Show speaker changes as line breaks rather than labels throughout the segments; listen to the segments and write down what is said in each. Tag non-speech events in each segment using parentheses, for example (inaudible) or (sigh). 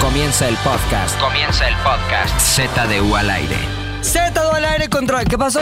Comienza el podcast. Comienza el podcast. ZDU al aire.
Z al aire contra. ¿Qué pasó?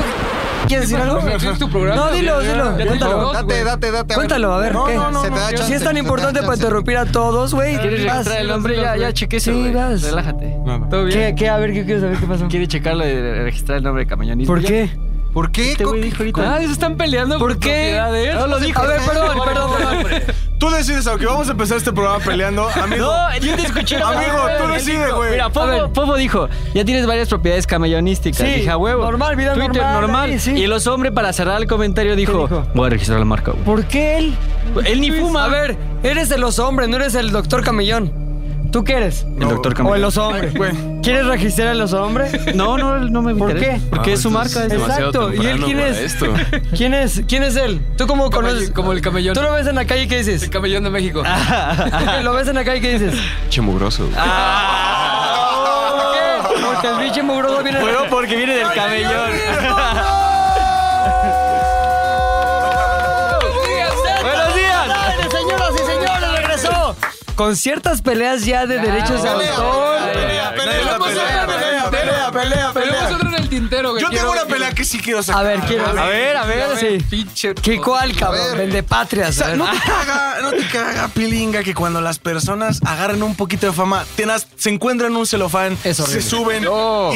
¿Quieres decir algo?
Es tu programa.
No, dilo, dilo.
Ya tengo
Cuéntalo.
dos,
Date,
güey.
date, date.
Cuéntalo, a ver, ¿qué?
Se te da
Si
chance,
es
se te
tan
da
importante para
chance.
interrumpir a todos, güey.
¿Quieres
vas.
registrar el hombre? Ya, ya chequé eso,
Sí,
güey.
vas.
Relájate.
Nada.
Todo bien.
¿Qué, qué? A ver, ¿qué quieres saber? ¿Qué pasó?
Quiere checarlo de registrar el nombre de camionista.
¿Por qué?
¿Por qué?
Este
co-
güey dijo
Ah,
ahorita.
se están peleando por,
¿Por qué?
propiedades.
No lo dijo. A ver, (laughs) perdón, perdón, perdón.
Tú decides, aunque vamos a empezar este programa peleando, amigo.
No, yo te escuché.
Amigo, tú decides, güey.
Mira,
A ver.
Popo, Popo dijo, ya tienes varias propiedades camellonísticas.
Sí,
Dije, a huevo.
normal, vida
Twitter
normal,
normal.
ahí, sí.
Y los hombres, para cerrar el comentario, dijo,
dijo?
voy a registrar la marca, güey.
¿Por qué él? Pues,
Él ni fuma.
A ver, eres de los hombres, no eres el doctor Camellón. ¿Tú qué eres?
El doctor
O el
Camellón.
los hombres. ¿Quieres registrar el los hombres?
No, no, no me
¿Por
interesa.
qué?
Porque es su
entonces
marca.
es
es-
demasiado
Exacto, ¿y él
temprano
quién
para
es?
Esto.
(laughs) ¿Quién es? ¿Quién es él? ¿Tú cómo conoces?
como el camellón.
¿Tú lo ves en la calle y qué dices? Ah,
camellón de México.
(laughs) ¿Lo ves en la calle y qué dices?
Che mugroso. güey.
¿Por qué? Porque el bicho mugroso viene...
Bueno, porque viene del camellón.
(laughs)
¡Buenos días!
¡Tarde, señoras y señores! ¡Regresó! Con ciertas peleas ya de derechos de
Pelea,
autor.
pelea, pelea, pelea,
Tenemos
pelea,
otra
pelea, pelea, pelea, pelea.
en el tintero,
Yo tengo una pelea que sí quiero
A
sacar.
ver, quiero...
A ver.
a ver, sí.
Pinche.
¿Qué cuál, cabrón? El de patrias. a ver. Ah,
No te caga, no te caga, pilinga, que cuando las personas agarran un poquito de fama, tenas- se encuentran un celofán,
Es
se
horrible.
suben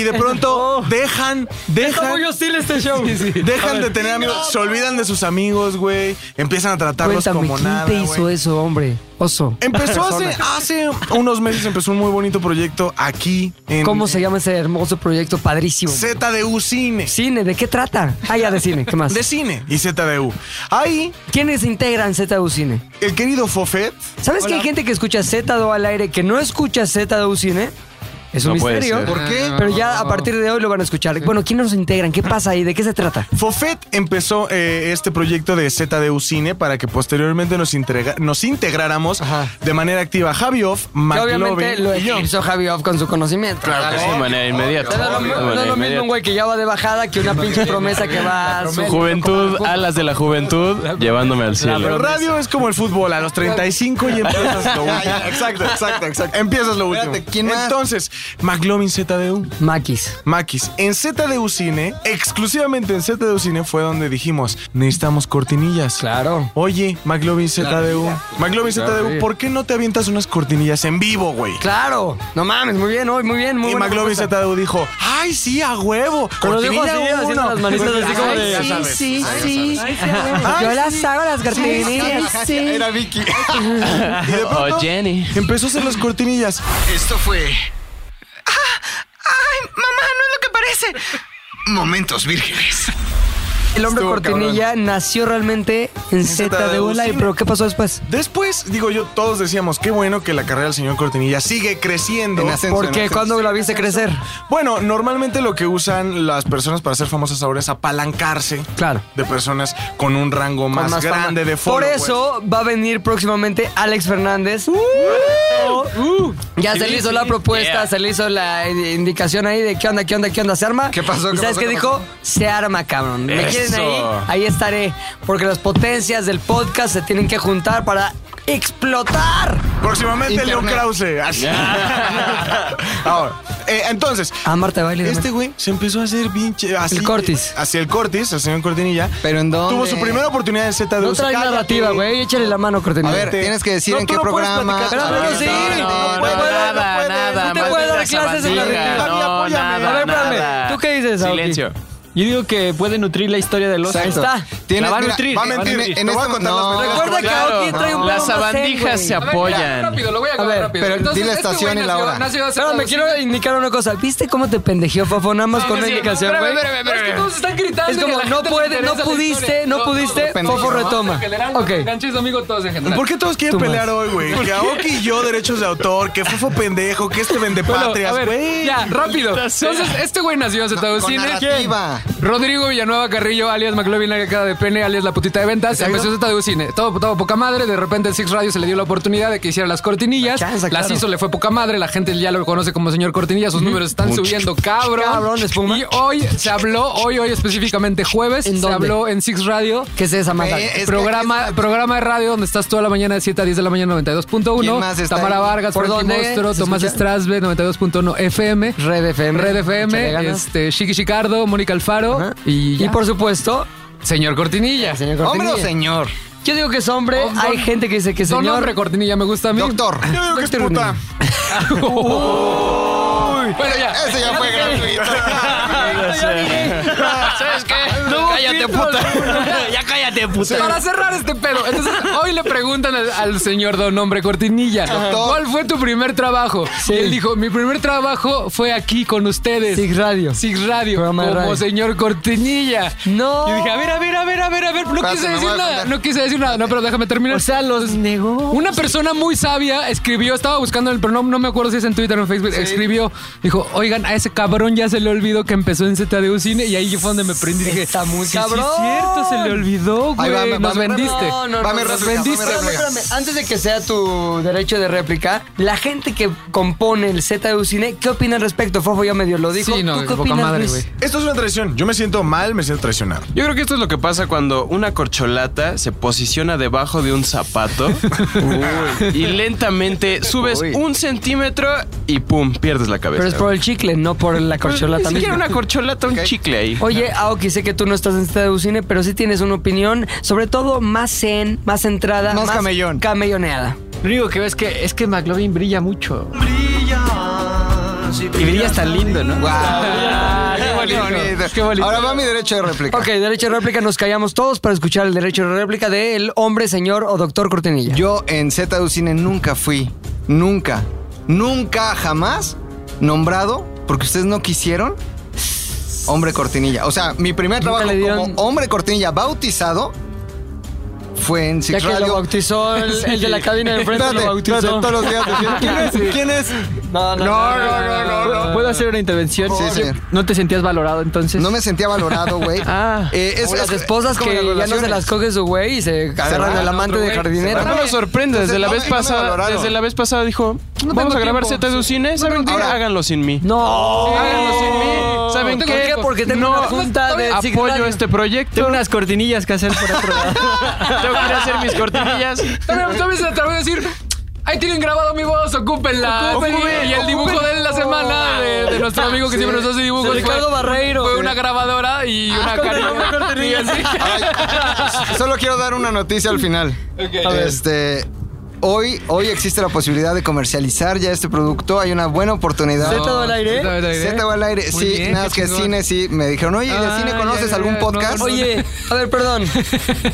y de
(laughs)
pronto dejan,
Está
dejan,
muy hostil este show.
dejan de tener amigos, se olvidan de sus amigos, güey, empiezan a tratarlos
Cuéntame,
como
¿quién
nada.
te hizo
güey.
eso, hombre? Oso.
Empezó hace, hace unos meses, empezó un muy bonito proyecto aquí en
(laughs) ¿Cómo se llama ese hermoso proyecto padrísimo?
ZDU Cine.
Cine, ¿de qué trata? Ah, ya de cine, ¿qué
(laughs)
más?
De cine y ZDU. Ahí,
¿Quiénes integran ZDU Cine?
el querido Fofet.
¿Sabes que hay gente que escucha ZDU al aire que no escucha ZDU Cine? Es un
No puede
misterio.
ser.
¿Por qué?
Pero ya a partir de hoy lo van a escuchar. Bueno, ¿quiénes nos integran? ¿Qué pasa ahí? ¿De qué se trata?
Fofet empezó eh, este proyecto de ZDU Cine para que posteriormente nos, integra- nos integráramos de manera activa. Javi Off,
Que obviamente lo
McLovin y yo.
eclipsó Javi Off con su conocimiento.
Claro que sí, de manera inmediata.
No es lo mi-
De
no es
manera
lo mismo un
inmediata.
güey que ya va de bajada que una pinche promesa que va a su
Juventud, alas de la juventud, llevándome al
El
cielo.
radio es como el fútbol, a los 35 y empiezas lo último. Exacto, exacto, exacto. Empiezas lo último.
Espérate, ¿quién más?
Entonces, McLovin ZDU.
Maquis.
Maquis, en ZDU Cine, exclusivamente en ZDU Cine fue donde dijimos, necesitamos cortinillas.
Claro.
Oye, McLovin ZDU. McLovin ZDU, ¿por qué no te avientas unas cortinillas en vivo, güey?
Claro. No mames, muy bien, hoy, muy bien, muy
Y
buena
McLovin
propuesta.
ZDU dijo, ay, sí, a huevo.
Pero lo dijo
cortinilla
así, haciendo
uno".
las manitas así como
Ay,
de-
ya
sí,
sabes.
sí, sí.
Ay,
Yo
sí.
las hago las cortinillas.
Era Vicky.
(laughs) Y de pronto
Oh, Jenny.
empezó a hacer las cortinillas.
Esto fue. Ah, ¡Ay, mamá! No es lo que parece. Momentos vírgenes.
El hombre
Estuvo
cortinilla nació realmente en ZDU
ZDU,
Live,
sí.
pero ¿qué pasó después?
Después, digo yo, todos decíamos, qué bueno que la carrera del señor Cortinilla sigue creciendo.
En ascenso.
¿Por qué?
no sé.
¿Cuándo la viste crecer?
Bueno, normalmente lo que usan las personas para ser famosas ahora es apalancarse
Claro.
de personas con un rango
Con
más,
fama.
grande de pues.
Por
followers.
eso va a venir próximamente Alex Fernández. ya se le hizo la propuesta, se le hizo la eh, indicación ahí de qué onda, qué onda, qué onda, se arma.
¿Qué pasó?
¿Y
¿Qué
sabes
pasó?
qué
¿Qué
dijo?
pasó?
Se arma, cabrón. ¿Me
Eso.
quieren ahí? Ahí estaré. Porque las potencias del podcast se tienen que juntar para explotar.
Próximamente
Internet.
León
(laughs)
Krause. Así. ahora, eh, entonces,
A Marta Baile. dame.
este güey se empezó a hacer pinche. Así,
El Cortis.
Hacia el Cortis, hacia el Cortinilla.
¿Pero en dónde?
Tuvo su primera oportunidad en ZDU.
No trae
Cállate.
narrativa, güey. Échale la mano, Cortenilla.
A ver,
Te-
tienes que decir
No,
en
tú
qué
no puedes
programa.
platicar.
Pero,
A
pero
ver,
sí.
no,
No puedes,
puedes,
nada,
no puedes.
nada.
No te
más
puedo dar
de esa
clases en la
bandera.
red.
No,
Apóyame,
nada,
A ver, espérame.
nada.
¿Tú qué dices, Aoki?
Silencio.
Yo digo que puede nutrir la historia del oso.
Exacto.
está.
Tienes-
La va a
mira,
nutrir.
Va a mentir.
En- en
Te voy a
este-
contar
no.
las mentiras.
Recuerda que Aoki trae un
Las
programa zen,
sabandijas
güey.
se apoyan.
Rápido, lo voy a
A ver,
acabar rápido.
pero di la
este
estación
güey
y la
nació-
hora.
nació hace-
Pero me quiero indicar una cosa. ¿Viste cómo te pendejeó Fofo nada más con una indicación,
Espérame,
güey?
espérame, espérame. Es que todos están gritando.
Es
que
como,
la
no
gente le
puede, no
interesa la
pudiste,
historia.
no pudiste,
pendejo,
Fofo
¿no?
retoma.
En general,
Ok.
los ganchos de amigo todos en general.
¿Por qué todos quieren
Tú
pelear
más.
hoy, güey? Que Aoki y yo, derechos de autor, que Fofo pendejo, que este vende
Bueno, a
patrias,
ver,
güey.
ya, rápido. Entonces, este güey nació en ZDU
con
Cine.
narrativa.
Rodrigo Villanueva Carrillo, alias McLovin, la cara de pene, alias la putita de ventas, empezó ZDU Cine. Todo, todo poca madre, de repente el Six Radio se le dio la oportunidad de que hiciera las cortinillas.
La chanza,
las
claro.
hizo, le fue poca madre, la gente ya lo conoce como señor cortinilla, sus números están subiendo, cabrón.
Cabrón, espuma.
Y hoy se habló, hoy, hoy específicamente jueves,
¿En
se
dónde?
habló en Six Radio.
¿Qué es esa masa?
Eh, es-
programa,
es-
programa de radio donde estás toda la mañana de 7 a 10 de la mañana
¿Quién
92.1.
más está
Tamara
ahí?
Vargas,
¿Por
Frankie
dónde
Monstro,
se
Tomás
escucha?
Strasberg, 92.1 FM.
Red FM.
Red
Échale
FM,
(laughs)
ganas.
este, Chiqui Chicardo, Mónica Alfaro
Ajá.
y,
Y,
ya.
por supuesto,
señor Cortinilla.
el señor
Hombre o
Cortinilla.
señor.
Yo digo que es hombre,
Don-
hay gente que dice que es
Don
señor.
hombre Cortinilla me gusta a mí.
Doctor.
Yo digo que es puta. (laughs)
Bueno, ya.
Ese ya fue gratuito.
(laughs)
¿Sabes qué? cállate, puta.
(laughs)
(laughs)
ya cállate, puta.
Para cerrar este pedo. Entonces, hoy le preguntan al, al señor Don Hombre Cortinilla, ¿cuál fue tu primer trabajo? Y él dijo, mi primer trabajo fue aquí con ustedes.
Six Radio.
Six Radio,
Programa de
como
radio.
señor Cortinilla.
No.
Y dije, a ver, a ver, a ver, a ver, a ver. No
Espérate,
quise
me
decir
voy a
nada,
defender.
no quise decir nada. No, pero déjame terminar.
O sea, los negó.
Una persona muy sabia escribió, estaba buscando el, pero no, no me acuerdo si es en Twitter o en Facebook, escribió, dijo, oigan, a ese cabrón ya se le olvidó que empezó en ZDU Cine y ahí fue donde me prendí y dije,
Está muy
sí,
cabrón.
Sí, es cierto, se le olvidó,
Ahí va,
güey,
va,
nos
va,
vendiste.
No, no, no.
Va mi
no,
réplica,
no,
va mi
espérame,
réplica.
espérame. Antes de que sea tu derecho de réplica, la gente que compone el ZDU Cine, ¿qué opina al respecto? Fofo ya medio lo dijo.
Sí, no,
¿Tú qué
poca
opinas,
madre,
Luis?
güey.
Esto es una traición. Yo me siento mal, me siento traicionado.
Yo creo que esto es lo que pasa cuando una corcholata se posiciona debajo de un
(laughs)
zapato
este
(laughs) y lentamente subes un centímetro y pum, pierdes la cabeza.
Pero es por el chicle, no por la corcholata
Ni siquiera
misma.
una corcholata, un chicle ahí.
Oye, Aoki, sé que tú no estás en ZDU Cine, pero sí tienes una opinión, sobre todo más zen, más centrada.
Más camellón.
Camelloneada.
Lo único que ves que es que McLovin brilla mucho. Y brilla
este
tan lindo, ¿no?
Ah,
Guau.
qué bonito, qué bonito.
Ahora va mi derecho de réplica.
Ok, derecho de réplica, nos callamos todos para escuchar el derecho de réplica del hombre, señor o doctor Cortinilla.
Yo en ZDU Cine nunca fui, nunca, nunca jamás nombrado, porque ustedes no quisieron, hombre cortinilla. O sea, mi primer
Nunca
trabajo
le dieron-
como hombre cortinilla bautizado fue en
ya
Six
que lo
Radio.
bautizó el, el de la cabina de enfrente,
Espérate,
lo bautizó.
espérate, todos los días. decían, ¿Quién
(laughs)
es? ¿Quién es?
No, no,
No, no, no, no, no.
¿Puedo hacer una intervención?
Sí, sí.
¿No te sentías valorado entonces?
No me sentía valorado, güey.
(laughs) Ah.
Eh, es-
Como
es-
las esposas
como
que
las
ya no se
relaciones.
las coge su güey y se agarran
van
del
a
amante
otro
de
güey,
jardinero.
se van.
No me sorprende, desde la
Entonces,
vez
no me- no me
pasada,
valoraron.
desde la vez pasada dijo, vamos a grabar Z de cine, ¿saben qué?
Ahora-
Háganlo sin mí.
No.
Háganlo sin mí. ¿Saben
No tengo
qué?
tiempo. Porque tengo
no
una junta de Six Radio.
apoyo este proyecto.
Tengo unas cortinillas que hacer por
(laughs)
otro lado.
Tengo que ir a hacer mis cortinillas.
También, pues, también se atrevió a decir. Ahí tienen grabado mi voz, ocúpenla.
Ocupen,
y el dibujo de él la semana de, de nuestro amigo que siempre nos hace dibujos.
De Ricardo
fue-
Barreiro.
Fue una grabadora y una cara. Y así.
Ay, (laughs) Solo quiero dar una noticia al final. Este. Hoy, hoy existe la posibilidad de comercializar ya este producto. Hay una buena oportunidad.
¿Todo al aire?
Todo al aire.
Z va al aire.
Muy
sí,
bien,
nada más
qué
que
chingón.
cine, sí. Me dijeron, oye, ¿de
Ah,
cine conoces
ya,
algún
ya,
podcast?
no, no.
Oye, a
(laughs)
ver, perdón.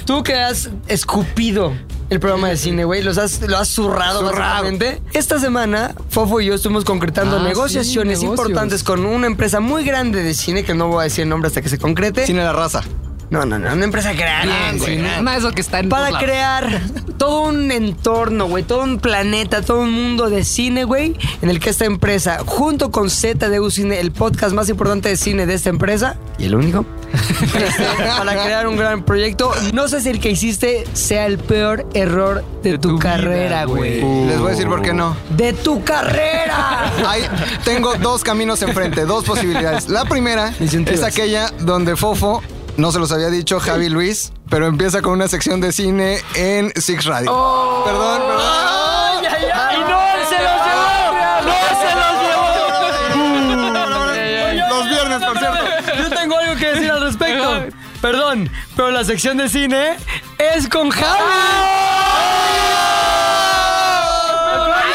Tú que has escupido el programa de cine, güey, los has, lo has zurrado, básicamente. Esta semana, Fofo y yo estuvimos concretando
Ah, sí,
negociaciones
negocios.
importantes con una empresa muy grande de cine, que no voy a decir el nombre hasta que se concrete.
Cine La Raza.
No, no, no, una empresa grande. güey.
Ah, Más eso que está en
Para
todos lados.
crear
(laughs)
todo un entorno, güey, todo un planeta, todo un mundo de cine, güey, en el que esta empresa, junto con ZDU Cine, el podcast más importante de cine de esta empresa, y el único, (laughs) este, para crear un gran proyecto. No sé si el que hiciste sea el peor error de, tu, carrera, güey.
Les voy a decir por qué no.
¡De tu carrera!
Hay- tengo dos caminos enfrente, dos posibilidades. La primera es aquella donde Fofo, no se los había dicho Javi Luis, pero empieza con una sección de cine en Six Radio.
Oh,
Perdón, perdón.
¡Y no, él se (laughs) los llevó! ¡No se los llevó!
Los viernes, por cierto.
Yo tengo algo que decir al respecto. Perdón, pero la sección de cine es con Javi.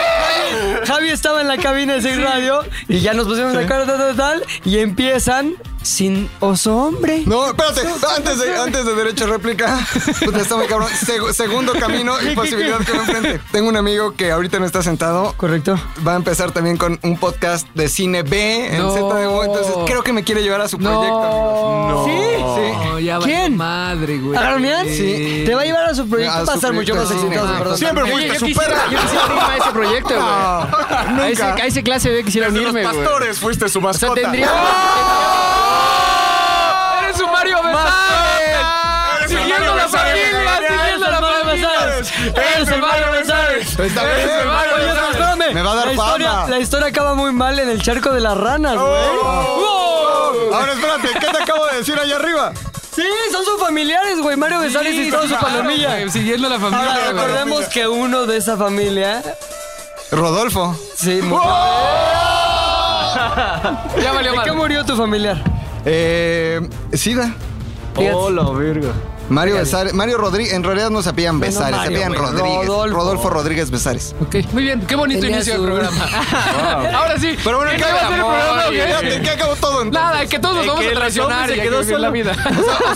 (laughs) Javi estaba en la cabina de Six Radio y ya nos pusimos de acuerdo tal, tal, tal, y empiezan sin oso hombre.
No, espérate, antes de, antes de derecho a réplica, puta, Pues está muy cabrón. Seg- segundo camino
(laughs)
y posibilidad que me enfrente. Tengo un amigo que ahorita no está sentado.
Correcto.
Va a empezar también con un podcast de cine B en
No.
ZDU, entonces creo que me quiere llevar a su proyecto, amigos.
No.
¿Sí?
No, Oh, ya valió
¿Quién?
Madre, güey.
¿Agaronian?
Sí.
Te va a llevar a su proyecto.
A
Va a
su
estar mucho
proyecto
más
de cine.
excitado, perdón.
Siempre fuiste su perra.
a ese
(laughs)
proyecto, güey. A,
(laughs)
ese, a ese clase B quisiera
Desde los
unirme, güey.
pastores fuiste su
O sea,
mascota.
tendría...
¡Oh! Mario Besares! ¡Siguiendo la familia! ¡Siguiendo la familia! ¡Eres el Mario Besares!
Está bien.
¡Eres el Mario
Oye, pero
Besares!
espérame.
Me va a dar
la
fama.
historia, la historia acaba muy mal en el charco de las ranas, güey.
Oh. Ahora espérate, ¿qué te acabo de decir allá arriba?
Sí, son sus familiares, güey. Mario Besares y toda su
Palomilla.
palomilla.
Eh, Siguiendo la familia.
Ahora
güey.
recordemos que uno de esa familia.
Rodolfo.
Sí, mu-
¡Oh!
Ya valió
¿De qué
madre.
murió tu familiar?
Eh, Sida.
Hola, Virgo.
Mario Besares. Mario Rodríguez. En realidad no se apellan Besares, se
Mario,
apellan
güey.
Rodríguez.
Rodolfo.
Rodolfo. Rodríguez Besares.
Ok, muy bien. Qué bonito
Tenía
inicio
su-
del programa.
(laughs)
Ahora sí.
Pero bueno,
¿Qué
¿qué
va a ser el
acabó?
programa? o qué?
Fíjate, ¿qué acabó todo entonces?
Nada, que todos nos
Eh,
vamos
que
a
el
traicionar.
hombre se
y hay que
quedó
vivir la
solo.
vida.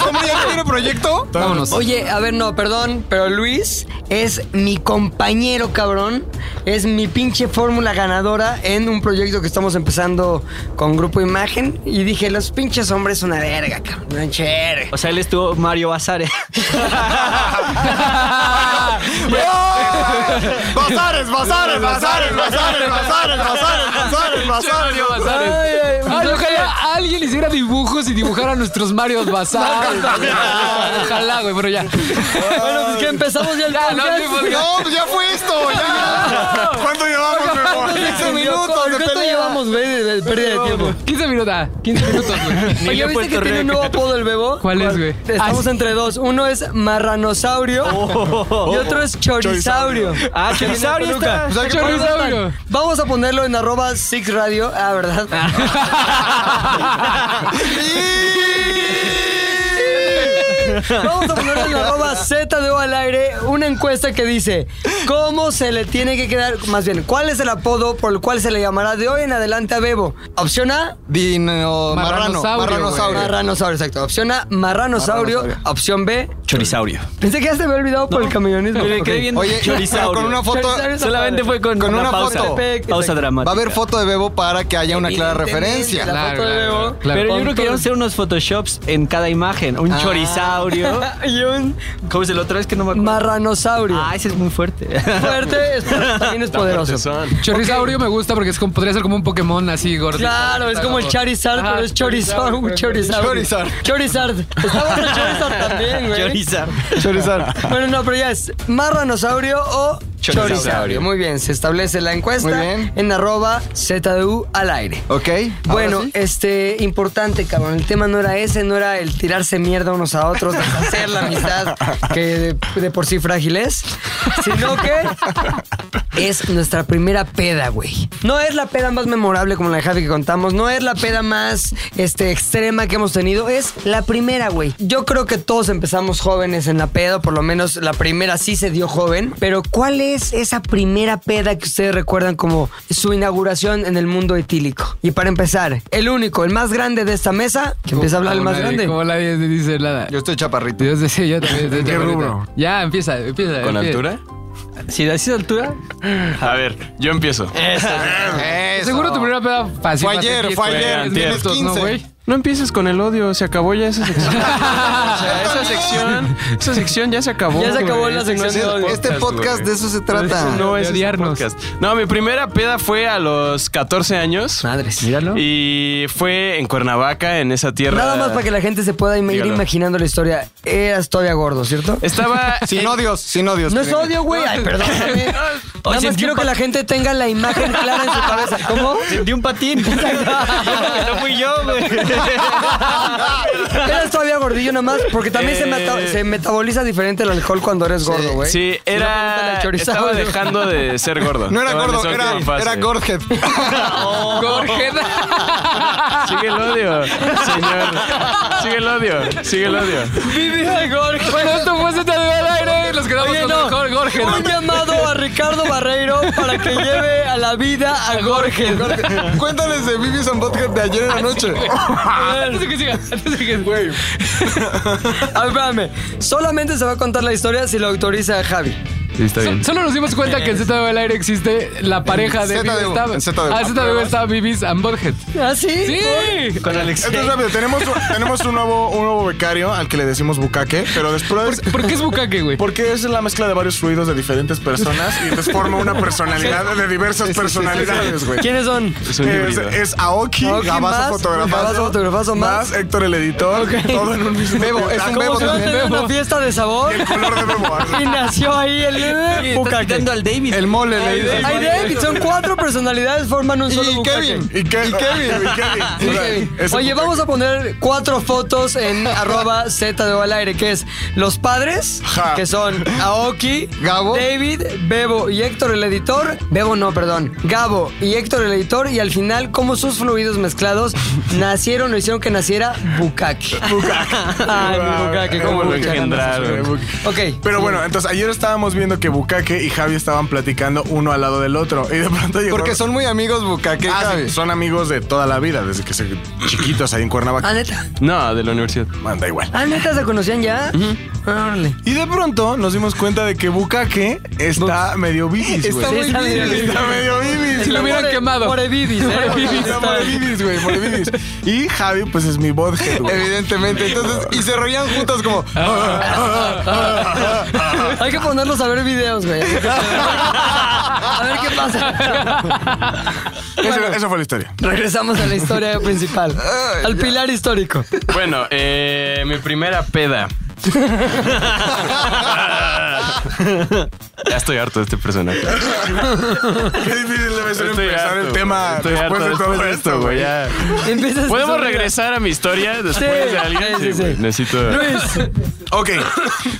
¿Cómo ya no tiene proyecto?
Vámonos.
Oye, a ver, no, perdón, pero Luis es mi compañero, cabrón. Es mi pinche fórmula ganadora en un proyecto que estamos empezando con Grupo Imagen. Y dije, los pinches hombres una verga, cabrón. Una verga.
(laughs) O sea, él estuvo Mario Basares.
Basares, basares, basares, basares, basares, basares, basares,
Mario Basares. Ay, ojalá alguien hiciera dibujos y dibujara a nuestros Marios Basares. Ojalá, güey, pero ya.
Bueno, pues que empezamos ya el
Ya, no,
podcast.
no, no.
No, pues ya fue esto,
(laughs)
ya. ¿Cuánto llevamos, Memo? 15 minutos de
¿Cuánto
pelea.
llevamos, güey, de, de pérdida de tiempo?
15 minutos, ah, 15 minutos, güey.
Oye, ¿viste que tiene un nuevo apodo el bebo?
¿Cuál es, güey?
Estamos entre dos. Uno es marranosaurio y otro es chorisaurio.
Ah, Charizaurio está.
O sea, que parece-
Chorizaurio.
Vamos a ponerlo en arroba six radio. Ah, ¿verdad? Vamos a ponerlo en arroba ZDO al aire una encuesta que dice ¿Cómo se le tiene que quedar? Más bien, ¿cuál es el apodo por el cual se le llamará de hoy en adelante a Bebo? Opción A,
Dino marrano,
Marranosaurio,
marranosaurio.
marranosaurio, exacto. Opción A, marranosaurio.
Marranosaurio.
Opción B,
Chorizaurio.
pensé que ya se me había olvidado por el camionismo.
Me
Ok.
quedé bien
Oye,
Chorizaurio.
con una foto.
Chorizaurio está
Solamente
padre.
fue con,
Con
una,
una
pausa.
foto.
Pausa dramática.
Va a haber foto de Bebo para que haya una clara
Evidentemente,
referencia.
la
Claro,
foto de
claro,
Bebo.
claro.
Pero yo
Con
creo que
todo.
vamos a hacer unos photoshops en cada imagen.
Ah.
Un chorizaurio.
(laughs)
Y un
¿Cómo se lo traes que no me acuerdo?
marranosaurio.
Ah, ese es muy fuerte.
fuerte,
(laughs)
es- también es poderoso.
Chorizaurio me gusta porque es como- podría ser como un Pokémon así, gordo.
Claro, es como el Charizard,
Ajá,
pero es Chorizard,
Chorizard,
un Chorizard.
Chorizard.
Chorizard. Está bueno (laughs)
(laughs)
Chorizard también, güey.
Chorizar.
Chorizar.
Bueno, no, pero ya es marranosaurio o
Chorizaurio.
chorizaurio. Muy bien, se establece la encuesta
Muy bien.
en arroba ZDU al aire.
Ok. ahora
Bueno,
sí.
este, importante, cabrón. El tema no era ese, no era el tirarse mierda unos a otros, deshacer la amistad, que de, de por sí frágil es, sino que es nuestra primera peda, güey. No es la peda más memorable como la de Javi que contamos, no es la peda más este, extrema que hemos tenido, es la primera, güey. Yo creo que todos empezamos jóvenes en la peda, o por lo menos la primera sí se dio joven, pero ¿cuál es esa primera peda que ustedes recuerdan como su inauguración en el mundo etílico? Y para empezar, el único, el más grande de esta mesa, que empieza a hablar el más grande.
Como nadie dice nada.
Yo estoy chaparrito.
Dios decía yo también.
(laughs)
¿Qué rubro? Ya, empieza, empieza.
¿Con
empieza.
altura?
Si de así de
(laughs)
altura,
A ver, yo empiezo.
Eso.
Seguro tu primera peda fácil.
Fue
va a
ayer,
ser diez,
fue
güey,
ayer,
diez
tienes
minutos,
15.
¿no, güey?
No empieces con el odio, se acabó ya esa sección. O sea, esa sección, esa sección ya se acabó.
Ya se acabó
güey.
la
Este no
sección
es
de
el
odio.
Este podcast
güey.
de eso se trata.
No,
de
ese es el
odiarnos.
podcast. No, mi primera peda fue a los 14 años.
Madres.
Míralo.
Y fue en Cuernavaca, en esa tierra.
Nada más para que la gente se pueda im- ir
Dígalo.
imaginando la historia. Eras todavía gordo, ¿cierto?
Estaba.
(laughs) Sin odios, sin odios.
No es
primero.
odio, güey. Ay,
(laughs)
perdón. Nada
sentí
más
un
quiero que
pa-
la gente tenga la imagen clara en su cabeza.
(laughs)
¿Cómo?
sentí un patín. (laughs) no fui yo, güey.
(laughs) Eras todavía gordillo nada más, porque también se,
Eh.
meta- se metaboliza diferente el alcohol cuando eres gordo, güey.
Sí,
pregúntale
era.
al chorizado. (laughs)
Estaba dejando de ser gordo.
No era
Estaba en
gordo,
esa
era,
última fase.
era Gordhead.
Gorgeda.
Sigue el odio, señor. Sigue el odio, sigue el odio.
Bueno, esto fue Z de al aire. Los quedamos con
no.
mejor Gorgeda.
Un llamado a Ricardo Barreiro para que lleve a la vida a Jorge.
Cuéntales de Vivi's and Butthead de ayer en
¿Ah,
la noche.
Antes de que siga, antes de
(laughs)
que Güey.
A ver, espérame. Solamente se va a contar la historia si lo autoriza Javi.
Sí, está bien.
Solo nos dimos cuenta que en ZDU al aire existe la pareja de
ZDU,
Vives Tab-
en ZDU.
Ah, ZDU está Vivis and Butthead.
¿Ah, sí?
¡Sí!
Con Alex.
Entonces, rápido, tenemos,
(laughs)
un- tenemos un, nuevo, un nuevo becario al que le decimos bucaque, pero después.
¿Por qué es bucaque, güey?
Porque es la mezcla de varios fluidos de diferentes personas y les forma una personalidad de diversas personalidades, güey.
¿Quiénes son?
Es un
Es,
híbrido.
es Aoki,
Aoki más,
Gabazo Fotografazo,
Gabazo Fotografazo más.
Héctor el Editor, todo en un mismo. Ah,
Bebo, es un
taco.
bebo
se va a
también.
tener una
fiesta de sabor
El color de Bebo.
y nació ahí
Oye,
el
estás quitando al David.
El mole, le dice.
Ay, David, son cuatro personalidades, forman un solo
Y
bucaque.
Kevin.
Y, Ke-
Y Kevin.
y Kevin. O sea, ese
Oye,
puto-
vamos a poner cuatro fotos en arroba Z de O al aire, que es los padres,
Ja.
que son Aoki,
Gabo.
David, Bebo y Héctor el editor. Bebo no, perdón. Gabo y Héctor el editor. Y al final, como sus fluidos mezclados nacieron o hicieron que naciera Bukaki. (laughs) Ay, mi Bukaki, cómo
Eh,
lo
Bukake.
engendraron.
Bukake.
Ok.
Pero bueno, entonces ayer estábamos viendo que Bukake y Javi estaban platicando uno al lado del otro. Y de pronto llegó.
Porque son muy amigos Bucaque y
Ah, sí,
Javi.
son amigos de toda la vida, desde que se chiquitos ahí en
Ah,
Cuernavaca.
neta.
No, de la universidad.
Manda igual.
(laughs) Ah, neta, ¿se conocían ya? Órale.
Y de pronto nos dimos cuenta de que Bukake está medio bibis, güey.
Está muy
Sí, está
bien.
bien.
Está medio bibis.
Si lo hubieran
More-
quemado.
Morebibis, ¿eh?
Morebibis.
Está more bibis, güey, more bibis. Y Javi, pues es mi bodhead, güey.
Evidentemente. Entonces, y se reían juntos como.
Hay que ponerlos a ver videos, güey. A ver qué pasa.
Eso, eso fue la historia.
Regresamos a la historia principal. Al
(laughs)
pilar histórico.
(laughs) Bueno, eh, mi primera
(laughs)
peda. ya estoy harto de este personaje.
Qué difícil debe ser
Estoy
empezar
harto,
el tema
estoy
después
harto
de todo
después de
esto, güey.
ya.
Empiezas
¿Podemos
tu historia.
regresar a mi historia después
Sí,
de alguien?
sí, sí,
güey,
sí.
Necesito.
Ok.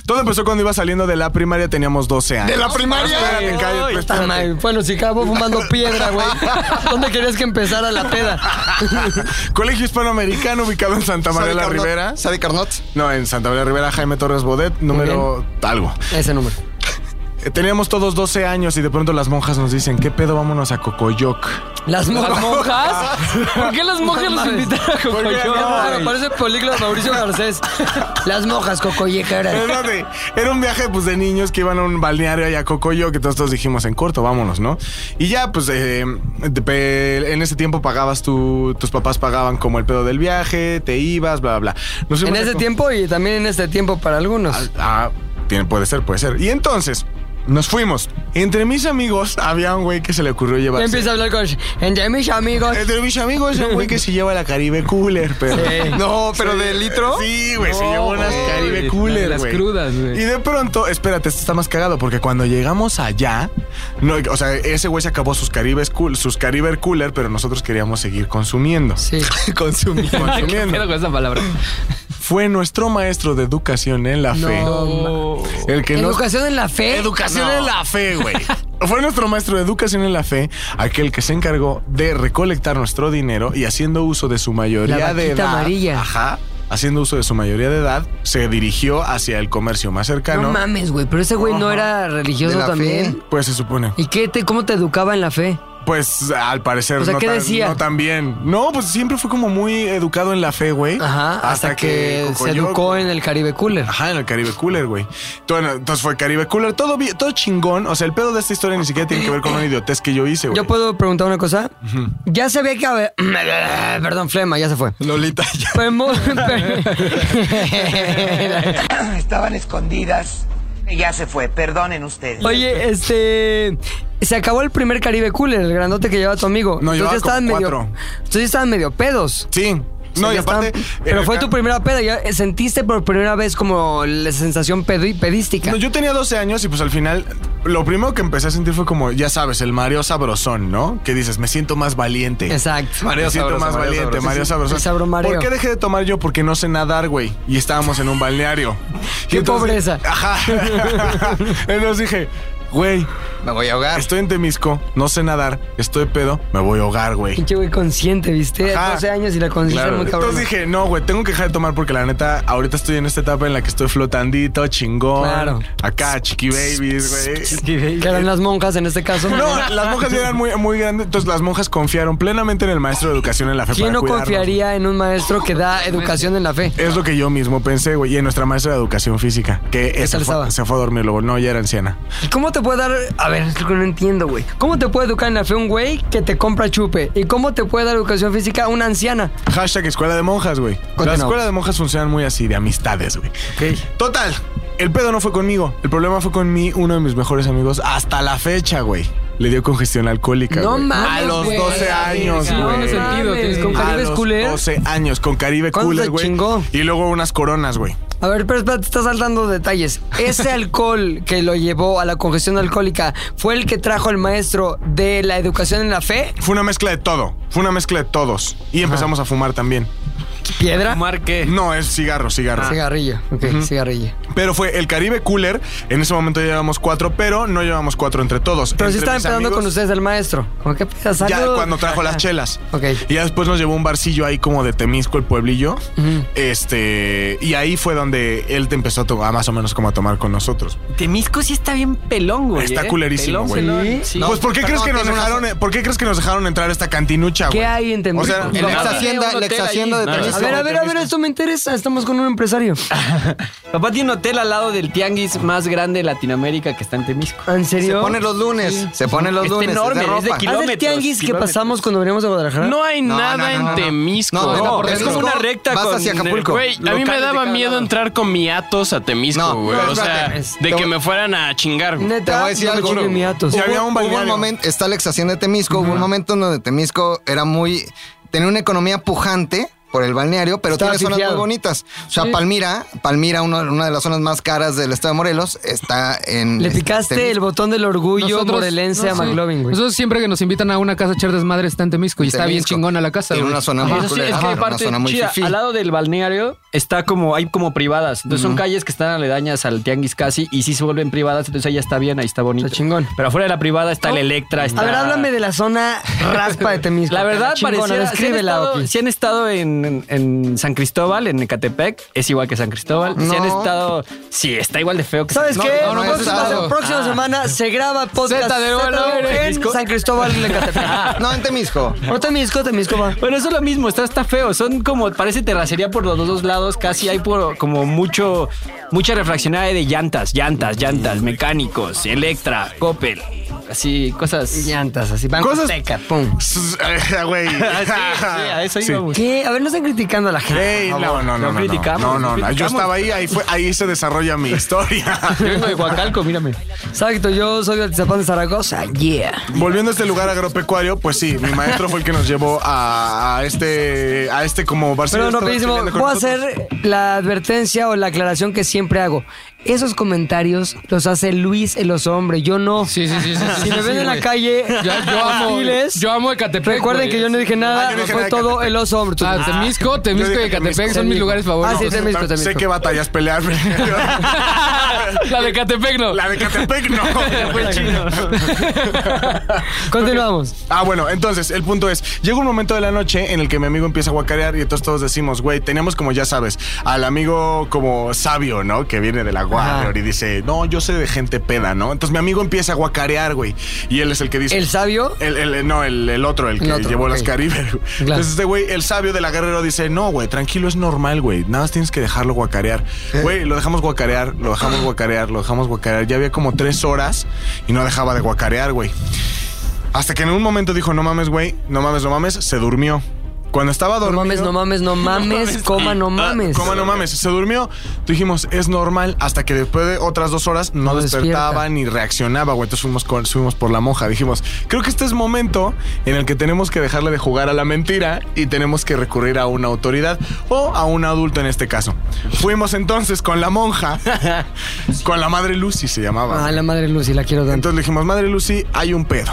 Todo empezó cuando iba saliendo de la primaria, teníamos 12 años.
¿De la primaria?
Espérate, cállate,
Ah,
espérate.
madre. Bueno, si acabo fumando piedra, güey. ¿Dónde querías que empezara la peda?
(laughs) Colegio Hispanoamericano ubicado en Santa María
Sadi
la
Carnot.
Rivera.
Sadi Carnot.
No, en Santa María Rivera, Jaime Torres Bodet, número algo.
Ese número.
Eh, Teníamos todos 12 años y de pronto las monjas nos dicen, ¿qué pedo? Vámonos a Cocoyoc.
Las
¿Las
monjas.
monjas?
Ah.
¿Por qué las monjas los
mames.
invitaron a Cocoyoc?
Claro, parece políglota
(laughs)
Mauricio Garcés. Las mojas, cocollejeras.
Espérate, Era un viaje pues, de niños que iban a un balneario allá a Cocoyoc, que todos, todos dijimos, en corto, vámonos, ¿no? Y ya, pues, eh, de pe- en ese tiempo pagabas tu, tus papás pagaban como el pedo del viaje, te ibas, bla, bla, bla. Nos
En
fuimos a
ese
Co-
tiempo y también en este tiempo para algunos.
Ah, tiene, puede ser, puede ser. Y entonces, nos fuimos. Entre mis amigos (laughs) había un güey que se le ocurrió
Ya
llevar.
empieza a hablar con entre mis amigos.
Entre mis amigos es un güey que se lleva la Caribe Cooler, pero.
(laughs)
(laughs)
No, pero de litro.
Sí, güey, se llevó unas
güey,
Caribe
las
Cooler,
las
güey.
crudas, güey.
Y de pronto, espérate, esto está más cagado porque cuando llegamos allá, no, o sea, ese güey se acabó sus Caribes Cool- sus Caribe Cooler, pero nosotros queríamos seguir consumiendo.
Sí.
(laughs) Consumiendo.
Ay, (laughs) ¿Qué pedo (laughs) con esa palabra?
Fue nuestro maestro de educación en la fe. El que nos
Educación en la fe.
Educación en la fe, güey. Eh, (laughs) Fue nuestro maestro de educación en la fe, aquel que se encargó de recolectar nuestro dinero y haciendo uso de su mayoría
La
de
vaquita
edad.
amarilla.
Ajá. Haciendo uso de su mayoría de edad, se dirigió hacia el comercio más
No
cercano.
mames, güey. Pero ese güey no era religioso
De la fe.
también.
pues se supone.
¿Y qué te, cómo te educaba en la fe?
Pues al parecer
O sea,
no,
¿qué
tan,
decía?
no tan bien. No, pues siempre fue como muy educado en la fe, güey.
Ajá. Hasta, que, se
Cocoyoc-
educó en el Caribe Cooler.
Ajá, en el Caribe Cooler, güey. Bueno, entonces fue Caribe Cooler, todo, bi- todo chingón. O sea, el pedo de esta historia ni siquiera tiene que ver con una idiotez que yo hice, güey.
Yo puedo preguntar una cosa. Ya se ve que. a ver- (clears throat) Perdón, flema, ya se fue. (laughs)
Lolita, ya.
Pero en mo- pero-
(laughs) Estaban escondidas. Ya se fue, perdonen ustedes.
Oye, este. Se acabó el primer Caribe Cooler, el grandote que llevaba tu amigo.
No, llevaba
ya estaban
como
medio.
cuatro.
Entonces ya estaban medio pedos.
Sí.
O
No,
sea,
y
ya
aparte.
estaban-
en
pero
el
fue
ca-
tu primera peda. Ya eh, sentiste por primera vez como la sensación pedi- pedística.
No, yo tenía 12 años y pues al final. Lo primero que empecé a sentir fue como, ya sabes, el Mario Sabrosón, ¿no? Que dices, me siento más valiente.
Exacto.
Mario me siento
Sabroso,
más
Mario
valiente,
Sabroso.
Mario Sabrosón.
El sabromareo.
¿Por qué dejé de tomar yo? Porque no sé nadar, güey. Y estábamos en un
(laughs)
balneario. Y (laughs)
Qué pobreza.
Ajá. entonces dije, güey,
Me voy a ahogar.
Estoy en Temisco, no sé nadar, estoy pedo, me voy a ahogar, güey.
Pinche güey consciente, ¿viste?
Ajá.
12 años y la conciencia
Claro.
muy cabrón.
Entonces dije, no, güey, tengo que dejar de tomar porque la neta, ahorita estoy en esta etapa en la que estoy flotandito, chingón.
Claro.
Acá, chiqui
(laughs)
babies, güey.
que eran las monjas en este caso.
No, las monjas ya eran muy, muy grandes, entonces las monjas confiaron plenamente en el maestro de educación en la fe.
¿Quién
para
no
cuidarnos.
confiaría en un maestro que da educación en la fe?
Es lo que yo mismo pensé, güey, y en nuestra maestra de educación física, que esa
tal estaba?
fue, se fue a dormir luego. No, ya era anciana.
¿Y cómo te puede dar.? A ver, es lo que no entiendo, güey. ¿Cómo te puede educar en la fe un güey que te compra chupe? ¿Y cómo te puede dar educación física una anciana?
Hashtag escuela de monjas, güey. Las
Continuamos.
escuelas de monjas funcionan muy así, de amistades, güey. Total, el pedo no fue conmigo. El problema fue con mí, uno de mis mejores amigos, hasta la fecha, güey. Le dio congestión alcohólica.
No
güey.
mames,
A los
güey.
12 años,
No
güey.
tiene sentido. tiene
Mames, con
sentido.
A
Caribe
los
Cooler.
12 años con Caribe
¿Cuánto
Cooler,
te
güey.
chingó?
Y luego unas coronas, güey.
A ver, pero espérate, estás saltando detalles. ¿Ese alcohol que lo llevó a la congestión alcohólica fue el que trajo el maestro de la educación en la fe?
Fue una mezcla de todo. Fue una mezcla de todos. Y empezamos a fumar también.
¿Piedra? Ah.
¿Fumar qué?
No, es cigarro, cigarro.
Cigarrillo. Ok, cigarrillo.
Pero fue el Caribe Cooler. En ese momento ya llevamos cuatro, pero no llevamos cuatro entre todos.
Pero
Entre
sí estaban
mis
empezando
amigos,
con ustedes el maestro. ¿Cómo que pida
Ya
salud? Ah,
cuando trajo las chelas.
Ok.
Y ya después nos llevó a un barcillo ahí como de Temisco, el pueblillo. Este. Y ahí fue donde él te empezó a tomar, más o menos como a tomar con nosotros.
Temisco sí está bien pelón, güey.
Está
¿eh?
culerísimo,
Pelón,
güey.
pelón. Sí.
No,
pues, ¿por qué,
perdón,
crees que nos
tiene una-
dejaron, eh, ¿por qué crees que nos dejaron entrar a esta cantinucha,
¿Qué
güey?
hay en
O
Temuco?
sea,
El
no,
ex
mames.
hacienda,
Tiene un
la ex
hotel
hacienda
ahí.
de
No, no,
Temisco.
a ver, a ver, a ver, esto me interesa. Estamos con
(laughs)
un empresario.
Papá tiene hotel al lado del tianguis más grande de Latinoamérica que está en Temisco.
¿En
Se
serio?
pone los lunes, se pone los
Está
lunes.
Este enorme,
es de
es de
ropa.
kilo-
¿Haz el
kilómetros,
tianguis que
kilómetros.
pasamos cuando veníamos de Guadalajara?
No hay
No,
nada
no, no,
en
no, no.
Temisco.
No,
No,
por
es
Temisco.
como una recta
Vas
con...
hacia Acapulco.
Güey, a mí me
locales de
daba
cada
miedo
lado.
entrar con miatos a Temisco,
No,
güey.
no,
o sea,
espérate.
de
Te
que
voy-
me fueran a chingar, güey.
Neta,
Te voy a decir
no me
algo.
chinguen mi datos.
Ya había un
Hubo un
balneario.
momento, está la ex hacienda de Temisco, hubo un momento en donde Temisco era muy. tenía una economía pujante por el balneario, pero
Estaba
tiene zonas
asfixiado.
muy bonitas. O sea, Palmira, Palmira, uno- una de las zonas más caras del estado de Morelos, está en.
Le
este,
picaste
Temisco.
el botón del orgullo morelense
no
a
sé.
McLovin, güey.
Nosotros siempre que nos invitan a una casa a echar desmadre está en Temisco y está bien
Temisco.
chingona la casa.
Tiene
güey.
una zona
Ajá.
muy
Eso sí, es
culera,
que hay
una
parte
zona muy
chida.
fifí.
Al lado del balneario está como, hay como privadas. Entonces son calles que están aledañas al tianguis casi y sí se vuelven privadas. Entonces ahí ya está bien, ahí está bonito.
Está chingón.
Pero afuera de la privada está el Electra, está...
A ver, háblame de la zona raspa de Temisco.
La verdad,
Chingona,
pareciera... si
Descríbela,
han estado,
Oki.
si han estado en, en- en San Cristóbal, en Ecatepec, es igual que San Cristóbal. Si han
No.
estado... Sí, está igual de feo que
¿Sabes
San
qué?
no, no,
próxima
eso-
próxima
Ah.
semana se graba podcast
Zeta de
Zeta
Oro,
de Oro
¿eh?
en
Temisco.
San Cristóbal de
(laughs)
Catepec.
Ah, No, en Temisco.
No, Temisco, Temisco va.
Ah. Bueno, eso es lo mismo, está, está feo. Son como, parece terracería por los dos lados, casi hay por como mucho, mucha refraccionaria de llantas, llantas, llantas, mecánicos, Electra, Coppel, así cosas.
Llantas, así, van
Cosas-
Azteca, pum.
Ah,
(laughs)
Güey.
(laughs) Ah, sí, sí, a eso
Sí.
íbamos.
¿Qué? A ver, no están criticando a la gente.
Ey, no, no, no,
no
no, no,
criticamos,
no,
no
no, no. Yo
criticamos.
estaba ahí, ahí fue, ahí se desarrolla
(laughs)
mi historia.
Yo vengo de Huacalco, mírame.
Exacto, yo soy de Altizapán de Zaragoza. Yeah.
Volviendo a este lugar agropecuario, pues sí, mi maestro fue el que nos llevó a, a este, a este como Barcelona.
Pero rapidísimo, voy a hacer la advertencia o la aclaración que siempre hago. Esos comentarios los hace Luis el oso hombre, yo no.
Sí, sí, sí, sí, sí,
Si me
(laughs) sí,
ven en la
güey.
calle,
Ya, yo amo.
hostiles,
Yo amo Ecatepec.
recuerden
güey.
que yo no dije nada,
Ah, yo no dije
fue
nada de
todo
Catepec.
el oso hombre. Tú-
Ah, Temisco, Temisco y
dije
Ecatepec
Temisco.
son mis lugares
Ah, sí,
favoritos.
Temisco,
Pues, Sé
Temisco.
que batallas (laughs) pelear.
(laughs) La de Ecatepec no.
La de Catepec
(laughs)
no. Fue chino.
Continuamos.
Ah, bueno, entonces el punto es, llega un momento de la noche en el que mi amigo empieza a guacarear y entonces todos decimos, güey, tenemos como ya sabes, al amigo como sabio, ¿no? Que viene de la Warrior y dice, no, yo sé de gente peda, ¿no? Entonces mi amigo empieza a guacarear, güey. Y él es el que dice...
El sabio,
El, el- no, el, el otro, el que
otro,
llevó las
ok.
Caribe. güey. Entonces, este güey, el sabio de la guerrero dice: No, güey, tranquilo, es normal, güey. Nada más tienes que dejarlo guacarear. Güey, lo dejamos guacarear, lo dejamos guacarear, lo dejamos guacarear. Ya había como tres horas y no dejaba de guacarear, güey. Hasta que en un momento dijo: No mames, güey, no mames, no mames, se durmió. Cuando estaba
no
dormido. Ah,
mames, no mames,
(laughs)
no mames, coma, no mames.
Coma, no mames, se durmió. Dijimos, es normal, hasta que después de otras dos horas no,
No
despertaba
despierta.
ni reaccionaba, güey. Entonces fuimos, con- fuimos por la monja. Dijimos, creo que este es momento en el que tenemos que dejarle de jugar a la mentira y tenemos que recurrir a una autoridad o a un adulto en este caso. Fuimos entonces con la
(laughs)
monja, con la madre Lucy se llamaba.
Ah, la madre Lucy, la quiero tanto.
Entonces le dijimos, madre Lucy, hay un pedo.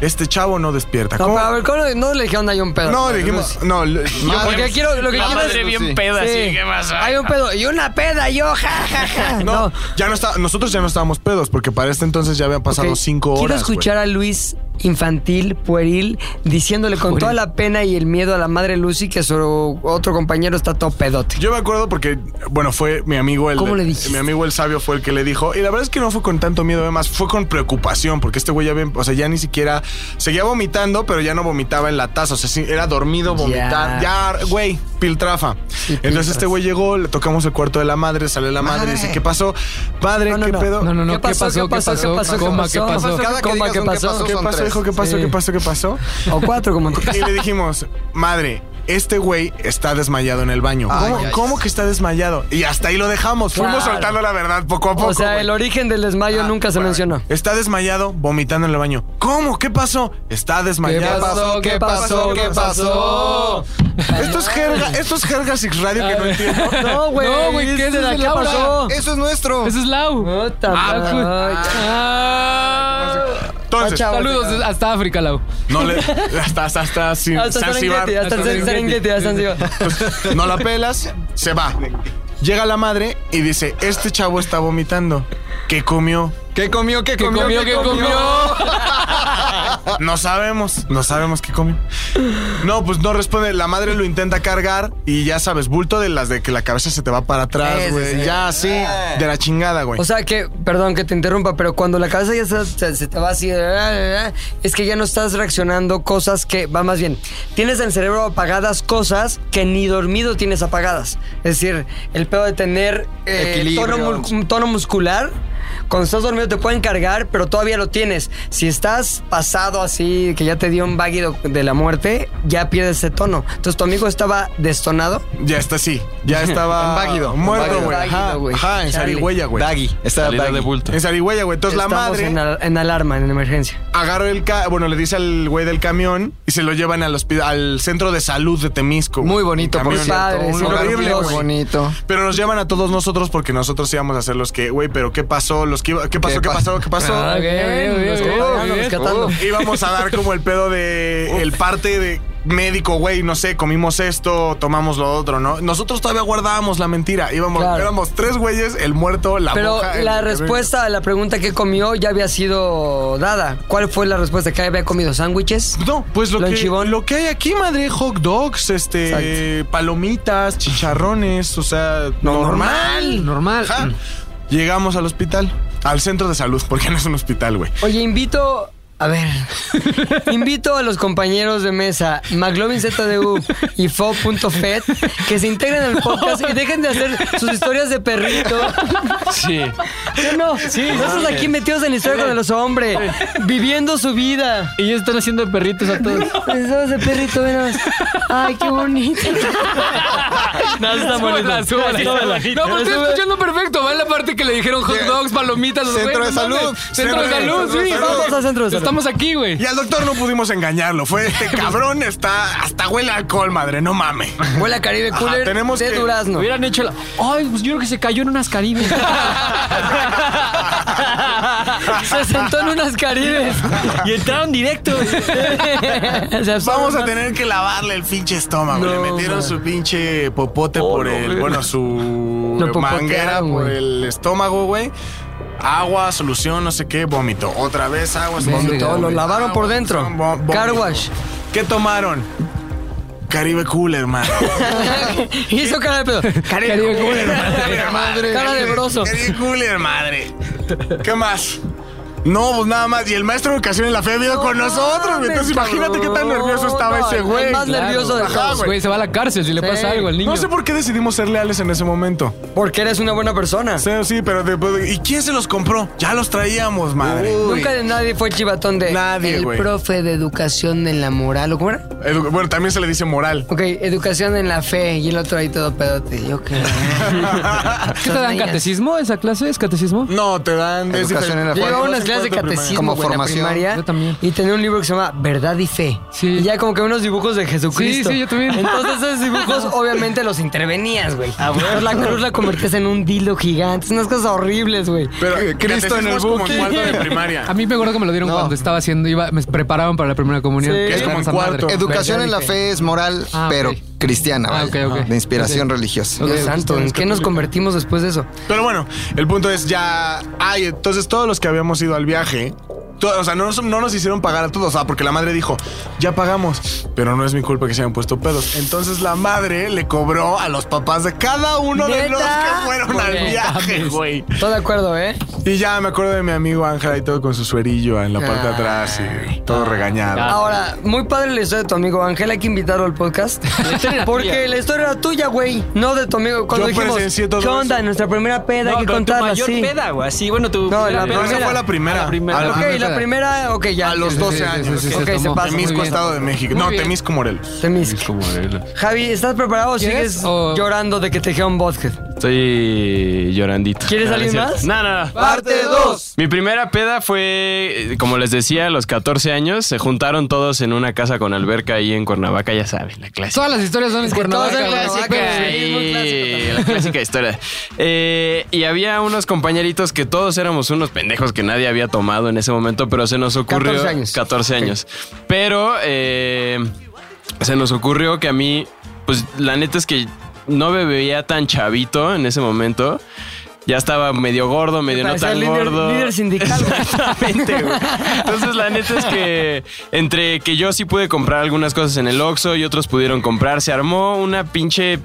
este chavo no despierta.
No,
¿Cómo?
pero a ver, ¿cómo no- no le dijeron hay un pedo?
No, dijimos, no, le-
Lo que quiero, lo que
La
quiero es-
madre bien peda,
Sí.
así, ¿qué pasa?
Hay un pedo y una peda, yo, ja, ja, ja.
no, ya no está, nosotros ya no estábamos pedos porque para este entonces ya habían pasado
Ok,
cinco horas.
Quiero escuchar a Luis infantil, pueril, diciéndole con toda la pena y el miedo a la madre Lucy que su otro compañero está todo pedote.
güey. Yo me acuerdo porque, bueno, fue mi amigo el.
¿Cómo le dijiste?
Mi amigo el sabio fue el que le dijo. Y la verdad es que no fue con tanto miedo, además, fue con preocupación, porque este güey ya bien, o sea, ya ni siquiera seguía vomitando, pero ya no vomitaba en la taza. O sea, sí, era dormido, vomitar. Ya, güey, piltrafa. Entonces este güey llegó, le tocamos el cuarto de la madre, sale la madre, dice, ¿qué pasó? Padre,
No, no,
¿qué
no.
pedo?
No, no, no. ¿Qué pasó? ¿Qué pasó? Coma, ¿qué pasó?
Cada que
Coma,
digas
¿qué
un qué
pasó?
pasó,
¿Qué
Son
pasó,
tres.
hijo? ¿Qué pasó?
Sí.
¿Qué pasó? ¿Qué pasó?
O cuatro, como tú.
Y le dijimos, madre, este güey está desmayado en el baño. ¿Cómo, cómo que está desmayado? Y hasta ahí lo dejamos. Fuimos
Claro.
soltando la verdad poco a poco.
O sea,
güey. Ah,
el origen del desmayo nunca se mencionó.
Está desmayado, vomitando en el baño. ¿Cómo? ¿Qué pasó? Está desmayado.
¿Qué pasó? ¿Qué
pasó?
Esto es jerga, esto es jerga Six Radio que no entiendo.
Ah. (laughs) No, güey.
No, güey, ¿qué es
¿qué
de la
pasó?
Eso es nuestro.
Ese es Lau.
Oh. Puta
Ah,
madre.
ju- Ah.
Entonces,
Ah, chao.
Saludos des- hasta África, Lau.
no le hasta hasta hasta sin
Hasta
Zanzíbar.
Serengeti, hasta
hasta
el
Serengeti.
Serengeti, hasta Zanzíbar.
Entonces, Pues, no la pelas, se va. Llega la madre y dice, "Este chavo está vomitando. ¿Qué comió?"
¿Qué comió? ¿Qué
¿Qué
comió?
comió? ¿Qué comió?
No sabemos, no sabemos qué comió. No, pues no responde. La madre lo intenta cargar y ya sabes, bulto de las de que la cabeza se te va para
Sí, sí,
atrás, güey.
sí.
Ya, sí, de la chingada, güey.
O sea que, perdón que te interrumpa, pero cuando la cabeza ya se, se- se te va así, eh, eh, es que ya no estás reaccionando cosas que, va más bien, tienes en el cerebro apagadas cosas que ni dormido tienes apagadas. Es decir, el pedo de tener eh,
Equilibrio.
tono, mu- un tono muscular. Cuando estás dormido te pueden cargar, pero todavía lo tienes. Si estás pasado así, que ya te dio un váguido de la muerte, ya pierdes ese tono. Entonces tu amigo estaba destonado.
ya está así, ya (laughs) estaba
Váguido,
muerto,
váguido.
güey. Ajá,
Váguido, güey.
ajá, en
Chale.
zarigüeya, güey.
Daggy. Está
Salida
Daggy.
de bulto.
En zarigüeya, güey. Entonces la
Estamos
madre
en, al- en alarma, en emergencia.
agarra el ca bueno, le dice al güey del camión y se lo llevan al hospital al centro de salud de Temisco. güey.
Muy bonito, por
Camión.
Muy padre,
cierto. Un
sí,
lugar
horrible,
muy
güey.
bonito.
Pero nos llevan a todos nosotros porque nosotros íbamos a ser los que, güey, pero ¿qué pasó? Los que iba- ¿Qué pasó? ¿Qué
pa-
pasó? ¿Qué pasó?
Ah, bien, bien, bien,
Oh,
bien, bien.
rescatando.
íbamos a dar como el pedo de el parte de médico, güey, no sé, comimos esto, tomamos lo otro, ¿no? Nosotros todavía guardábamos la mentira. Íbamos,
Claro.
éramos tres güeyes, el muerto, la
Pero
monja, el-
la respuesta a la pregunta que comió ya había sido dada. ¿Cuál fue la respuesta? ¿Que había comido sándwiches?
No, pues lo que,
Lonchibón.
lo que hay aquí, madre, hot dogs, este, palomitas, chicharrones, o sea, normal.
Normal.
Ajá. Llegamos al hospital, al centro de salud, porque (laughs) no es un hospital, güey.
Oye, invito. A ver, (laughs) invito a los compañeros de mesa, McLovin ZDU y Fo.Fed, E que se integren al podcast y dejen de hacer sus historias de perrito.
Sí.
¿Sí o no? Nosotros aquí metidos en la historia de los hombres, viviendo su vida.
Y ellos están haciendo perritos a todos.
Pensamos de perrito, venos. Ay,
(laughs)
qué bonito.
No, está bonito.
No, pero estoy escuchando perfecto. Va en la parte que le dijeron hot dogs, palomitas. los
Centro
güey,
de
no mames.
salud.
Centro de salud, sí.
Vamos al centro de salud.
Estamos aquí, güey.
Y al doctor no pudimos engañarlo. Fue
(laughs)
este cabrón, está hasta huele a alcohol, madre, no mame.
Huele a Caribe
Ajá,
Cooler
tenemos
de
que-
durazno.
Hubieran hecho la.
(laughs)
Ay, pues yo creo que se cayó en unas
(laughs)
caribes.
Se sentó en unas caribes.
y entraron directos.
(laughs) Se absorbe
Vamos a
más.
tener que lavarle el pinche estómago. Le metieron su pinche popote por el. Bueno, su
Oh, (laughs) Lo popotearon,
manguera por
güey.
el estómago, güey. Agua, solución, no sé qué, vómito. Otra vez agua, vómito.
Todo lo
vómito,
lavaron por
agua,
dentro.
solución, vó- vómito.
Car wash.
¿Qué tomaron? Caribe Cool, hermano.
(laughs) Y
(laughs)
hizo cara de pedo.
Caribe Cooler,
madre.
(laughs) Cara de broso.
Caribe Cooler, madre. ¿Qué más? No, pues nada más. Y el maestro de educación en la fe vino con nosotros, güey. Entonces
mames,
imagínate qué tan
cabrón.
nervioso estaba
No,
ese
el
güey.
más nervioso de
Ajá,
todos,
güey.
Güey, se va a la cárcel si le pasa algo al niño.
No sé por qué decidimos ser leales en ese momento.
Porque eres una buena persona.
Sí, sí, pero después- ¿Y quién se los compró? Ya los traíamos, madre.
Nunca de nadie fue chivatón de
Nadie,
el
güey.
profe de educación en la moral, ¿o cómo era?
Edu- Bueno, también se le dice moral.
Ok, educación en la fe y el otro ahí todo pedote. Yo (laughs) qué.
¿Qué te dan catecismo esa clase? ¿Es catecismo?
No, te dan. es
Educación
diferente.
en la
Yo
fuerza.
llevaba unas clase de
cuarto de primaria.
catecismo
Como
güey, en la
formación.
primaria.
Yo también.
Y tenía un libro que se llama Verdad y Fe.
Sí.
Y ya como que unos dibujos de Jesucristo.
Sí, sí, yo también.
Entonces esos dibujos obviamente los intervenías, güey.
Ah,
Entonces, la cruz la convertías en un dilo gigante. Unas cosas horribles, güey.
Eh,
Pero Cristo en el como en
(laughs)
cuarto de
A
primaria.
mí me acuerdo que me lo dieron
No.
cuando estaba haciendo, iba, me preparaban para la primera comunión.
Sí.
Que es como en
Esa
cuarto.
madre.
Educación en la
dije.
fe es moral,
Ah,
pero
ok.
cristiana,
Ah,
vaya,
ok, ok.
de inspiración religiosa.
Dios santo, ¿en qué nos convertimos después de eso?
Pero bueno, el punto es ya. Ay, entonces todos los que habíamos ido al viaje. to- o sea, no, nos- no nos hicieron pagar a todos. Ah, porque la madre dijo, ya pagamos. Pero no es mi culpa que se hayan puesto pedos. Entonces la madre le cobró a los papás de cada (laughs) uno de
¿Neta?
los que fueron al
Güey,
viaje, güey.
Todo de acuerdo, ¿eh?
Y ya me acuerdo de mi amigo Ángel y todo con su suerillo en la parte
Ah.
de atrás y todo regañado.
Ahora, muy padre la historia de tu amigo Ángel, hay que invitarlo al podcast. Porque la historia era tuya, güey, no de tu amigo.
Yo
Cuando dijimos,
presencié todo
¿qué onda?
eso".
Nuestra primera peda, hay que
pero tu
contarla
mayor
así.
peda, güey. Así, bueno, tu.
No, la
Pero esa
primera.
fue la primera.
A la primera.
A la-
Ok, la
primera.
primera, ok, ya.
a los
Sí, sí,
12
sí,
años.
sí, sí,
Ok,
se
se
tomó.
pasa.
Temisco,
Muy bien.
Estado de México.
Muy
No,
bien.
Temisco, Morelos.
Temisco. Javi, ¿estás preparado o
¿Quieres
sigues
o-
llorando de que te dijeron vodka?
Estoy llorandito.
¿Quieres
no es
alguien
cierto.
más?
No, no, no.
Parte 2.
Mi primera peda fue, eh, como les decía, a los 14 años. Se juntaron todos en una casa con alberca ahí en Cuernavaca, ya saben, la clásica.
Todas las historias son en
que todas
Cuernavaca.
en
güey.
Cuernavaca.
clásica,
sí, es muy clásico
y- la clásica historia. Eh, y había unos compañeritos que todos éramos unos pendejos que nadie había tomado en ese momento, pero se nos ocurrió.
14 años.
14 años. Pero eh, se nos ocurrió que a mí, pues la neta es que no me veía tan chavito en ese momento. Ya estaba medio gordo, medio no
Parecía
tan
líder,
gordo.
líder sindical. güey.
Exactamente, güey. Entonces, la neta es que entre que yo sí pude comprar algunas cosas en el Oxxo y otros pudieron comprar, se armó una pinche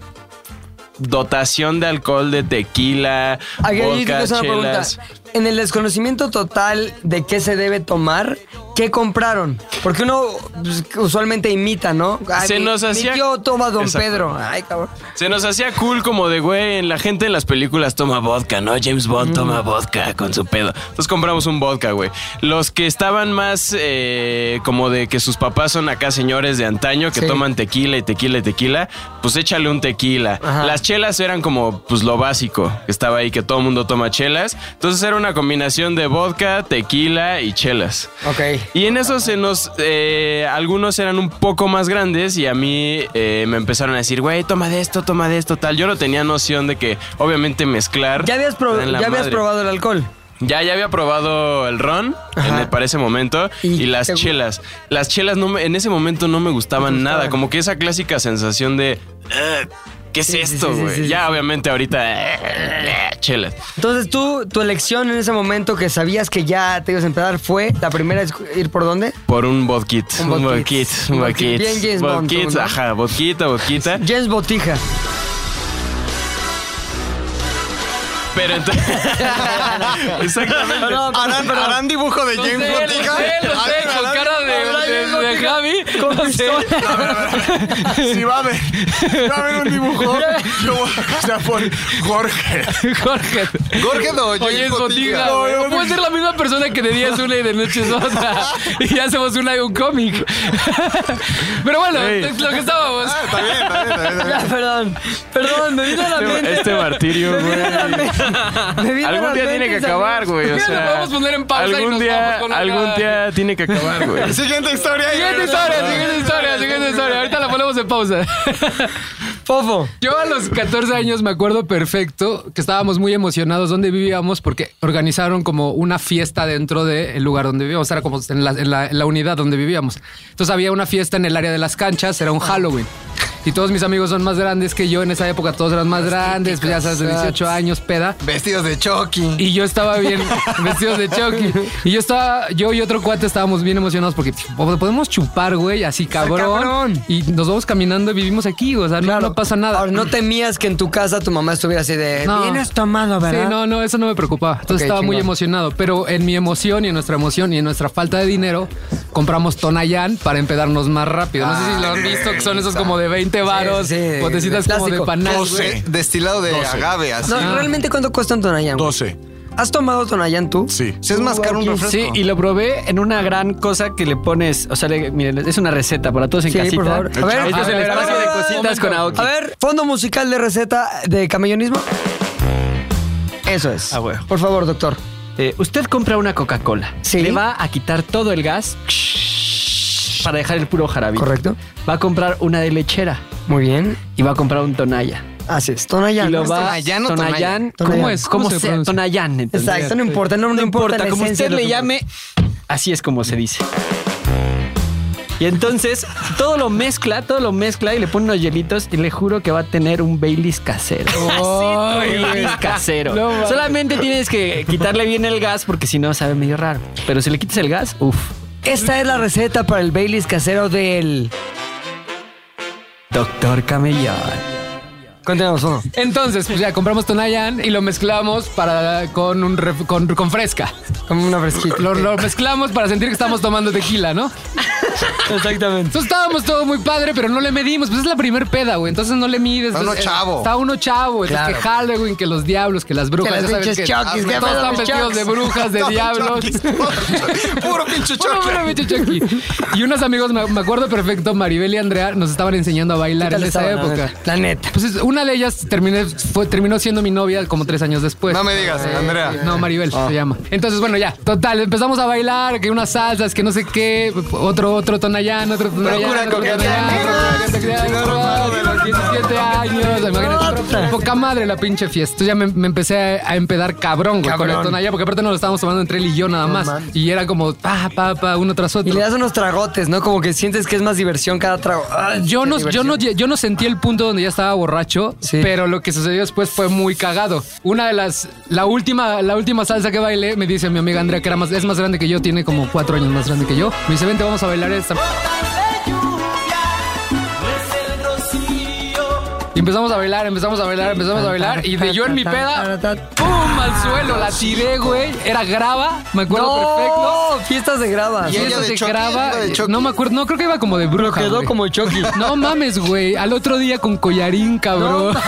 dotación de alcohol, de tequila,
Aquí yo tengo
vodka,
una pregunta.
chelas.
En el desconocimiento total de qué se debe tomar, ¿qué compraron? Porque uno pues, usualmente imita, ¿no? Ay,
Se
mi-
nos hacía-
Mi tío toma Don
Exacto.
Pedro. Ay, cabrón.
Se nos hacía cool como de, güey, en la gente en las películas toma vodka, ¿no? James Bond toma vodka con su pedo. Entonces compramos un vodka, güey. Los que estaban más eh, como de que sus papás son acá señores de antaño que
Sí.
toman tequila y tequila y tequila, pues échale un tequila.
Ajá.
Las chelas eran como pues lo básico que estaba ahí, que todo el mundo toma chelas. Entonces era una combinación de vodka, tequila y chelas.
Ok.
Y en eso se nos. eh, algunos eran un poco más grandes y a mí eh, me empezaron a decir, güey, toma de esto, toma de esto, tal. Yo no tenía noción de que, obviamente, mezclar.
¿Ya habías, prob-
te dan la
ya habías
madre.
probado el alcohol?
Ya, ya había probado el ron en
Ajá.
el- para ese momento
¿Y
y, las
te gu-
chelas. Las chelas no me- en ese momento no me gustaban nada. Como que esa clásica sensación de. "Ugh, ¿Qué es
Sí, sí,
esto,
sí, sí,
güey?
sí,
ya,
sí.
obviamente, ahorita. eh, "Ugh, chelas.
Entonces tú, tu elección en ese momento que sabías que ya te ibas a empezar fue la primera es ir por dónde?
Por un vodkit.
Un
Un
vodkit.
vodkit. Un
Un vodkit.
vodkit.
Bien James Bond,
Vodkit,
tú, ¿no?
Ajá, vodkita,
(laughs)
vodquita.
James Botija.
Pero entonces. (laughs)
(laughs)
Exactamente.
¿Harán, harán dibujo de
Lo
James
sé,
Bond,
lo
hija?
sé, lo sé,
¿Harán-
con
harán-
cara de, de- de Javi. No sé.
Si va a haber, va a haber un
(laughs)
dibujo, yo voy a sea, por Jorge.
Jorge.
Jorge no, James
Oye, es botiga.
Bond,
güey.
no,
No
no.
puede ser la misma persona que de día es una y de noche es otra. Y ya hacemos una y un cómic. Pero bueno, es lo que estábamos.
Ah, Está bien, está bien, está bien, está bien.
Ya, perdón. Perdón, me vino a la mente.
Este
(laughs)
martirio, güey. (laughs)
Me vino a la
Algún día
mente
tiene que
esa
acabar, güey. O
Mira, lo
sea,
podemos poner en pausa y
algún
nos
día,
vamos con la-
algún día tiene que acabar, güey.
(laughs) Siguiente historia.
Siguiente historia, siguiente historia, siguiente historia. Ahorita la ponemos en (laughs) pausa.
Fofo.
Yo a los 14 años me acuerdo perfecto que estábamos muy emocionados donde vivíamos porque organizaron como una fiesta dentro del lugar donde vivíamos, era como en la, en la- en la unidad donde vivíamos. Entonces había una fiesta en el área de las canchas, era un Halloween. Y todos mis amigos son más grandes que yo, en esa época todos eran más grandes, pues ya sabes, de 18 años, peda.
Vestidos de Chucky.
Y yo estaba bien vestidos de Chucky.
(laughs)
Y yo estaba, yo y otro cuate estábamos bien emocionados porque po- podemos chupar, güey, así cabrón.
cabrón.
Y nos vamos caminando y vivimos aquí, o sea, no- no, pasa nada. (clears throat)
Ahora, no temías que en tu casa tu mamá estuviera así de.
No.
Vienes tomado, ¿verdad?
Sí, no, no, eso no me preocupaba. Entonces
Ok,
estaba muy
chingón.
emocionado. Pero en mi emoción y en nuestra emoción y en nuestra falta de dinero, compramos Tonayán para empedarnos más rápido. No sé si lo han visto, que son esos como de 20 varos,
sí, sí,
botecitas
de
como de
plástico.
panal. güey.
Eh, Destilado de agave, así.
No, ¿realmente cuánto cuesta un Tonayán? güey?
12.
¿Has tomado Tonayán tú?
Sí.
Si es más caro un refresco.
Sí, y lo probé en una gran cosa que le pones. O sea, le- miren, es una receta para todos en
Sí,
casita.
por favor. A ver, Ah,
Este es
a
el
ver,
espacio
a ver,
de cositas con Aoki.
A ver, fondo musical de receta de camellonismo. Eso es.
Ah, bueno.
Por favor, doctor.
eh, usted compra una Coca-Cola.
Sí.
Le va a quitar todo el gas para dejar el puro jarabito.
Correcto.
Va a comprar una de lechera
Muy bien.
y va a comprar un tonaya.
Así es. Tonayán.
y lo va
Tonayán o
Tonayán.
Tonayán?
¿Cómo es? ¿Cómo,
¿Cómo se
se
pronuncia?
Tonayán. entonces.
Exacto, no importa, no, no
No
importa,
importa,
la
como usted
esencia de lo
le
que
llame, así es como se dice. Y entonces todo lo mezcla, todo lo mezcla y le pone unos hielitos y le juro que va a tener un Baileys
(laughs)
casero. Baileys casero.
No mames.
Solamente tienes que quitarle bien el gas porque si no sabe medio raro. Pero si le quitas el gas, uff,
Esta es la receta para el Baileys casero del.
doctor camellón.
Continuamos, uno.
Entonces, pues ya compramos Tonayan y lo mezclamos para con un ref- con, con fresca.
Como una fresquita.
Lo, lo mezclamos para sentir que estamos tomando tequila, ¿no?
Exactamente.
Entonces estábamos todo muy padre, pero no le medimos. Pues es la primer peda, güey. Entonces no le mides.
Está
Entonces,
uno
eh,
chavo.
Está uno chavo. Entonces que
Claro.
Halloween, que los diablos, que las brujas.
Que las
ya sabes
pinches chokis, que
todos
pedo
están
mis
vestidos
chokis.
de brujas,
(laughs)
de diablos. (laughs)
Puro pinche
Puro, puro
choque.
pinche choki. Y unos amigos, me, me acuerdo perfecto, Maribel y Andrea nos estaban enseñando a bailar en esa época.
La neta.
Pues es- una de ellas terminé, fue, terminó siendo mi novia como tres años después. Eh,
No me digas, Andrea.
No, Maribel
Ah.
se llama. Entonces, bueno, ya. Total, empezamos a bailar, que unas salsas, que no sé qué, otro, otro tonayán, otro tonayán.
Procura
otro
coquetear,
tonayán,
procura
otro
coquetear,
tonayán,
robado
otro
de los
17 años, imagínate. Poca madre la pinche fiesta. Entonces ya me, me empecé a, a empedar cabrón, güey, con el tonayán, porque aparte nos lo estábamos tomando entre él y yo nada más. Y era como pa, pa, pa, uno tras otro.
Y le das unos tragotes, ¿no? Como que sientes que es más diversión cada trago. Ah,
Yo
qué
no, yo,
diversión.
no, yo no sentí el punto donde ya estaba borracho,
Sí.
pero lo que sucedió después fue muy cagado. Una de las, la última, la última salsa que bailé, me dice mi amiga Andrea, que era más, es más grande que yo, tiene como cuatro años más grande que yo. Me dice, vente, vamos a bailar esta. Y empezamos a bailar, empezamos a bailar, empezamos a bailar. Y de yo en mi peda, ¡pum! al suelo, la tiré, güey. Era grava, me acuerdo perfecto.
No, fiestas de grava.
Y ella
Eso
de
se
Chucky,
graba. Eh,
iba de Chucky.
No me acuerdo, no creo que iba como de bruja. güey.
Chucky.
(laughs) No mames, güey. Al otro día con collarín, cabrón. (laughs)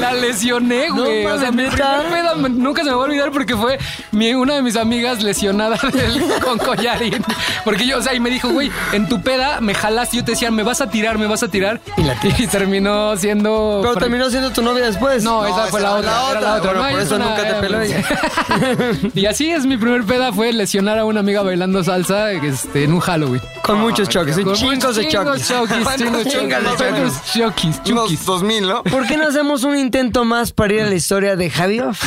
La lesioné, güey.
No
o sea, mi
mames,
primer
neta.
pedo me- nunca se me va a olvidar porque fue mi- una de mis amigas lesionada (laughs) del- con collarín. Porque yo, o sea, y me dijo, güey, en tu peda me jalaste. Yo te decía, me vas a tirar, me vas a tirar. Y, terminó siendo.
Pero terminó siendo tu novia después.
No,
No,
esa fue la
esa-
otra.
la
era
otra.
la otra.
Bueno,
No,
por eso
y es una-
nunca te peló
(laughs) y así es mi primer peda fue lesionar a una amiga bailando salsa este, en un Halloween.
Con muchos choques,
Con
chingos de choques.
chokis, chingos de
chingas de
chokis, chokis,
Unos
chukis.
2000, ¿no?
¿Por qué no hacemos un intento más para ir a la historia de Javi Off?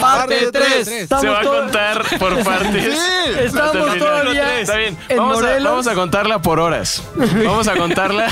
Parte tres.
Se va
Estamos
a
todos-
contar por partes.
Sí.
Estamos
Hasta el final.
todavía
Está bien.
en
Vamos a,
Morelos.
vamos a contarla por horas. Vamos a contarla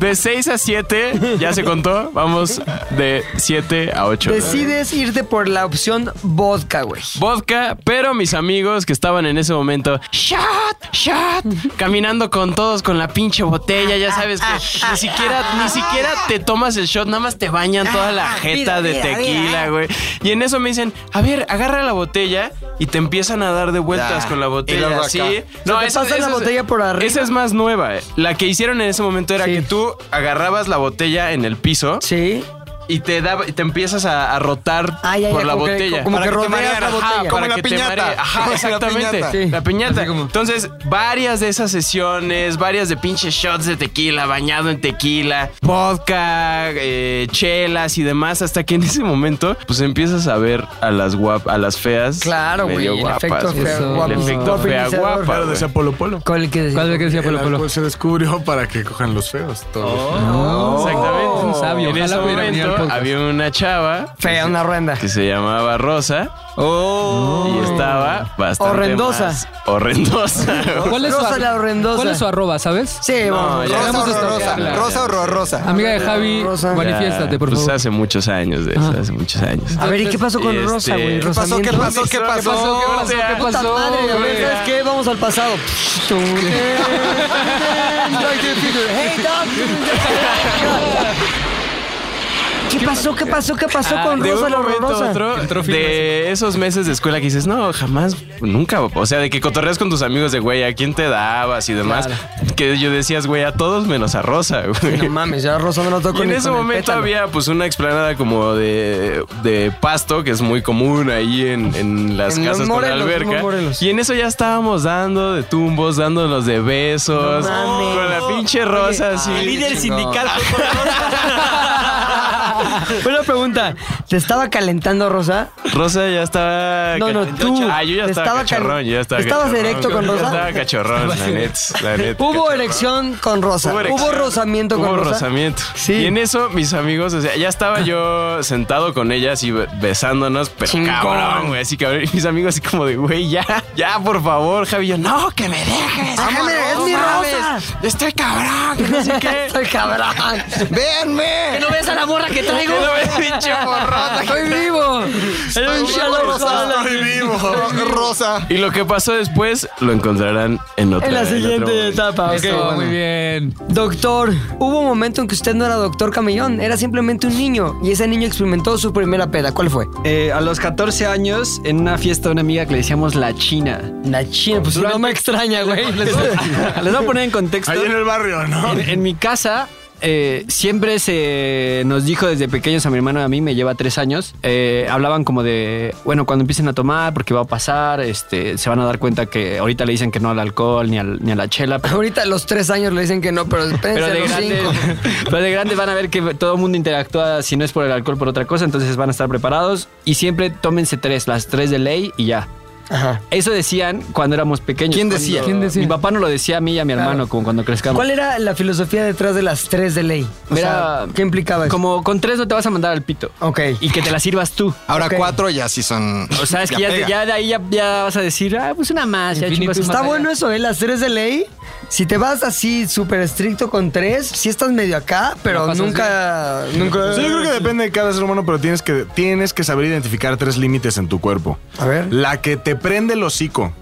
de 6 a 7. Ya se contó. Vamos de 7 a 8.
Decides irte por la opción vodka, güey.
Vodka, pero mis amigos que estaban en ese momento, shot, shot, caminando con todos con la pinche botella, ya sabes
Ah.
que ni siquiera, ni siquiera te tomas el shot, nada más te bañan toda la
Ah, mira,
jeta de
mira,
tequila,
mira.
güey. Y en eso me dicen, a ver, agarra la botella y te empiezan a dar de vueltas
Ya,
con la
Ah, y luego
botella,
acá.
así.
O sea,
te pasan la
es-
botella por arriba.
Esa es más nueva. eh. La que hicieron en ese momento era
Sí.
que tú agarrabas la botella en el piso
Sí.
y te daba, y te empiezas a, a rotar
Ay, ay,
por
ay,
la
como que-
botella.
como
Para
que
te
rodeas
mareara.
la botella.
Ajá,
Como
para
la
que te
piñata.
maree. Ajá,
Como la
exactamente. La
piñata.
piñata.
Sí.
Entonces, varias de esas sesiones, varias de pinches shots de tequila, bañado en tequila, vodka, eh, chelas y demás, hasta que en ese momento, pues empiezas a ver a las guap, a las feas.
Claro, güey,
medio
el
guapas,
efecto
güey.
fea,
El
guapo.
efecto fea
Guapinizador.
guapa.
Pero
güey.
decía Polo Polo.
¿Cuál que decía?
¿Cuál es que decía Polo
El
Polo?
alcohol se descubrió para que cojan los feos.
Oh,
Todo.
Exactamente.
Es un sabio,
En ese
ojalá pudiera venir al
momento
podcast.
había una chava
Fea, una ruenda.
que se llamaba Rosa. Y estaba bastante
Horrendosa.
más horrendosa.
(laughs) ¿Cuál es, su,
Rosa
ar-
la horrendosa.
¿Cuál es su arroba, sabes?
Sí, vamos.
ya.
Rosa
Queremos
horrorosa.
estoquearla.
Rosa horrorosa.
Amiga de Javi,
Rosa.
manifiéstate, por
pues
favor.
hace muchos años de eso,
Ah.
hace muchos años.
A ver, ¿y qué pasó con
Este,
Rosa, güey?
¿qué
¿Qué pasó? ¿Qué pasó?
Rosamiento.
¿Qué
¿Qué pasó? ¿Qué pasó?
pasó?
¿Qué
Puta
pasó?
madre, a ver,
güey?
¿sabes qué? Vamos al pasado. Hey, dog. ¿Qué pasó? ¿Qué pasó? ¿Qué pasó
Ah,
con
de
Rosa
un
la
momento a
horrorosa?
otro, de esos meses de escuela que dices, no, jamás, nunca, o sea, de que cotorreas con tus amigos de, güey, ¿a quién te dabas y demás? Que yo decías, güey, a todos menos a Rosa, güey.
No mames, ya Rosa no lo toco
Y en
ni
ese
con el
momento
pétalo.
había pues una explanada como de, de pasto, que es muy común ahí en, en las
En los
casas con
Morelos,
la
mismo
alberca.
Morelos.
Y en eso ya estábamos dando de tumbos, dándonos de besos,
No mames.
con la pinche rosa así.
El líder sindical fue con Rosa.
Una pregunta. Te estaba calentando, Rosa.
Rosa ya estaba.
No, no, tú.
Ah, yo ya
Te
estaba,
estaba
cachorrón.
cal-
Yo ya estaba
¿Estabas
cachorrón.
directo con
Yo
Rosa?
estaba cachorrón,
(laughs)
la neta. La neta
Hubo
cachorrón.
erección con Rosa. Hubo,
erección,
rozamiento con
hubo
Rosa.
rozamiento.
Sí.
Y en eso, mis amigos, o sea, ya estaba
(laughs)
yo sentado con ellas y besándonos, pero (laughs)
Chingón.
cabrón, güey. Así cabrón. Y mis amigos, así como de, güey, ya, ya, por favor, Javi. Yo, no, que me dejes.
Déjame,
vámonos,
Ah, es mi
no mames,
Rosa.
Estoy cabrón, que no sé qué.
(laughs) Estoy cabrón.
¡Véanme!
¿No ves a la morra que traigo?
Que no me pinche borrota.
Estoy vivo.
Estoy
Inshallah,
borrota.
Rosa.
Estoy vivo, Rosa.
Y lo que pasó después lo encontrarán en otra
En la
otro
siguiente
momento.
etapa. ok.
Eso, muy bien.
Doctor, hubo un momento en que usted no era doctor Camellón, era simplemente un niño y ese niño experimentó su primera peda. ¿Cuál fue?
Eh, a los 14 años, en una fiesta de una amiga que le decíamos la China.
La china, pues no me extraña, güey.
Les voy, (laughs) les voy a poner en contexto.
Ahí en el barrio, ¿no?
En, en mi casa eh, siempre se nos dijo desde pequeños a mi hermano y a mí, me lleva tres años, eh, hablaban como de, bueno, cuando empiecen a tomar, porque va a pasar, este, se van a dar cuenta que ahorita le dicen que no al alcohol ni, al- ni a la chela, pero,
(laughs) Ahorita a los tres años le dicen que no,
(laughs)
pero
pero
espérense a
de
los
grande,
cinco.
pero de grande van a ver que todo el mundo interactúa, si no es por el alcohol, por otra cosa, entonces van a estar preparados y siempre tómense tres, las tres de ley y ya.
Ajá.
Eso decían cuando éramos pequeños.
¿Quién
cuando-
decía?
¿Quién decía?
Mi papá no lo decía a mí y a mi hermano, como cuando crezcamos.
¿Cuál era la filosofía detrás de las tres de ley? O
Era-
sea, ¿Qué implicaba eso?
Como con tres no te vas a mandar al pito.
Ok.
Y que te la sirvas tú.
Ahora
Ok.
cuatro ya sí son.
O sea, es que ya,
pega.
ya de ahí ya, ya vas a decir, ah, pues una más, ya
Infinitum
chingas
más
Está bueno eso, ¿eh? Las tres de ley. Si te vas así súper estricto con tres, sí estás medio acá,
La
pero
pasas
nunca... nunca...
O sea, yo creo que depende de cada ser humano, pero tienes que, tienes que saber identificar tres límites en tu cuerpo.
A ver.
La que te prende el hocico,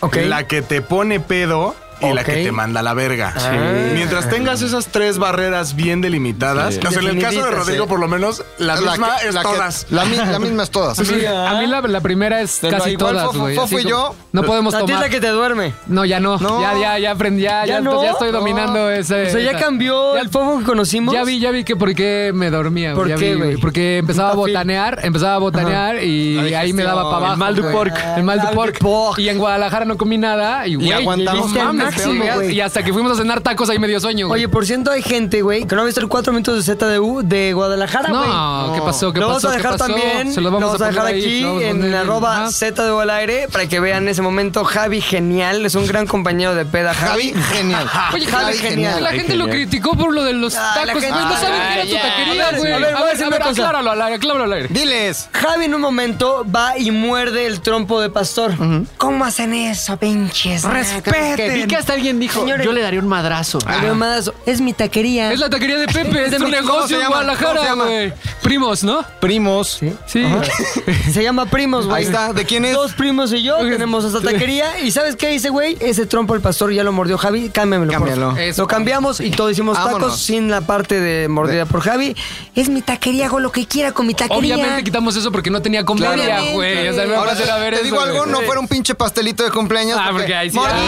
Ok.
la que te pone pedo y la
Ok. Ah.
que te manda a la verga.
Ah.
Sí.
Mientras tengas esas tres barreras bien delimitadas, o sea, en el caso de
Definiditas,
Rodrigo
sí.
por lo menos, la misma es
la que-
todas.
la mi- la misma es
(laughs)
todas.
A mí la, la primera es
Del
casi
igual
todas,
fofo-
güey.
fofo
así
y
como-
yo.
No podemos
La
tomar.
tienda que te duerme.
No, ya no.
No.
Ya, ya, ya aprendí. Ya,
¿Ya
ya,
no?
ya estoy dominando ese.
O sea, ya
esa-
cambió
Ya-
el foco que conocimos.
Ya vi, ya vi que por qué me dormía. güey,
¿Por
ya
qué,
vi,
güey?
Porque empezaba a
Puta fi-
botanear, empezaba a botanear y
La
ahí me daba
digestión.
para abajo.
El mal du
güey.
porc.
El mal
Ah,
du
el
porc.
porc.
Y en Guadalajara no comí nada. Y, güey,
aguantamos
llegué-
al
mames,
máximo,
güey.
güey.
Y hasta que fuimos a cenar tacos ahí me dio sueño, güey.
Oye, por ciento hay gente, güey, que no ha visto el 4 minutos de ZDU de Guadalajara, güey.
No, ¿qué pasó? ¿Qué
lo vamos
pasó?
a
¿Qué
dejar
pasó?
también.
Se lo vamos, a,
dejar
poner ahí,
aquí
lo vamos a
en
poner ahí.
arroba
Ah,
ZDU al aire para que vean ese momento. Javi, genial. Es un gran compañero de peda, Javi.
Javi, genial.
Oye, Javi, genial.
La gente lo criticó por lo de los
Ah, la
tacos.
gente-
güey, no
Ah,
saben que era
ya.
tu taquería,
A ver,
güey.
a ver, voy a decir
a
una
ver,
cosa.
acláralo al aire, acláralo al aire.
Diles.
Javi en un momento va y muerde el trompo de pastor. ¿Cómo hacen eso, pinches?
Vi que
Respeten.
hasta alguien dijo,
Señores.
yo le daría un madrazo.
Pero más, Ah. Es mi taquería.
Es la taquería de Pepe, es
de
un
México.
negocio en Guadalajara, güey. Primos, ¿no?
Primos.
Sí.
(laughs)
Se llama Primos, güey.
Ahí está. ¿De quién es?
Dos primos y yo tenemos esa taquería. ¿Y sabes qué hice, güey? Ese trompo el pastor ya lo mordió Javi. Cámbiamelo. porfa.
Cámbialo.
Eso.
Lo cambiamos y todo hicimos tacos
Vámonos.
sin la parte de mordida por Javi. Es mi taquería, hago lo que quiera con mi taquería.
Obviamente quitamos eso porque no tenía comedia,
Claro.
güey. O sea, no iba a
Ahora
pasar a ver
te
eso,
digo algo,
güey.
no fuera un pinche pastelito de cumpleaños.
Ah, porque ahí sí.
Mordí,
Ah,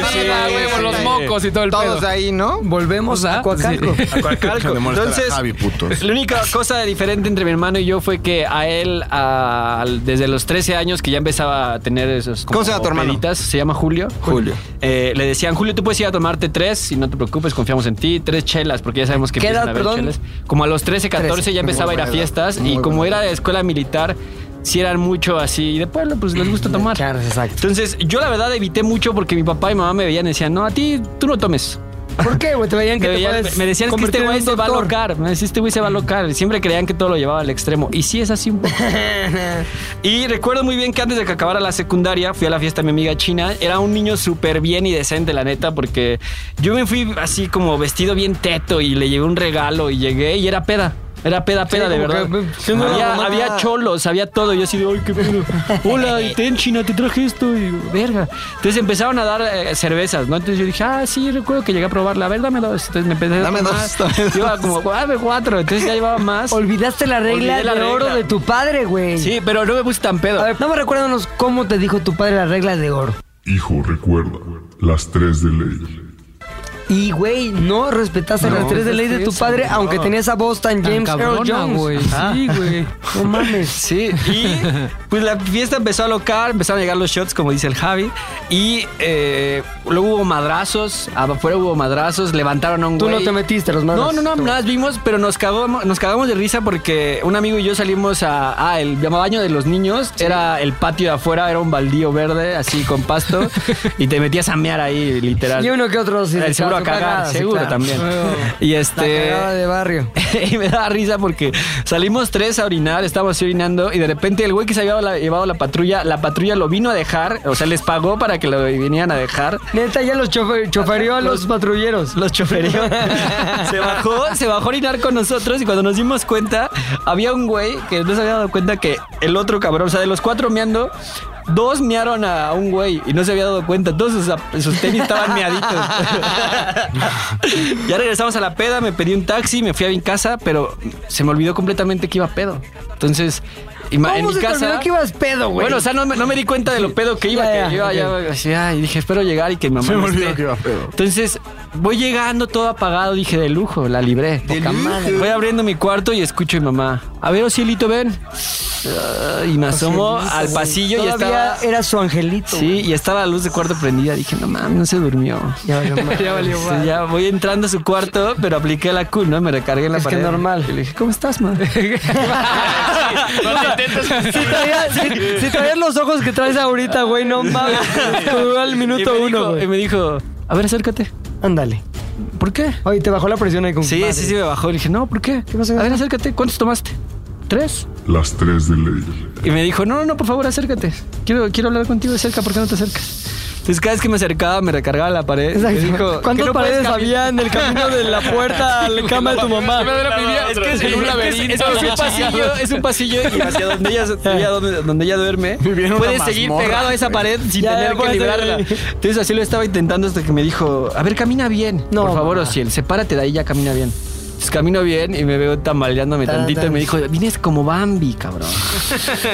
mordí,
sí,
mordí,
güey,
mordí.
por los mocos y todo el pedo.
Todos ahí, ¿no?
Volvemos a
(laughs)
¿Ah? (laughs)
Coacalco.
Sí.
Entonces,
Javi, putos.
la única cosa diferente entre mi hermano y yo fue que a él, a- al- desde los 13 años que ya empezaba a tener esos... como
¿Cómo se llama tu hermano?
peditas, se llama Julio. Julio. le decían, Julio, tú puedes ir a tomarte tres y no te preocupes, confiamos en ti, tres chelas, porque ya sabemos que
¿Qué
empiezan
edad,
a haber
perdón?
chelas. Como a los 13, 14
13.
ya empezaba a ir a
buena edad,
fiestas
muy
y como
buena
era de escuela militar, si eran mucho así de pueblo, pues les gusta tomar.
Mm, Exacto.
Entonces, yo la verdad evité mucho porque mi papá y mamá me veían y decían, no, a ti tú no tomes.
¿Por qué, güey? Te veían que
Me,
te
veían-
puedes
me decían "Es que
convertir
este
en
güey
un
se va a
doctor".
locar. Me decían, este güey se va a locar. Y Siempre creían que todo lo llevaba al extremo. Y sí es así un poco. (laughs) y recuerdo muy bien que antes de que acabara la secundaria, fui a la fiesta de mi amiga China. Era un niño súper bien y decente, la neta, porque yo me fui así como vestido bien teto y le llevé un regalo y llegué y era peda. Era peda, peda, de
como
verdad.
que, que no era
había,
mamá.
Ah.
había cholos, había todo. Yo así de, ay, qué pedo.
(laughs)
Hola, y ten, China, te traje esto. Y digo, verga. Entonces empezaron a dar eh, cervezas, ¿no? Entonces yo dije, ah, sí, recuerdo que llegué a probarla. A ver, dame dos. Entonces me empecé a
Dame
tomar.
dos, dame dos.
Llevaba como, "Ah, dame cuatro. Entonces ya llevaba más.
Olvidaste la regla
Olvidé la
de oro
regla.
de tu padre, güey.
Sí, pero no me puse tan pedo.
A ver, no me recuérdanos cómo te dijo tu padre la regla de oro.
Hijo, recuerda, las tres de ley.
Y, güey, no respetaste las tres de ley de tu padre, aunque tenías a voz tan
Tan
James Earl
cabrona,
(laughs)
Jones.
güey. Sí, güey.
No mames.
Sí, y Pues la fiesta empezó a locar, empezaron a llegar los shots, como dice el Javi. Y eh, luego hubo madrazos, afuera hubo madrazos, levantaron a un
Tú
güey.
no te metiste, los
No,
madrazos.
no, no, nada más vimos, pero nos cagamos, nos cagamos de risa porque un amigo y yo salimos a, ah, el baño de los niños, era el patio de afuera, era un baldío verde, así con
(laughs)
pasto, y te metías a mear ahí, literal.
Y uno que otro sí,
Eh, seguro a
su
cagar,
cagada, sí,
seguro
claro.
también.
Luego,
Y
La
este...
cagada de barrio.
(laughs) y me daba risa porque salimos tres a orinar, estábamos así orinando y de repente el güey que se había la- llevado la patrulla, la patrulla lo vino a dejar, o sea, les pagó para que lo vinieran a dejar.
Neta, ya los chofer, choferió a los patrulleros.
Los choferió. se bajó, se bajó a orinar con nosotros y cuando nos dimos cuenta, había un güey que no se había dado cuenta que el otro cabrón, o sea, de los cuatro meando, dos mearon a un güey y no se había dado cuenta. Todos sus, ap- sus tenis estaban meaditos. ya regresamos a la peda, me pedí un taxi, me fui a mi casa, pero se me olvidó completamente que iba pedo. Entonces, ima- en
¿Cómo
mi
se te
casa.
olvidó que ibas pedo, güey?
Bueno, o sea, no, me- no me di cuenta de lo pedo que iba.
Ya,
que
ya,
iba, ya, así, ay, dije, espero llegar y que mi mamá este.
Se me
no
olvidó
esté.
que iba pedo.
Entonces, voy llegando todo apagado, dije, de lujo, la libré. Poca madre. Voy abriendo mi cuarto y escucho a mi mamá. A ver, Ocielito, ven. Ah, Y me asomo al pasillo y
Todavía
estaba...
era su angelito.
Sí, y estaba la luz de cuarto prendida. Dije, no mames, no se durmió.
(laughs) Ya valió madre.
Sí, ya voy entrando a su cuarto, pero apliqué la cool, ¿no? Me recargué en la
Es que
pared.
normal.
(laughs) Y le dije, ¿cómo estás,
(laughs)
ma?
No lo intentes.
Si traías, si, si traías los ojos que traes ahorita, güey, no mames. Tú al minuto
y me
uno,
dijo- Y
güey.
me dijo, a ver, acércate.
Ándale.
¿Por qué?
Oye, te bajó la presión ahí con
Sí,
madre.
sí, sí, me bajó. Le dije, no, ¿por qué?
¿Qué pasó?
A ver, acércate. ¿Cuántos tomaste? ¿Tres?
Las tres de ley.
Y me dijo, no, no, no, por favor, acércate. Quiero, quiero hablar contigo de cerca, ¿por qué no te acercas? Entonces cada vez que me acercaba me recargaba la pared. Me
Exacto.
dijo,
¿Cuántas
"Que no puedes
paredes
caminar".
había en el camino de la puerta a la cama de tu mamá?
Es que es en un laberinto.
Es, que es un pasillo, es un pasillo y hacia donde ella, (laughs) ella- donde, donde ella duerme,
Vivía en una
puedes seguir
mazmorra,
pegado a esa pared sin
Ya, ya
tener que
puedes
librarla.
seguir.
Entonces así lo estaba intentando hasta que me dijo, a ver, camina bien.
No,
por favor,
mamá.
Ociel, sepárate de ahí, ya camina bien. Entonces camino bien y me veo tambaleándome
Tan,
tantito y
tan.
me dijo, vienes como Bambi, cabrón.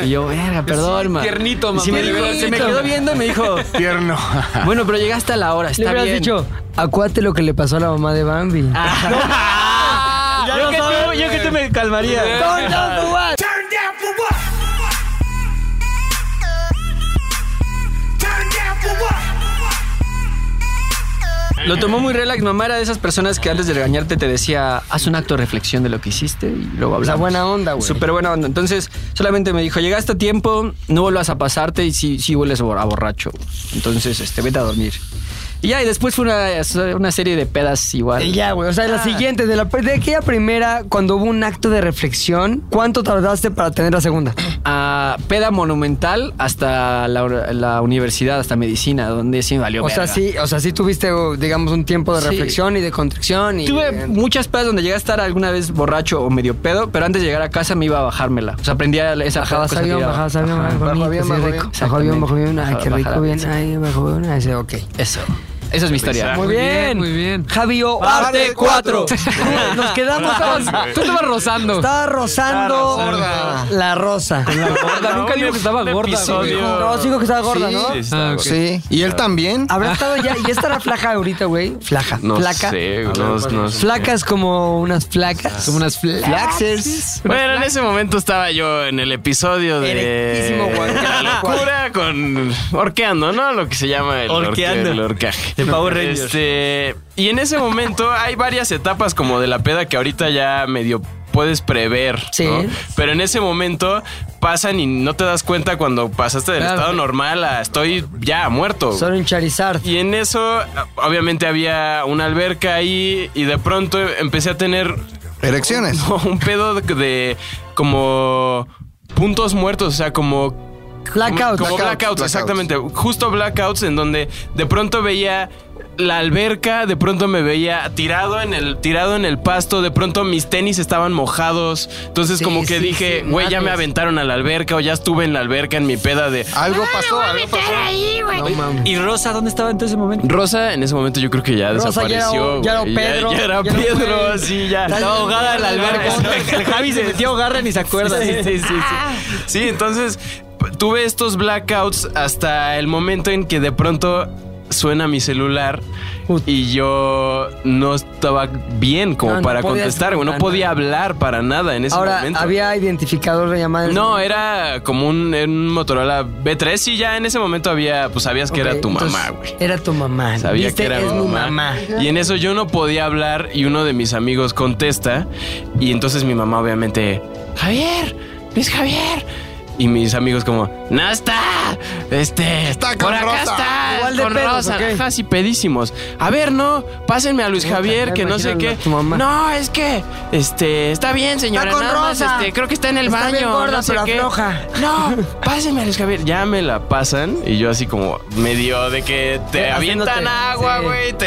Y yo, verga, perdón, ma.
tiernito,
Y sí
mamá,
me dijo-
tiernito.
se me quedó viendo y me dijo,
Tierno.
bueno, pero llegaste a la hora, está
Le hubieras
bien.
dicho, acuate lo que le pasó a la mamá de Bambi.
Ah.
Ya
yo,
lo
que tú,
sabes.
yo que tú me calmaría. Lo tomó muy relax. Mamá era de esas personas que antes de regañarte te decía, haz un acto de reflexión de lo que hiciste y luego hablamos.
La buena onda, güey.
Súper buena onda. Entonces, solamente me dijo, llegaste a tiempo, no vuelvas a pasarte y sí, sí hueles bor- a borracho. Entonces, este, vete a dormir. Y ya, y después fue una, una serie de pedas igual.
Y ya, güey. O sea, la siguiente, de, la, de aquella primera, cuando hubo un acto de reflexión, ¿cuánto tardaste para tener la segunda?
a peda monumental hasta la, la universidad, hasta medicina, donde sí me valió.
O sea,
verga.
sí, o sea, sí tuviste, digamos, un tiempo de
Sí.
reflexión y de constricción y.
Tuve muchas pedas donde llegué a estar alguna vez borracho o medio pedo, pero antes de llegar a casa me iba a bajármela. O sea, aprendía esa
Bajabas
cosa que
avión,
llevaba.
bajabas avión,
Ajá.
ay, bonito,
avión,
sí,
bajo avión.
rico. Bajo avión, bajo avión, ay,
Bajaba,
qué rico,
bajaba,
bien,
sí.
ay, bajo avión, ay, sí, ok.
Eso. Esa es mi historia.
Muy bien.
Muy bien.
Javio,
Parte cuatro.
(laughs) Nos quedamos con.
Tú estabas rozando.
Estaba rozando
gorda.
la rosa.
Gorda, Nunca digo que estaba
Un
gorda. güey.
episodio.
No, Oh, sí dijo que estaba gorda,
Sí,
¿no?
sí,
Ah, ok.
Sí. ¿Y él también?
Habrá estado ya. ¿Ya estará flaca ahorita, güey? Flaja.
No
flaca.
sé, no, no sé.
Flacas como unas flacas.
Como unas flacas.
Flaxers.
Bueno, en ese momento estaba yo en el episodio
Erectísimo,
de
Juan.
La locura con orqueando, ¿no? Lo que se llama el orque-
Orqueando.
el orcaje.
De Power Rangers.
Este, y en ese momento hay varias etapas como de la peda que ahorita ya medio puedes prever,
Sí.
¿no? Pero en ese momento pasan y no te das cuenta cuando pasaste del
Claro.
estado normal a estoy ya muerto.
Solo Ah, un Charizard.
Y en eso, Ah, obviamente había una alberca ahí y de pronto empecé a tener
Erecciones.
no, (laughs) un pedo de, de como puntos muertos, o sea, como...
Blackout.
Como
Blackout,
blackouts,
blackout.
exactamente. Justo blackouts en donde de pronto veía la alberca, de pronto me veía tirado en el tirado en el pasto, de pronto mis tenis estaban mojados. Entonces
Sí,
como que
sí,
dije,
sí,
güey, ya
mames.
me aventaron a la alberca o ya estuve en la alberca en mi peda de
Algo pasó, algo pasó.
No mames.
¿Y Rosa dónde estaba en todo ese momento?
Rosa en ese momento yo creo que ya
Rosa ya era-
desapareció.
ya era
güey. Ya-
Pedro,
Ya, era
ya era
Pedro,
güey.
así ya.
Estaba ahogada en la
(laughs)
alberca.
El Javi se metió a agarrar ni se acuerda.
Sí, sí, sí,
Ah.
sí. Sí, entonces p- tuve estos blackouts hasta el momento en que de pronto suena mi celular y yo no estaba bien como
No, no
para
podías
contestar, güey. No
para
podía hablar para nada en ese
Ahora,
momento.
¿había identificador de llamada? en ese
No,
momento?
era como un, era un Motorola B3 y ya en ese momento había, pues sabías que
Ok,
era tu mamá,
entonces,
güey.
Era tu mamá.
Sabía
¿viste?
que era
este es
mi mamá. Y en eso yo no podía hablar y uno de mis amigos contesta y entonces mi mamá obviamente, Javier, Luis Javier. Y mis amigos como, no está, este,
Está con
por acá
Rosa".
está,
Igual de
con
pedos,
Rosa,
¿ok?
ajá, sí, pedísimos. A ver, no, pásenme a Luis
Puta,
Javier,
ya
que no sé
imagino a
qué.
tu mamá.
No, es que, este, está bien, señora,
con
nada más,
Rosa.
este, creo que está en el
Está
baño,
bien gorda,
no sé
pero
qué.
afloja.
No, pásenme a Luis Javier. Ya me la pasan y yo así como medio de que Eh, te
Sí,
avientan
haciéndote-
agua,
sí.
güey, te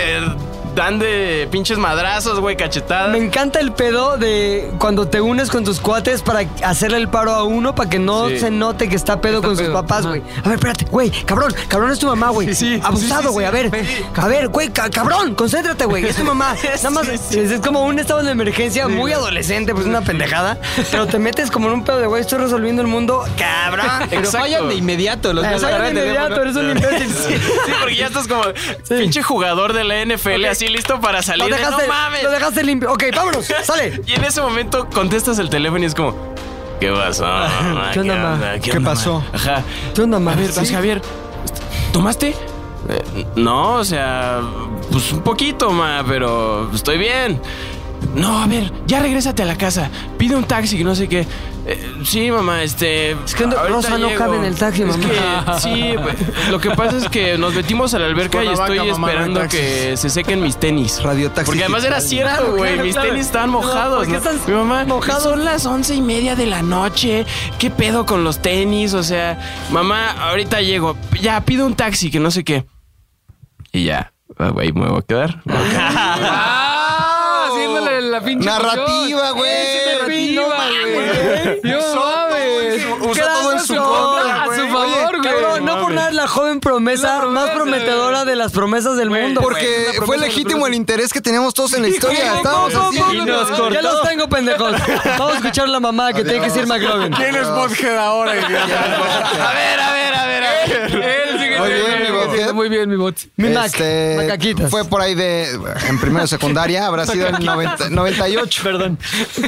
dan de pinches madrazos, güey, cachetadas.
Me encanta el pedo de cuando te unes con tus cuates para hacerle el paro a uno para que no
Sí.
se note que está pedo
Está
con sus
pedo,
papás,
ajá.
güey. A ver, espérate, güey, cabrón, cabrón es tu mamá, güey.
Sí, sí, sí,
Abusado,
sí,
güey,
sí.
a ver. A ver, güey, ca- cabrón, concéntrate, güey, es
(laughs)
tu (laughs) mamá. Nada más, es como un estado de emergencia muy adolescente, pues una pendejada, pero te metes como en un pedo de, güey, estoy resolviendo el mundo, cabrón.
(laughs)
Pero
Exacto.
fallan de inmediato. Los
Ah,
Pero
vas a agarrar
fallan
el
de inmediato,
teléfono.
eres un imbécil.
Sí, sí, porque ya estás como pinche jugador de la NFL, así listo para (laughs)
Lo
salir. de,
dejaste,
no mames.
lo dejaste limpio. Ok, vámonos, sale.
Y en ese momento contestas el teléfono y es como, ¿qué pasó? mamá?
¿Qué onda, ma?
¿Qué
Ah, onda, ma?"
pasó?
Ajá.
¿Qué onda, ma?
A ver, Luis
Sí.
Javier, ¿tomaste? "Eh, no, o sea, pues un poquito, ma, pero estoy bien. No, a ver, ya regrésate a la casa. Pide un taxi, que no sé qué. "Eh, sí, mamá, este. Es
que no- Rosa no cabe en el taxi, mamá.
sí, pues, lo que pasa
(laughs)
es que nos metimos a la alberca y
Cuernavaca,
estoy
mamá, no hay
esperando
taxis.
que se sequen mis tenis.
Radio taxi.
Porque además era cierto, güey.
claro,
mis
claro.
tenis estaban
No, ¿por
mojados.
qué
¿no?
están
Mi mamá,
mojados?
son las once y media de la noche. ¿Qué pedo con los tenis? O sea, mamá, ahorita llego. Ya, pido un taxi, que no sé qué. Y ya, ah, güey, me voy a quedar. Me voy a quedar.
¡Ah! Haciéndole la pinche.
Narrativa,
emoción.
güey.
Narrativa, güey. Yo mames.
Usa todo en su
Gracias,
contra,
A
güey.
su favor, güey.
Cabrón, no por nada es la joven promesa,
La promesa,
más prometedora de las promesas del mundo. güey.
Porque fue legítimo el interés que teníamos todos en la historia. Estábamos
¿Cómo,
así.
cómo,
Y
cómo?
nos
Ya los tengo, pendejos. Vamos a escuchar la mamá que tiene que decir McLovin.
¿Quién es Bothead
(laughs)
ahora, idiota?
a ver, a ver, a ver, a ver.
Él sigue
Muy bien,
siendo-
mi bot.
sigue siendo Muy bien, mi bot.
Mi Mac, macaquitas.
Este, Fue por ahí de. En primero de secundaria, habrá sido en 90 98. Perdón.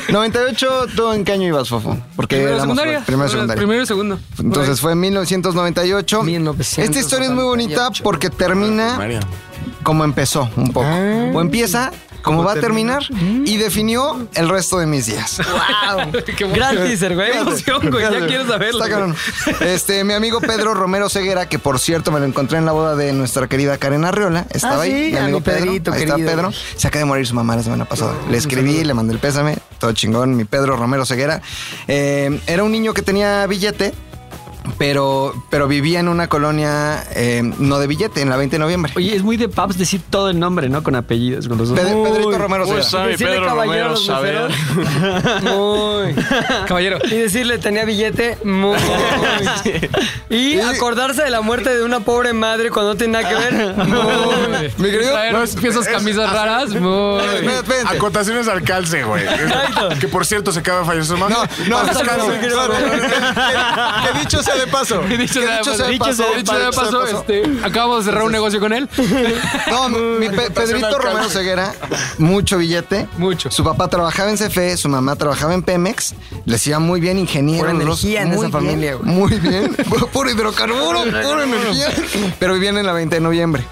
98, ¿tú en qué año ibas, Fofo? Porque
Primero,
éramos
secundaria.
primero de secundaria.
Primero y segundo.
Entonces fue en 1998.
1998.
Esta historia es muy bonita porque termina
María.
como empezó un poco.
Ah.
O empieza como va a terminar y definió el resto de mis días. (laughs)
Gran teaser, güey. Emoción, güey. Ya quiero saberlo.
Está cabrón. Este, mi amigo Pedro Romero Ceguera, que por cierto me lo encontré en la boda de nuestra querida Karen Arriola. Estaba
Ah,
ahí.
sí,
mi
a
amigo
mi
Pedro.
Pedrito,
ahí está
querido.
Pedro. Se acaba de morir su mamá la semana pasada. Le escribí, le mandé el pésame. Todo chingón, mi Pedro Romero Ceguera. Eh, era un niño que tenía billete. Pero, pero vivía en una colonia eh, no de billete, en la 20 de noviembre.
Oye, es muy de Paps decir todo el nombre, ¿no? Con apellidos, con los dos.
Ped- Pedrito Romero
Uy,
Ceguera.
sabe
Decirle
Pedro
caballero a
Romero
los
saber.
Muy.
Caballero.
Y decirle tenía billete. Muy. Y acordarse de la muerte de una pobre madre cuando no tiene nada que ver. Muy.
Mi querido-
Traer piezas camisas raras. Muy.
Espérate, espérate.
Acotaciones al calce, güey. Que por cierto se acaba de fallar su mano.
No, no,
Al
espérate,
calce.
(laughs)
que, que dicho sea
(laughs)
de paso. Que
Dicho sea de paso.
de paso.
Dicho de paso, este, acabamos de cerrar un negocio con él.
(laughs) No,
(laughs)
mi Pe- Pedrito Romero Ceguera, mucho billete.
Mucho.
Su papá trabajaba en CFE, su mamá trabajaba en Pemex. Les iba muy bien, ingeniero.
Pura energía en esa familia, güey.
Muy
(laughs)
bien. (laughs) Puro hidrocarburo, pura energía. Pero vivían en la 20 de noviembre.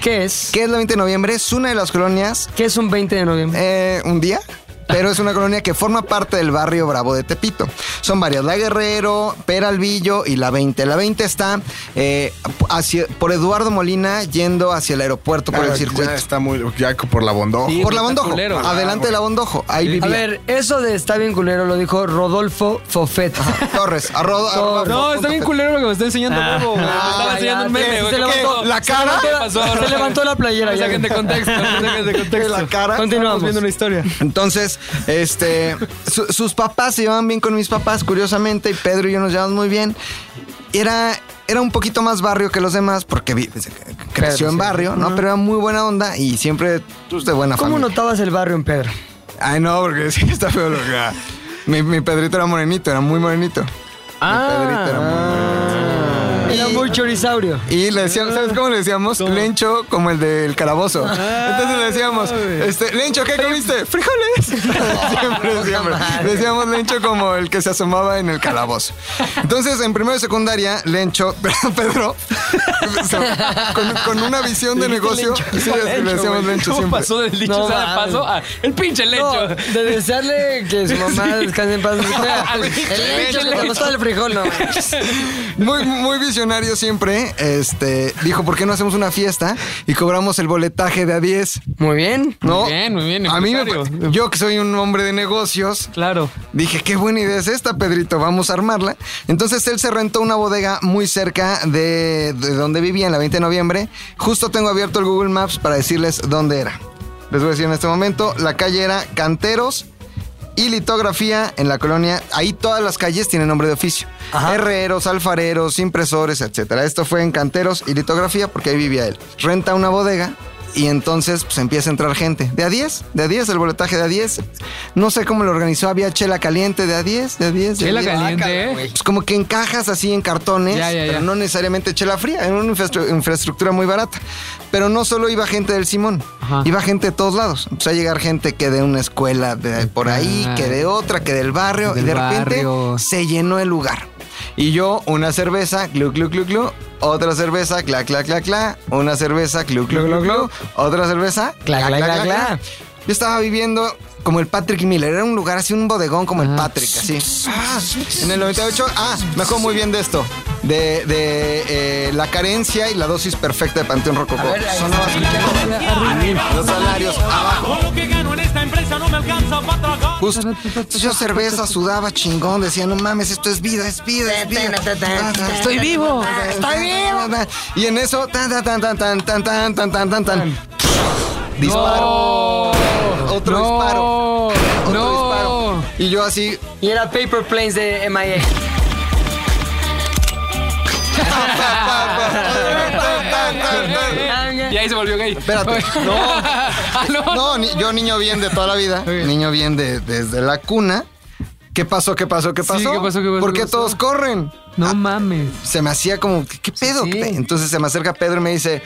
¿Qué es?
¿Qué es la 20 de noviembre? Es una de las colonias
¿Qué es un 20 de noviembre?
eh, un día, pero es una colonia que forma parte del barrio Bravo de Tepito. Son varias, La Guerrero, Peralvillo y La 20. La 20 está eh, hacia- por Eduardo Molina yendo hacia el aeropuerto
Ah,
por el circuito.
Ya está muy. Ya por la bondó.
por la Bondojo,
culero. Ah,
adelante de la Bondojo, ahí vivía.
A ver, eso de está bien culero lo dijo Rodolfo Fofet. (laughs)
Torres, arrodo, pues, arroba- Ah,
No, está bien culero lo que me está enseñando Bobo. güey. Me estaba
ya,
enseñando un
te-
meme.
se
güey.
levantó-
¿Qué?
¿La cara?
Se levantó,
Se
Rafa.
llegando la playera,
Me
ya.
saquen de contexto. me
(laughs)
saquen de contexto.
La cara.
Estamos
Continuamos.
viendo una historia.
Entonces, este, su- sus papás se llevaban bien con mis papás, curiosamente, y Pedro y yo nos llevamos muy bien. Era, era un poquito más barrio que los demás, porque vi- pues, creció en barrio, ¿no? Pero era muy buena onda y siempre pues, de buena
¿Cómo
familia.
notabas el barrio en Pedro?
Ay, no, porque (laughs) sí está feo lo que era. mi, mi Pedrito era morenito, era muy morenito. Mi Pedrito era muy morenito.
Ah. Era muy el chorisaurio.
Y le decíamos, ¿sabes cómo le decíamos? Lencho como el del carabozo.
Ah,
Entonces le decíamos, este, Lencho, ¿qué comiste? Frijoles. (laughs) siempre, siempre. Le decíamos Lencho como el que se asomaba en el calabozo. Entonces, en primero de secundaria, Lencho, (laughs) Pedro, se- Este, con, con una visión de negocio, sí, le decíamos Lencho
¿Cómo
siempre.
pasó del dicho
No
sale
mames.
paso a el pinche lecho?
No, de desearle que su (laughs) mamá descanse en paz. El hecho que te costó el frijol, no.
Muy, muy visionario siempre. Este, dijo, ¿por qué no hacemos una fiesta y cobramos el boletaje de a 10?
Muy bien.
¿No?
Muy bien, muy bien,
A mí me
empresario.
pa- yo que soy un hombre de negocios,
Claro.
Dije, qué buena idea es esta, Pedrito, vamos a armarla. Entonces él se rentó una bodega muy cerca de, de donde vivía, en la 20 de noviembre. Justo tengo abierto el Google Maps para decirles dónde era. Les voy a decir en este momento, la calle era Canteros y Litografía en la colonia. Ahí todas las calles tienen nombre de oficio. Herreros, alfareros, impresores, etcétera. Esto fue en Canteros y Litografía porque ahí vivía él. Renta una bodega. Y entonces pues, empieza a entrar gente. De a 10, de a 10, el boletaje de a 10. No sé cómo lo organizó. Había chela caliente de a 10, de a 10. de a
Chela
10.
caliente, ¿eh?
Pues como que en cajas así, en cartones,
Ya, ya, ya.
pero no necesariamente chela fría, en una infraestru- infraestructura muy barata. Pero no solo iba gente del Simón,
Ajá.
iba gente de todos lados. Empezó a llegar gente que de una escuela de por ahí,
Ah.
que de otra, que del barrio,
Del
y de repente
barrio.
se llenó el lugar. Y yo, una cerveza, glu, glu, glu, glu, otra cerveza, cla, cla, cla, cla, una cerveza, glu, glu, glu, glu, otra cerveza,
Cla, cla, cla, cla.
Yo estaba viviendo como el Patrick Miller, era un lugar así, un bodegón como el
Ah.
Patrick, así. Ah, en el 98, ah, me acuerdo muy bien de esto, de, de eh, la carencia y la dosis perfecta de Panteón Rococó. Sonaba así. Los salarios abajo. Justo. Entonces yo cerveza, sudaba chingón, decía, no mames, esto es vida, es vida, es vida. Estoy vivo. Estoy vivo. Y en eso, tan, tan, tan, tan, tan, tan, tan, tan, tan, tan, tan. Disparo. Otro
No.
disparo. Otro
No.
disparo. Y yo así,
Y era Paper Planes de MIA.
Y ahí se volvió gay. (laughs)
Espérate, no.
Ah, no.
No, ni- yo niño bien de toda la vida, niño bien de, desde la cuna. ¿Qué pasó? ¿Qué pasó? ¿Qué pasó?
¿qué pasó? ¿Qué pasó?
¿Por
¿Qué
qué
pasó?
todos corren? Ah,
No mames.
se me hacía como, ¿qué, qué pedo?
Sí, sí.
Entonces se me acerca Pedro y me dice,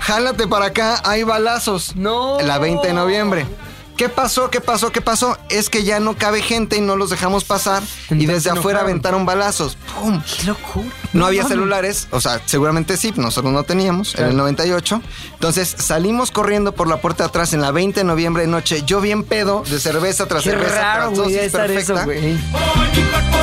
jálate para acá, hay balazos.
No.
La 20 de noviembre. ¿Qué pasó? ¿Qué pasó? ¿Qué pasó? Es que ya no cabe gente y no los dejamos pasar. y desde afuera aventaron balazos. ¡Pum! ¡Qué locura! No había celulares. O sea, seguramente sí, nosotros no teníamos en el 98. Entonces salimos corriendo por la puerta de atrás en la 20 de noviembre de noche. Yo bien pedo, de cerveza tras
Qué
cerveza.
raro,
tras
güey,
dosis
debe estar eso,
perfecta.
güey.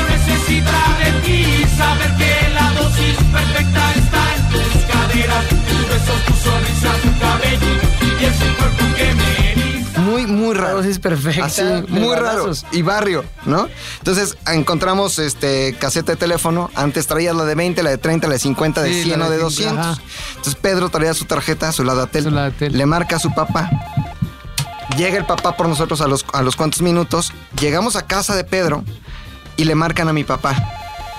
Muy, muy raro.
Dosis perfecta.
Así,
de
muy raro.
balazos.
Y barrio, ¿no? Entonces encontramos este caseta de teléfono. Antes traías la de 20, la de 30, la de 50, de
Sí,
100
la
o
de
de
50,
200.
ajá.
Entonces Pedro traía su tarjeta, su ladatel.
Su Ladatel.
Le marca a su papá. Llega el papá por nosotros a los, a los cuantos minutos. Llegamos a casa de Pedro y le marcan a mi papá.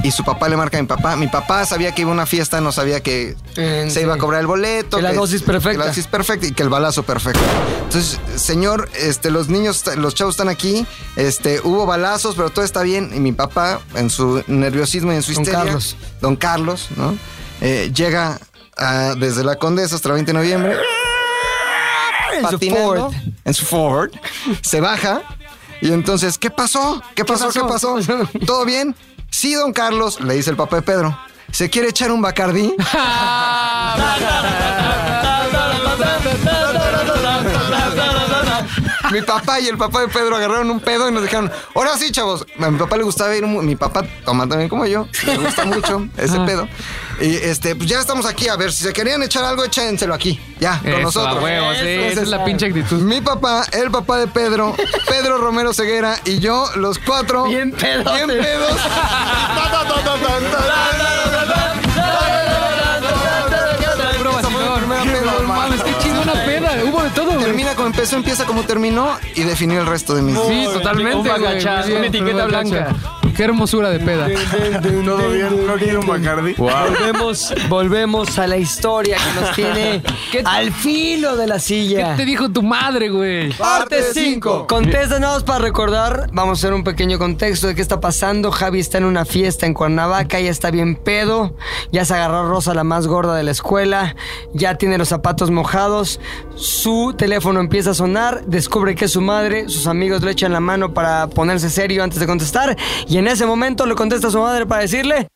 Y su papá le marca a mi papá. Mi papá sabía que iba a una fiesta, no sabía que
Eh,
se iba a
sí.
cobrar el boleto.
Que la dosis perfecta.
que la dosis perfecta y que el balazo perfecto. Entonces, señor, este, los niños, los chavos están aquí, este, hubo balazos, pero todo está bien. Y mi papá, en su nerviosismo y en su
Don
histeria,
Carlos.
don Carlos, ¿no? Eh, llega a- desde la Condesa hasta el 20 de noviembre. En
su Ford.
En su Ford. Se baja. Y entonces, ¿qué pasó? ¿Qué pasó? ¿Qué pasó?
(laughs)
¿Todo bien? Sí, don Carlos, le dice el papá de Pedro. ¿Se quiere echar un
(laughs)
bacardí? mi papá y el papá de Pedro agarraron un pedo y nos dijeron, ahora sí, chavos. A mi papá le gustaba ir, mu- mi papá toma también como yo, le gusta mucho ese
Ah.
pedo. Y este, pues ya estamos aquí, a ver, si se querían echar algo, échenselo aquí, ya, con
Eso,
nosotros.
a huevo, sí, esa es la pinche actitud.
Mi papá, el papá de Pedro, Pedro Romero Ceguera y yo, los cuatro.
Bien pedotes.
Bien
(laughs)
pedos.
Puro vacilón.
Primera peda.
No mames, qué chingona peda. Hubo de todo, güey.
Termina como empezó, empieza como terminó y definió el resto de mis
Sí, totalmente.
Un
güey.
bagachá,
Muy bien,
una etiqueta
un bagachá.
blanca.
Qué hermosura de peda.
Todo bien, no quiero un Bacardi.
Volvemos, volvemos a la historia que nos (laughs) tiene al filo de la silla.
Te dijo tu madre, güey.
Parte 5. Contéstanos para recordar. Vamos a hacer un pequeño contexto de qué está pasando. Javi está en una fiesta en Cuernavaca, ya está bien pedo. Ya se agarró a Rosa, la más gorda de la escuela. Ya tiene los zapatos mojados. Su teléfono empieza a sonar. Descubre que es su madre. Sus amigos le echan la mano para ponerse serio antes de contestar. Y en ese momento le contesta a su madre para decirle.
Eh,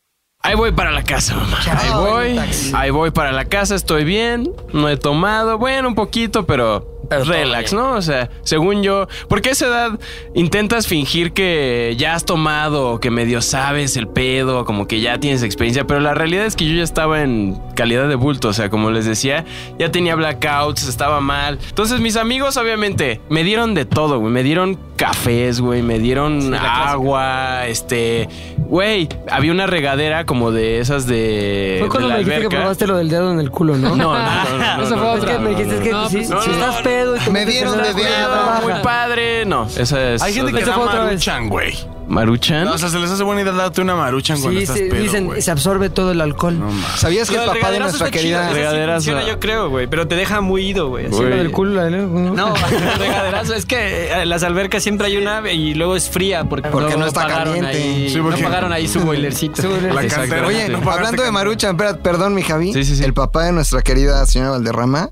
Ahí voy para la casa, mamá. Ahí
Chao, en
voy.
el taxi.
Ahí voy para la casa, estoy bien. No he tomado, bueno, un poquito, pero, relax, ¿no? O sea, según yo, porque a esa edad intentas fingir que ya has tomado, o que medio sabes el pedo, como que ya tienes experiencia, pero la realidad es que yo ya estaba en calidad de bulto, o sea, como les decía, ya tenía blackouts, estaba mal. Entonces, mis amigos, obviamente, me dieron de todo, güey. Me dieron cafés, güey, me dieron agua, este, güey, había una regadera como de esas de
Fue cuando
de la
me dijiste que
alberca.
probaste lo del dedo en el culo, ¿no?
No, no, no, no, no,
Esa
no,
fue
no,
Es que
otra.
me dijiste que
No,
si,
pues,
si estás pedo y te
Me
metes
dieron
en la
de
cueva,
dedo,
trabaja.
Muy padre, no. Esa es.
Hay gente que
Esa
da
fue otra vez.
maruchan, güey.
Maruchan.
No, o sea, se les hace buena idea darte una maruchan cuando
Sí,
estás
sí,
pedo,
dicen, (laughs)
güey.
se absorbe todo el alcohol.
¿Sabías que el papá de nuestra querida...
Regaderazo.
funciona, yo creo, güey, pero te deja muy ido, güey. así.
Güey.
Lo del culo, ¿no?
No, (laughs) regaderazo. Es que eh, en las albercas siempre hay una y luego es fría porque,
Porque
luego
no está caliente.
Ahí,
Sí, porque-
No pagaron
(laughs)
ahí su
(laughs)
boilercito.
La
Exacto.
cantera.
Oye,
Sí.
no
Pagaste
Hablando de
cantera.
Maruchan, espera, perdón, mi Javi.
Sí, sí, sí.
El papá de nuestra querida señora Valderrama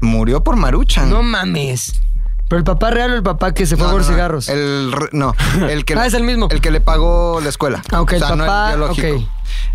murió por Maruchan.
No mames. Pero el papá real o el papá que se fue
No,
por
no, no.
cigarros.
El re- no, el que
(laughs) Ah, es el mismo.
El que le pagó la escuela.
Ah, ok, el papá, ok.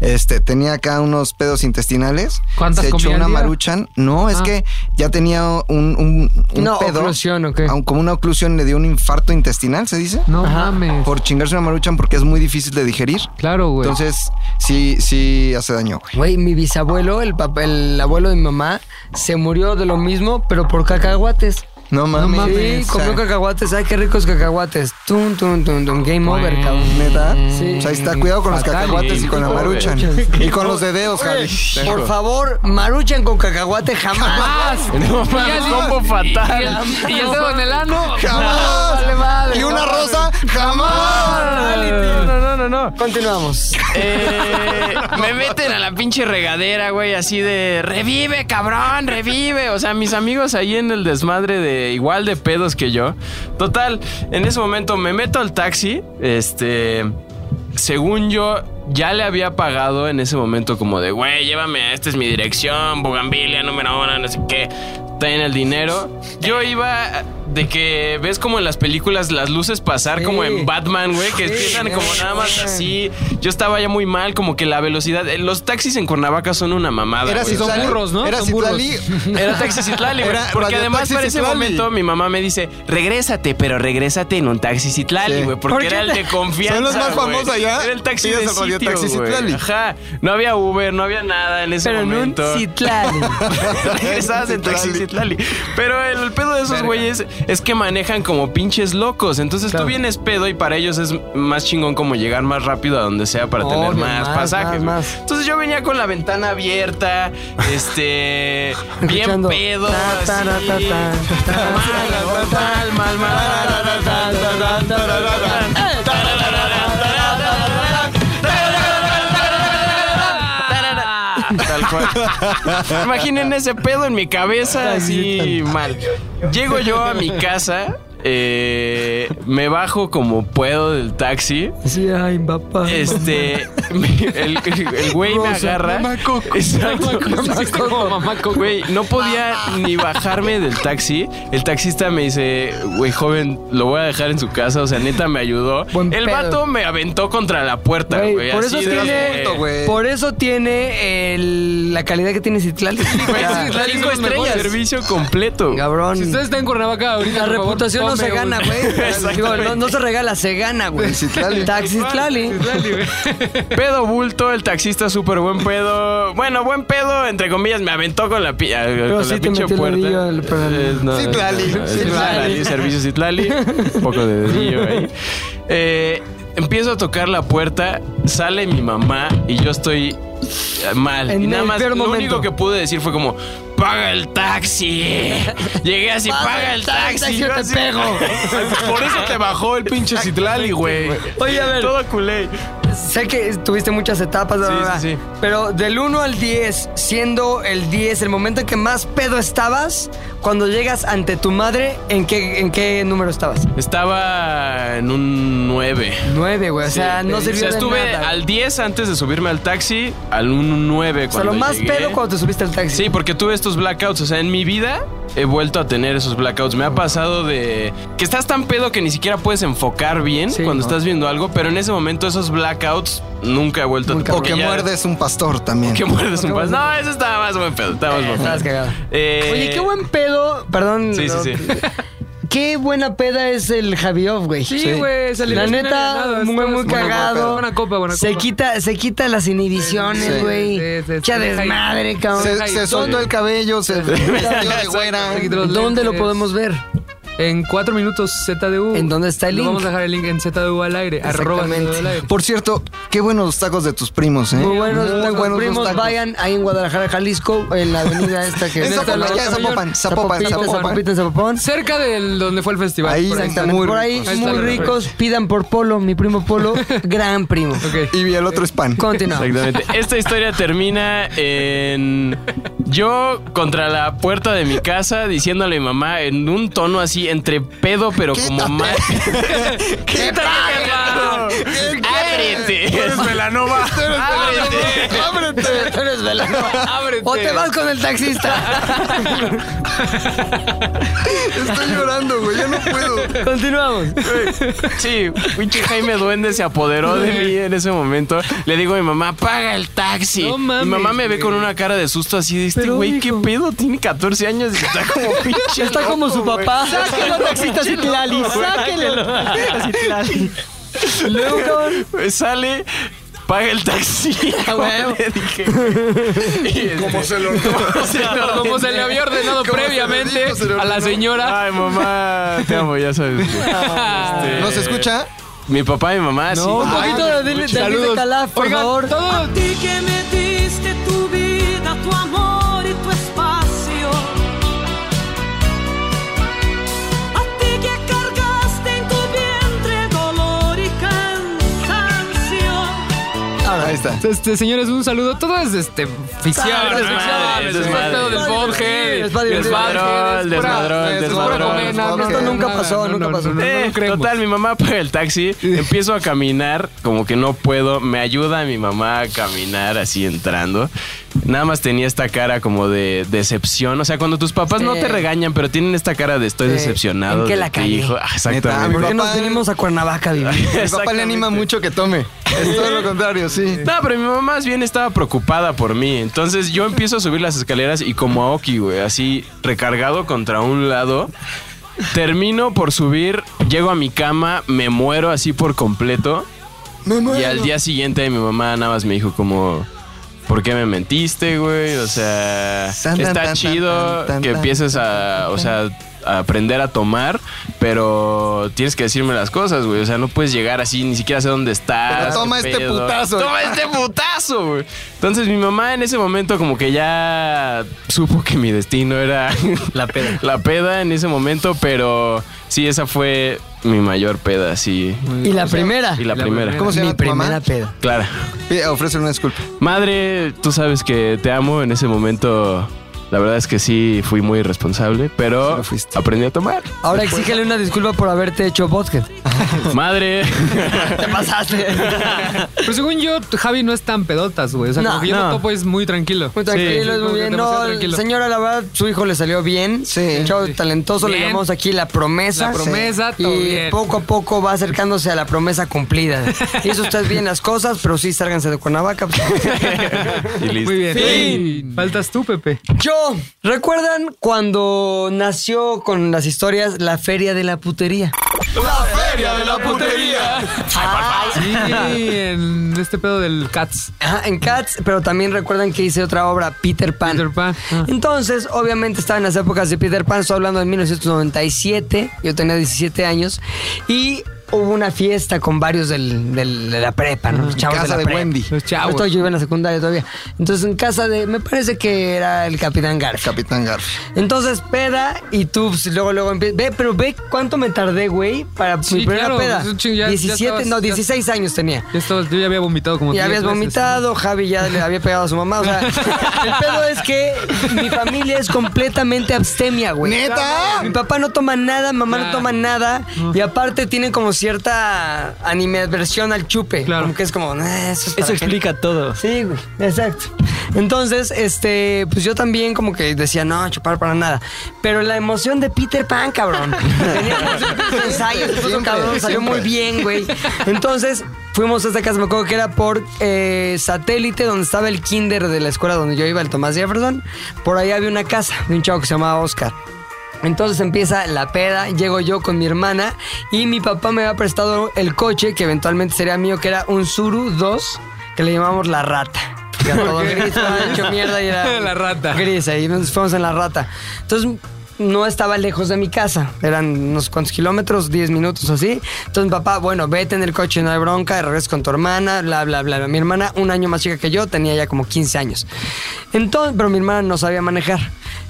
Este, tenía acá unos pedos intestinales.
¿Cuántas
Se echó
comía al
una
día?
maruchan. No, es
Ah.
que ya tenía un, un, un
Una
pedo.
oclusión, ok.
Aun- Como una oclusión, le dio un infarto intestinal, se dice.
No mames.
Por chingarse una maruchan porque es muy difícil de digerir.
Claro, güey.
Entonces, sí, sí hace daño, güey.
Güey, mi bisabuelo, el, papá, el abuelo de mi mamá, se murió de lo mismo, pero por cacahuates.
No mames.
Sí, comió cacahuates. Ay, qué ricos cacahuates. Tum, tum, tum, tum. Game over, cabrón.
¿Neta?
Sí.
O sea, ahí está. Cuidado con los
Fatal.
cacahuates y con la
Pobre.
maruchan. Y con los dedos, Javi.
Por favor, maruchan con cacahuate jamás. (laughs)
Más.
No,
Y ya
mames,
sí-
combo
Y el-
fatal.
y el dedo en el ano.
¡Jamás!
Vale, vale.
y una rosa, jamás.
No, no, no, no.
Continuamos.
Eh, (laughs) me meten a la pinche regadera, güey, así de revive, cabrón, revive. O sea, mis amigos ahí en el desmadre de igual de pedos que yo. Total, en ese momento me meto al taxi. Este, según yo, ya le había pagado en ese momento, como de güey, llévame, esta es mi dirección, Bugambilia, número uno, no sé (laughs) qué. Ten el dinero. Yo iba de que ves como en las películas las luces pasar como
Sí.
en Batman, güey, que
Sí,
empiezan
no,
como nada más
güey.
así y yo estaba ya muy mal, como que la velocidad. eh, Los taxis en Cuernavaca son una mamada.
Era
güey.
si
Son burros, ¿no?
Era
Son
Citlali.
(laughs) Era taxi Citlali, güey.
Era
Porque
Radio
además
Taxi
para ese
Citlali.
momento mi mamá me dice, regrésate, pero regrésate en un taxi Citlali,
Sí.
güey. Porque era el de confianza,
Son los más
güey.
famosos allá.
Era el taxi
Pides
de
el Radio
sitio,
Taxi
güey.
Citlali.
Ajá. No había Uber, no había nada en ese
Pero en un
momento. (laughs)
Citlali.
Regresabas en taxi Citlali. Pero el, el pedo de esos güeyes es que manejan como pinches locos. Entonces tú vienes pedo y para ellos es más chingón como llegar más rápido a donde sea para tener
Obvio,
más,
más,
pasajes.
más,
güey.
más.
Entonces yo venía con la ventana abierta,
(laughs)
este, bien
Escuchando.
pedo.
Ta, ta,
así.
ra, ta, ta, ta,
Mal, mal, mal, mal, Tal cual. Imaginen ese pedo en mi cabeza, así mal. Llego yo a mi casa, eh, me bajo como puedo del taxi.
Sí, ay, papá.
Este, el, el güey me agarra. Exacto.
Hiciste como mamá coco.
Güey, no podía ni bajarme del taxi. El taxista me dice, güey, joven, lo voy a dejar en su casa. O sea, neta me ayudó.
Buen
el
pedo.
vato me aventó contra la puerta,
Güey,
güey.
por
así
eso
de-
tiene-
Punto, güey.
Por eso tiene el- la calidad que tiene Citlali.
Güey,
Ya.
es cinco estrellas. Servicio completo.
Cabrón.
Si usted está en Cuernavaca ahorita,
La
por favor,
reputación no
tome
se gana,
(laughs)
un-
güey. Digo,
Exactamente.
no, no se regala, se gana, güey.
Citlali.
Taxitlali.
Citlali,
(laughs)
güey.
Pedo bulto, el taxista súper buen pedo. Bueno, buen pedo, entre comillas, me aventó con la, pi- ah, con
sí
la
te
pinche
metió el
puerta.
dedillo al- para
(laughs)
el-
Eh, no,
Citlali,
no, no,
Citlali.
Citlali, Servicio Citlali. Un poco de dedillo ahí. Eh, empiezo a tocar la puerta, sale mi mamá y yo estoy eh, mal.
En
y nada
el
más,
peor
lo
momento.
único que pude decir fue como, paga el taxi. Llegué así, paga, el taxi.
yo
Yo
te
así- (laughs)
pego.
Por eso te bajó el pinche Citlali, güey.
Oye, a ver.
Todo culé.
Sé que tuviste muchas etapas, la
Sí,
verdad.
sí, sí.
Pero del 1 al 10, siendo el 10 el momento en que más pedo estabas, cuando llegas ante tu madre, ¿en qué, en qué número estabas?
Estaba en un 9.
9, güey. O sea, no sirvió
O sea,
de
estuve
nada.
al 10 antes de subirme al taxi, al un 9
o sea,
cuando
lo más
llegué.
pedo cuando te subiste al taxi.
Sí, porque tuve estos blackouts. O sea, en mi vida he vuelto a tener esos blackouts. Me ha pasado de que estás tan pedo que ni siquiera puedes enfocar bien
Sí,
cuando
¿no?
estás viendo algo, pero en ese momento esos blackouts nunca he vuelto a
O que
ya-
muerdes un pastor
(laughs)
también.
Que muerdes un
O que
pas- No, eso estaba más buen pedo. Estaba más buen pedo.
Estabas cagado.
Eh,
Oye, qué buen pedo. Perdón.
Sí,
lo-
sí, sí.
(laughs) Qué buena peda es el Javioff, güey.
Sí, güey, se le
La
ve
neta,
nada,
muy,
está-
muy
buena
cagado.
copa, buena copa, buena
se
copa.
Quita, se quita las inhibiciones,
Sí.
güey.
Sí, sí, sí,
Qué
se deja ir.
desmadre, cabrón.
Se, se soltó el cabello, se vestió de güera.
Se quitó los
¿Dónde lo
lentes.
podemos ver?
En cuatro minutos ZDU.
¿En dónde está el
Lo
link?
Vamos a dejar el link en ZDU al aire. Arroba ZDU al aire.
Por cierto, qué buenos los tacos de tus primos, ¿eh?
Muy buenos,
Muy
tacos.
buenos los
primos,
tacos.
vayan ahí en Guadalajara, Jalisco, en la avenida esta que...
En
está
Zapopan,
la-
ya, Zapopan, Zapopan,
Zapopita,
Zapopan.
Zapopita, en Zapopán.
Cerca del donde fue el festival.
Ahí,
Por
exactamente.
Exactamente,
Muy
por ahí,
ricos.
muy
Ahí está.
ricos. Pidan por Polo, mi
(laughs)
primo Polo, gran primo.
Ok.
Y el otro es pan.
Continuamos.
Exactamente. Esta historia termina en yo contra la puerta de mi casa diciéndole a mi mamá en un tono así entre pedo pero como mal.
¡Qué
hermano! ¡Ábrete! (laughs)
Eres Velanova.
¡Ábrete!
¡Ábrete!
Tú eres velado.
¡Ábrete!
O te vas con el taxista.
(laughs)
Estoy llorando, güey. Ya no puedo.
(laughs) Continuamos.
Sí, pinche Jaime Duende se apoderó de mí en ese momento. Le digo a mi mamá, paga el taxi.
No mames,
mi mamá me ve
güey.
con una cara de susto así de este
Pero,
güey, ¿qué
hijo.
pedo? Tiene 14 años y está
(laughs)
como pinche.
Está como su
(laughs)
papá. Sáquelo, taxista Citlali. Sáquelo. (laughs)
(laughs)
Luego, cabrón.
Pues sale, paga el taxi.
(laughs)
(laughs)
A huevo.
Le dije. este,
Como
Pues
se
(laughs)
lo
Como pues se le había ordenado previamente a la señora.
Ay, mamá, te amo, ya
(laughs)
sabes. Este,
¿No se escucha?
Mi papá y mi mamá, sí. Ah,
Un
Ay,
poquito de Dile- de Luis de
Ah, Saludos.
Calaf, por
Oigan,
favor.
todo-
ti que me diste tu vida, tu amor y tu espacio. A ti que cargaste en tu vientre dolor y cansancio.
Ah, Ahí está.
Este, señores, un saludo. Todo es este, ficción.
Claro,
¿no?
es ficción,
es
Mames, es
madre.
pedo del
Es
Bobhead,
divertido, es padre,
del
es
Bobhead,
desmadrón,
es pura-
desmadrón,
es pura
desmadrón.
comena,
Esto
(laughs)
nunca pasó, nunca pasó.
No,
Eh,
no lo creemos.
total, mi mamá paga el taxi, empiezo a caminar, como que no puedo, me ayuda mi mamá a caminar así entrando. Nada más tenía esta cara como de decepción, o sea, cuando tus papás no
Sí.
te regañan, pero tienen esta cara de estoy
Sí.
decepcionado.
¿En qué
de
la
ti,
cagué?
hijo. Ah, Exactamente.
Neta,
¿Por qué nos
Papá-
vinimos a Cuernavaca
(laughs)
a vivir?
Mi papá le anima mucho que tome. Es todo lo contrario, sí.
No, pero mi mamá más bien estaba preocupada por mí. Entonces yo empiezo a subir las escaleras y como Aoki, güey, así recargado contra un lado. Termino por subir, llego a mi cama, me muero así por completo.
Me
Y al día siguiente mi mamá nada más me dijo como... ¿Por qué me mentiste, güey? O sea,
Tan, tan,
está
tan,
chido
tan, tan,
que
tan,
empieces a, o sea, a aprender a tomar, pero tienes que decirme las cosas, güey. O sea, no puedes llegar así, ni siquiera sé dónde estás.
Pero toma
Ah, qué
este putazo.
Toma este putazo, güey. Entonces mi mamá en ese momento como que ya supo que mi destino
(laughs)
era la peda. La peda en ese momento, pero sí, esa fue mi mayor peda, sí.
Y la primera.
Y la,
la
primera.
primera.
¿Cómo se
Mi
llama tu
primera
mamá?
peda.
Clara.
Pide- Ofrécele una disculpa.
Madre, tú sabes que te amo en ese momento. La verdad es que sí fui muy irresponsable,
Sí
pero
lo fuiste.
aprendí a tomar.
Ahora exígele una disculpa por haberte hecho vodka.
Madre.
Te pasaste.
Pero según yo, Javi no es tan pedotas, güey. O sea,
No.
como que yo
No.
no topo es muy tranquilo.
Muy tranquilo,
Sí,
muy
como que
bien.
demasiado
No,
tranquilo.
señora, la verdad, su hijo le salió bien.
Sí.
Chavo talentoso, le
Bien.
llamamos aquí la promesa.
La promesa,
Y
todo bien.
poco a poco va acercándose a la
(laughs)
promesa cumplida. Hizo usted bien las cosas, pero sí, sálganse de Cuernavaca. (laughs)
y listo.
Muy bien.
Fin.
Faltas tú, Pepe.
Yo, ¿recuerdan cuando nació con las historias la feria de la putería?
Feria de la putería.
Sí, en este pedo del Cats.
Ajá, en Cats, pero también recuerdan que hice otra obra, Peter Pan.
Peter Pan, ah.
Entonces, obviamente estaba en las épocas de Peter Pan, estoy hablando de 1997, yo tenía 17 años, y hubo una fiesta con varios del- del- de la prepa, ¿no? Los chavos
casa
de, la
de
prepa.
Wendy.
Los chavos.
Pues todo yo iba en la secundaria todavía. Entonces en casa de, me parece que era el Capitán Garza.
Capitán Garfield.
Entonces peda y tú pues, luego luego empie- ve, pero ve cuánto me tardé, güey, para
Sí,
mi primera
claro,
peda.
pues, un chingo, ya- ya
17,
estabas-
no,
ya-
16 años tenía.
Yo, estaba- yo ya había vomitado como
Ya
diez
habías
veces,
vomitado, Javi ya le había pegado a su mamá. O
(laughs)
sea, el pedo es que mi familia es completamente abstemia, güey.
¿Neta?
Mi papá no toma nada, mamá no
Ah.
toma nada. Y aparte tienen como cierta animadversión al chupe.
Claro.
Como que es como, "Ah, eso
Eso
es para gente
explica todo.
Sí, güey, exacto. Entonces, este, pues yo también como que decía, no, chupar para nada. Pero la emoción de Peter Pan,
(laughs)
cabrón. Teníamos unos ensayos, puso
Siempre,
cabrón, salió
siempre.
muy bien, güey. (laughs) Entonces, fuimos a esta casa, me acuerdo que era por eh, satélite, donde estaba el kinder de la escuela donde yo iba, el Tomás Jefferson. Por ahí había una casa de un chavo que se llamaba Oscar. Entonces empieza la peda, llego yo con mi hermana y mi papá me había prestado el coche que eventualmente sería mío, que era un Suru 2, que le llamamos la rata. Que era todo gris, todo hecho mierda y era
La rata.
gris, ahí nos fuimos en la rata. Entonces no estaba lejos de mi casa, eran unos cuantos kilómetros, 10 minutos o así. Entonces papá, bueno, vete en el coche, no hay bronca, regreso con tu hermana, bla, bla, bla. bla. Mi hermana, un año más chica que yo, tenía ya como 15 años. Entonces, pero mi hermana no sabía manejar.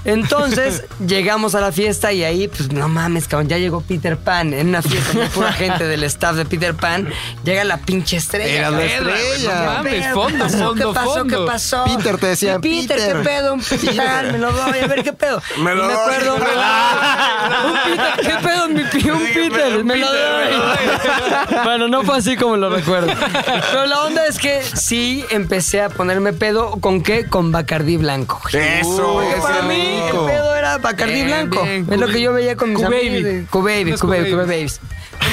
Entonces llegamos a la fiesta y ahí, pues no mames, cabrón, ya llegó Peter Pan en una fiesta con pura gente del staff de Peter Pan. Llega la pinche estrella.
Era la
cabrón.
estrella.
¿Qué
No mames,
pedo?
fondo,
¿Qué pasó?
fondo,
¿Qué pasó?
fondo.
¿Qué pasó?
Peter, te decían,
Peter,
Peter.
¿qué pedo? Un Peter, me lo doy, a ver qué pedo.
Me lo
Y
doy. (laughs)
acuerdo.
Me lo doy.
un Peter, ¿qué pedo? Mi, pi- un
Sí,
Peter,
un
me lo
Peter, (laughs) me lo
doy.
Bueno, no fue así como lo
(laughs)
recuerdo.
Pero la onda es que sí empecé a ponerme pedo, ¿con qué? Con Bacardí blanco. güey.
Eso,
Porque
qué
para mí el
rico.
pedo era Bacardí
Bien,
blanco.
bien,
es lo
Q-
que yo veía con mis
Q-Baby.
amigos. de Q-Baby,
Unos
Q-Baby,
Q-Babies.
Q-Babies.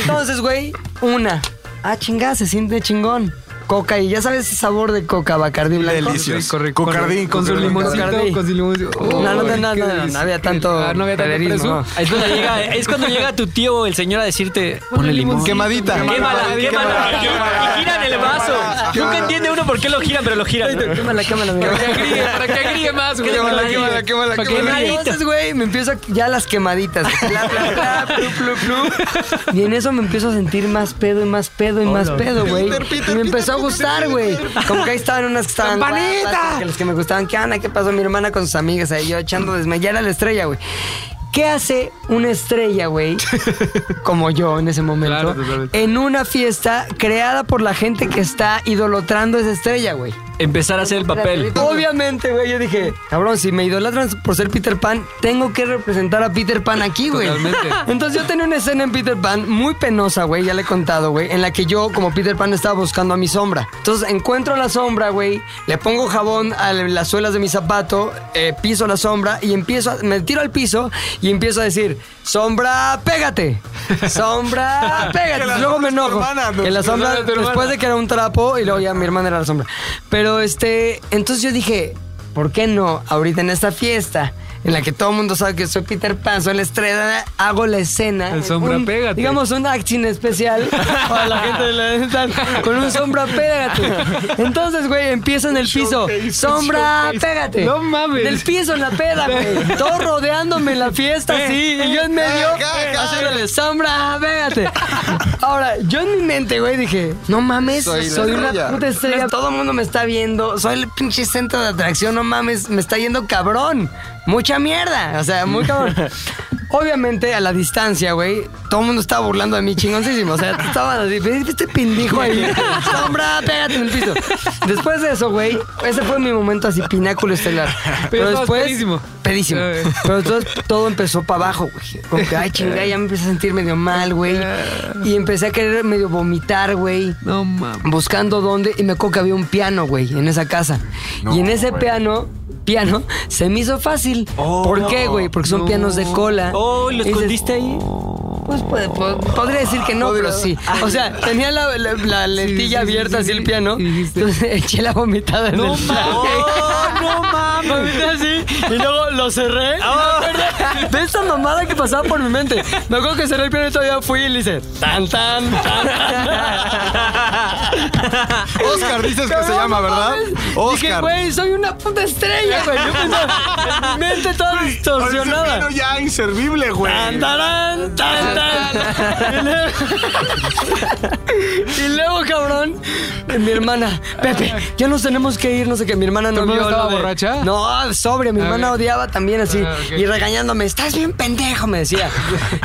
Entonces, güey, una. Ah, chingada, se siente chingón. Coca y ya sabes el sabor de coca Bacardí blanco.
Sí,
Delicioso.
correcto.
Cocardín,
con su
cocardín.
limoncito,
Cocardín.
con su limoncito.
No, no, no,
Uy,
no,
qué
no, no,
delicioso.
había tanto
Ah, no había tanto
pederismo,
preso.
no.
Es cuando llega, es cuando llega tu tío o el señor a decirte, ponle limón.
Quemadita.
Quémala, quémala. Y giran el vaso. Nunca entiende uno por qué lo giran, pero lo giran. ¿no?
Quémala, quémala, mira.
Para que agríe, para que agríe más, güey.
Quémala, quémala, quémala,
Para que
quémala.
agríe.
Entonces, güey, me empiezo a, ya las quemaditas. Pla, pla, pla, plu, plu, plu. Y en eso me empiezo a sentir más pedo y más pedo y más pedo, güey.
Peter, Peter,
Y me
Peter,
empezó a
Peter,
gustar,
Peter,
güey. Como que ahí estaban unas que estaban
¡Campanita!
guapas, como que las que me gustaban. ¿Qué onda? ¿Qué pasó? Mi hermana con sus amigas ahí, yo echando desmayar a la estrella, güey. ¿Qué hace una
(laughs)
estrella, güey? Como yo en ese momento.
Claro, totalmente.
en una fiesta creada por la gente que está idolatrando esa estrella, güey.
Empezar a hacer el papel.
Obviamente, güey, yo dije, cabrón, si me idolatran por ser Peter Pan, tengo que representar a Peter Pan aquí, güey.
Totalmente.
(laughs) Entonces yo tenía una escena en Peter Pan muy penosa, güey, ya le he contado, güey, en la que yo como Peter Pan estaba buscando a mi sombra. Entonces encuentro la sombra, güey, le pongo jabón a las suelas de mi zapato, eh, piso la sombra y empiezo, a- me tiro al piso y empiezo a decir, sombra, pégate. Sombra,
(laughs)
pégate.
Que la
luego
sombra
me
es tu
enojo.
hermana,
que la
tu
sombra,
hermana, tu hermana.
después de que era un trapo y luego ya mi hermana era la sombra. Pero este, entonces yo dije, ¿por qué no ahorita en esta fiesta? En la que todo el mundo sabe que soy Peter Pan, soy la estrella, hago la escena.
El sombra
un-
pégate.
Digamos un acting especial para la gente de la dental con un sombra pégate. Entonces, güey, empiezo en el piso. Sombra pégate.
No mames.
Del piso en la peda, güey. Todo rodeándome en la fiesta, así. Y yo en medio
eh,
haciéndole sombra pégate. Ahora, yo en mi mente, güey, dije, no mames, soy,
Soy la
una
estrella.
puta estrella. Todo el mundo me está viendo. Soy el pinche centro de atracción. No mames, me está yendo cabrón. Mucha mierda. O sea, muy cabrón. (laughs) Obviamente, a la distancia, güey, todo el mundo estaba burlando de mí chingoncísimo. O sea, estaban así, "Ve este pendejo ahí. Sombra, pégate en el piso. Después de eso, güey, ese fue mi momento así, pináculo estelar. Pero
estabas
después.
pedísimo.
Pedísimo.
Eh.
Pero entonces todo empezó para abajo, güey. Como que, ay, chingada, ya me empecé a sentir medio mal, güey. Y empecé a querer medio vomitar, güey.
No mames.
Buscando dónde. Y me acuerdo que había un piano, güey, en esa casa. y en ese piano. Piano se me hizo fácil. ¿Por qué, güey? Porque son pianos de cola.
Oh, ¿lo
Y dices,
escondiste ahí?
Pues, puede- po- podría decir que no, pero sí. O sea, tenía la, la- la lentilla
sí, sí,
abierta
sí,
así
sí.
el piano.
Y dijiste-
Entonces (laughs) eché la vomitada (laughs) en el plan.
no mames.
así y (laughs) luego lo cerré. y me acuerdo de esta mamada que pasaba por mi mente. Me acuerdo que cerré el piano y todavía fui y le hice tan, tan, tan.
Oscar, dices que se llama, ¿verdad?
Dije,
Oscar.
güey, soy una puta estrella, güey. Yo pensaba, en mi mente toda
Ahorita
distorsionada.
vino ya inservible, güey.
Tan, tarán, tan, tan. Y luego- Y luego, cabrón, mi hermana, Pepe, ya nos tenemos que ir, no sé qué, mi hermana no
hermana
vio
estaba
lo de-
borracha?
No, sobre, mi
Ah,
hermana
ok.
odiaba también así
Ah, ok.
y regañándome, estás bien pendejo, me decía.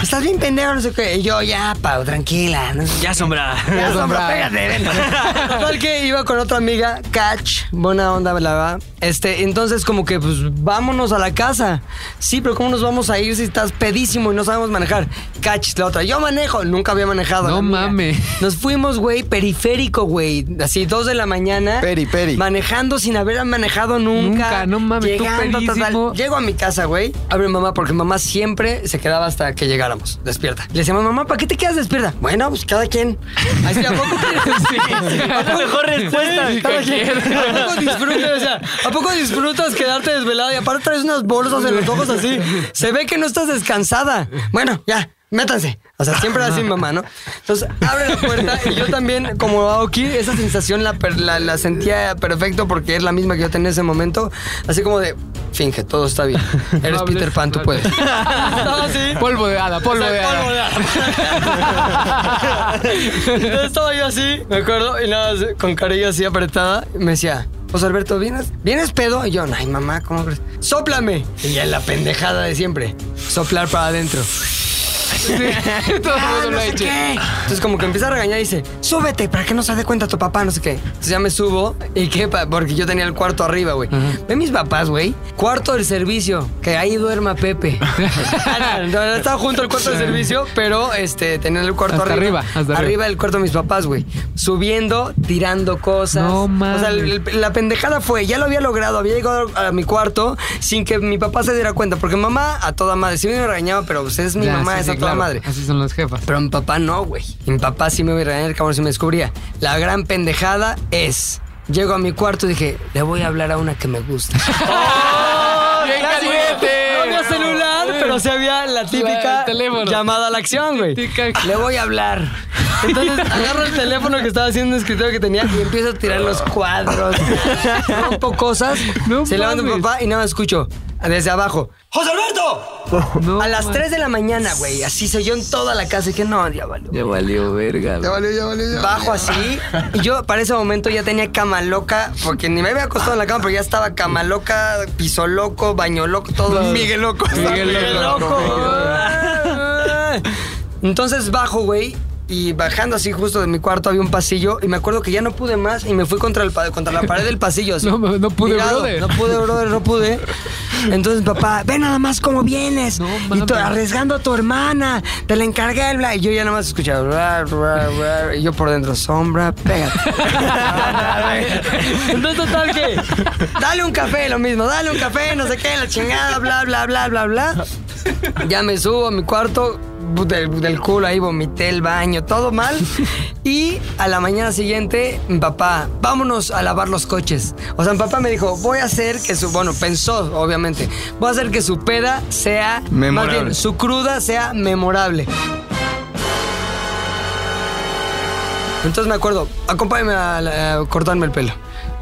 Estás bien pendejo, no sé qué. Y yo, ya, Pau, tranquila. No sé
Ya sombra.
(laughs) ya, sombra,
(laughs)
pégate, ven. (laughs) Total que iba con otra amiga, Catch, buena onda, la verdad. Este, entonces como que pues vámonos a la casa. Sí, pero ¿cómo nos vamos a ir si estás pedísimo y no sabemos manejar? Catch, la otra, yo manejo, nunca había manejado.
No
la amiga.
mames.
Nos fuimos, güey, periférico, güey, así dos de la mañana.
Peri, peri.
Manejando sin haber manejado nunca.
Nunca, no mames, tú
Llegando, total.
pedísimo.
Llego a mi casa, güey. Abre mamá porque mamá siempre se quedaba hasta que llegáramos despierta. Le decíamos, mamá, ¿para qué te quedas despierta? Bueno, pues cada quien.
(laughs)
Así a poco
La mejor respuesta.
cada quien.
(laughs)
¿A poco disfrutas? O sea, ¿a poco disfrutas quedarte desvelado? Y aparte traes unas bolsas en los ojos así. Se ve que no estás descansada. Bueno, ya. Métanse. O sea, siempre así, mamá, ¿no? Entonces, abre la puerta y yo también, como Aoki, esa sensación la, per- la- la sentía perfecto porque es la misma que yo tenía en ese momento. Así como de, finge, todo está
(laughs)
bien. Eres
No hables,
Peter Pan, tú
no
puedes.
hables.
Estaba así.
Polvo de hada, polvo de hada.
Entonces estaba yo así, me acuerdo, y nada, más, con carilla así apretada, y me decía, pues Alberto, ¿vienes, ¿vienes pedo? Y yo, ay mamá, ¿cómo crees? ¡Sóplame! Y ya la pendejada de siempre, soplar para adentro. (laughs)
Todo el
Ah,
mundo lo
no
ha
sé
hecho.
qué. Entonces como que empieza a regañar y dice, súbete para que no se dé cuenta tu papá, no sé qué. Entonces ya me subo y qué, pa- porque yo tenía el cuarto arriba, güey. Ve mis papás, güey. Cuarto del servicio, que ahí duerma (laughs) Pepe. Ah, no, no, estaba junto al cuarto del servicio, pero este, tenía el cuarto
Hasta
arriba.
arriba, hasta arriba.
del cuarto de mis papás, güey. Subiendo, tirando cosas.
No
O sea,
mames.
el- el- la pendejada fue, ya lo había logrado, había llegado a mi cuarto sin que mi papá se diera cuenta, porque mamá a toda madre, sí me regañaba, pero pues es mi
Ya,
mamá,
sí,
es
sí,
a toda
claro,
madre.
Así son los jefas.
Pero mi papá no, güey. Y Mi papá sí me iba a regañar, cabrón, si me descubría. La gran pendejada es. Llego a mi cuarto y dije, le voy a hablar a una que me
(laughs)
gusta. ¡Oh!
¡Bien caliente!
No había celular, pero sí había la
La-
típica
el teléfono.
llamada a la acción, güey.
Típica-
Le voy a hablar. Entonces agarro el teléfono que estaba haciendo un escritorio que tenía y empiezo a tirar los cuadros. Rompo cosas.
No
se levanta mi
mames.
papá y nada más escucho desde abajo. ¡José Alberto!
No,
a las
ma-
3 de la mañana, güey. Así se oyó en toda la casa. Y que no, ya valió.
Ya valió verga.
Ya valió, ya valió, ya
Bajo así. Y yo para ese momento ya tenía cama loca, porque ni me había acostado en la cama, pero ya estaba cama loca, piso loco, baño loco, todo. Miguel loco.
Miguel Loco.
Entonces bajo, güey. Y bajando así justo de mi cuarto había un pasillo y me acuerdo que ya no pude más y me fui contra, el, pa- contra la pared del pasillo. así.
No, no pude,
Tirado.
brother.
No pude, brother, no pude. Entonces papá, ve nada más cómo vienes.
No,
y tú
mames.
arriesgando a tu hermana. Te la encargué, bla. Y yo ya nada más escuchaba. bla, bla, bla, y yo por dentro, sombra, pégate. Entonces, total que. Dale un café, lo mismo. Dale un café, no sé qué, la chingada, bla, bla, bla, bla, bla. Ya me subo a mi cuarto. Del, del culo ahí vomité el baño, todo mal. Y a la mañana siguiente, mi papá, vámonos a lavar los coches. O sea, mi papá me dijo, voy a hacer que su, bueno, pensó, obviamente, voy a hacer que su peda sea, más bien,
Memorable.
su cruda sea memorable. Entonces me acuerdo, acompáñame a, la- a cortarme el pelo.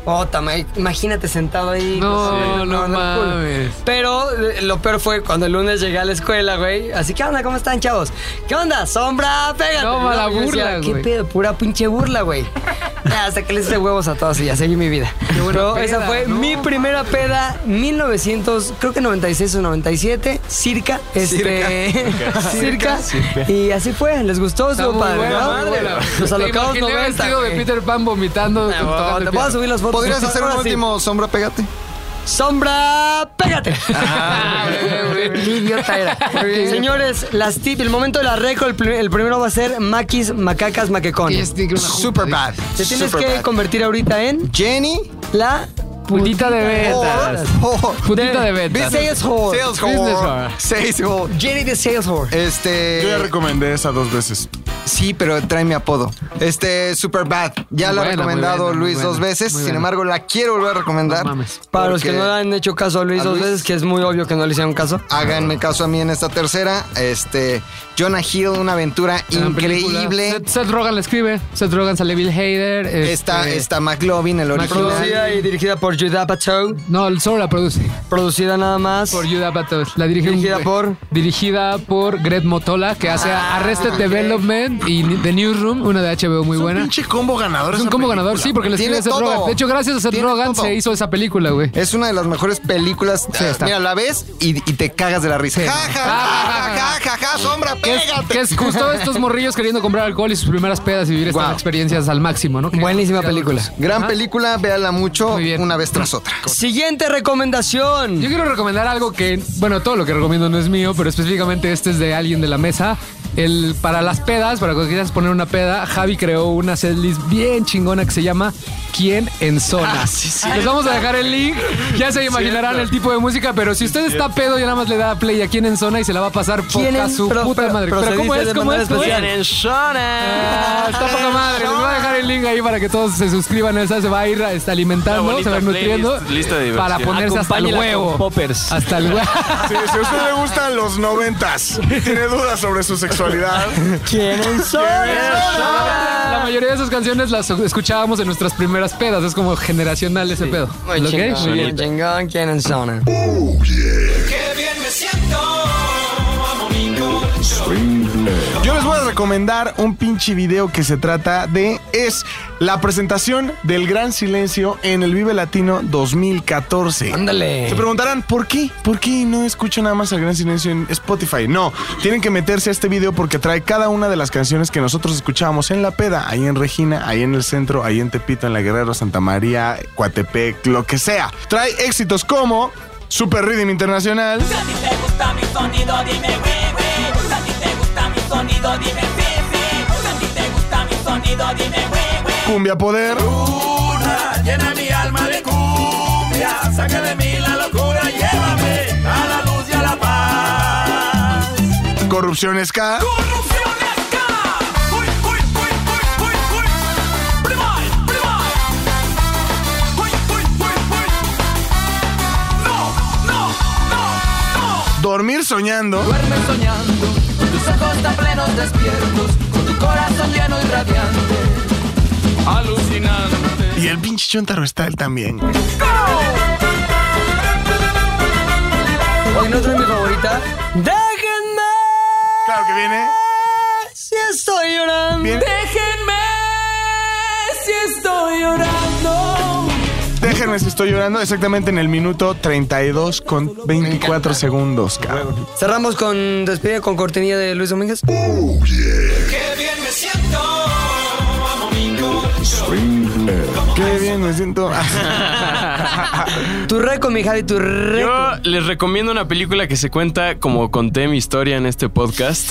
Ota, ma- imagínate sentado ahí. pues,
No,
con-
no
con el culo.
mames.
Pero eh, lo peor fue cuando el lunes llegué a la escuela, güey. Así, ¿qué onda? ¿Cómo están, chavos? ¿Qué onda? Sombra, pégate.
No, mala
yo decía,
burla,
¿Qué
güey.
pedo? Pura pinche burla, güey. Ya, Hasta que les hice huevos a todos y ya seguí mi vida. Pero
peda,
esa fue
no.
mi primera peda, 1900, creo que 96 o 97, circa. (laughs) Este, circa. Y así fue, les gustó,
Está
estuvo
muy
padre,
buena,
¿no?
muy buena.
Los
Te
alocados
imaginé
90.
vestido de
güey.
Peter Pan vomitando.
Ah,
tocando el
Te voy
piano.
a subir las fotos.
¿Podrías hacer un
Ahora sí.
último sombra, pégate?
Sombra,
(laughs)
pégate.
Ah, güey, güey.
Qué idiota era. Señores, las tip, el momento de la récord, el, pri- el primero va a ser maquis, macacas, maquecón.
Que ya se tiene que ir a una junta,
Super bad.
Te tienes que convertir ahorita en
Jenny
la
Putita de ventas.
Whore.
Putita de ventas.
Sales whore.
Sales
Business
whore. (laughs)
whore.
Sales whore.
Jenny de Sales whore.
Este.
Yo ya recomendé esa dos veces.
Sí, pero trae mi apodo. Este, Superbad. Ya
Muy
la ha
buena,
recomendado
muy buena,
Luis
muy buena,
dos veces.
muy
Sin
buena.
embargo, la quiero volver a recomendar.
No mames.
Para los que
porque
no le han hecho caso a Luis
¿A
dos
Luis?
veces, que es muy obvio que no le hicieron caso.
Háganme caso a mí en esta tercera. Este, Jonah Hill, una aventura
Gran película.
increíble.
Seth, Seth Rogen la escribe. Seth Rogen sale Bill Hader. este-
Está, está McLovin, el original.
Producida y dirigida por Judah Apatow.
No, el solo la produce.
Producida nada más.
Por Judah Apatow. La dirige un-
Dirigida por-
Dirigida por Greg Motola, que hace
Ah,
Arrested Development y Ni- The Newsroom, una de HBO muy buena.
Pinche combo ganador.
es un
esa
combo
película.
ganador, sí, porque le
Tiene
escribe Seth
todo.
Rogen. De hecho, gracias a Seth
Tiene
Rogen
todo.
se hizo esa película, güey.
Es una de las mejores películas.
Sí, está.
Mira, la ves y, y te cagas de la risa. Ja, ja, ja, ja, ja, ja, sombra,
Que es,
pégate.
(laughs) que es justo estos morrillos queriendo comprar alcohol y sus primeras pedas y vivir estas
Guau.
experiencias al máximo, ¿no? Que-
Buenísima película.
Gran película, véala mucho
Muy bien.
una vez tras otra.
Siguiente recomendación.
Yo quiero recomendar algo que, bueno, todo lo que recomiendo no es mío, pero específicamente este es de alguien de la mesa. El, para las pedas, para cuando quieras poner una peda, Javi creó una setlist bien chingona que se llama ¿Quién en zona?
Ah,
Les vamos a dejar el link. Ya se imaginarán el tipo de música, pero si usted está pedo, ya nada más le da play a ¿Quién en zona? y se la va a pasar
¿Quién
poca
en-
su
pero-
puta
pero-
madre.
pero se
¿cómo
dice
es?
de
¿Cómo
manera
es? ¿Cómo es?
especial?
Ah, está poca madre. Les voy a dejar el link ahí para que todos se suscriban. Esa se va a ir este,
Una
alimentando,
bonita
se va a ir nutriendo.
playlist, lista de
para
diversión.
ponerse hasta el
Acompáñela con
huevo.
poppers.
Hasta el huevo.
(laughs)
Sí, si a usted le gustan los noventas, tiene dudas sobre su sexualidad.
¿Quiénes son?
Ah. La mayoría de esas canciones las escuchábamos en nuestras primeras pedas. Es como generacional ese pedo. ¿Lo que?
Muy bien, chingón. ¿Quiénes son?
Yo les voy a recomendar un pinche video que se trata de es la presentación del Gran Silencio en el Vive Latino 2014.
Ándale.
Se preguntarán, ¿por qué? ¿Por qué no escucho nada más al Gran Silencio en Spotify? No, tienen que meterse a este video porque trae cada una de las canciones que nosotros escuchábamos en La Peda, ahí en Regina, ahí en el centro, ahí en Tepito, en La Guerrero, Santa María, Coatepec, lo que sea. Trae éxitos como Super Rhythm Internacional. Cumbia Poder. Corrupción Ska. Dormir soñando. Y el pinche Chontaro está él también. güey.
Hoy no trae mi favorita. ¡Déjenme!
Claro que viene.
Si estoy llorando.
Bien.
Déjenme. Si estoy llorando.
Déjenme si estoy llorando exactamente en el minuto 32 con 24 segundos, cabrón.
Cerramos con despedida con cortinilla de Luis Domínguez.
Qué bien, me siento.
Tu reco, mi Javi, tu reco.
Yo les recomiendo una película que se cuenta como conté mi historia en este podcast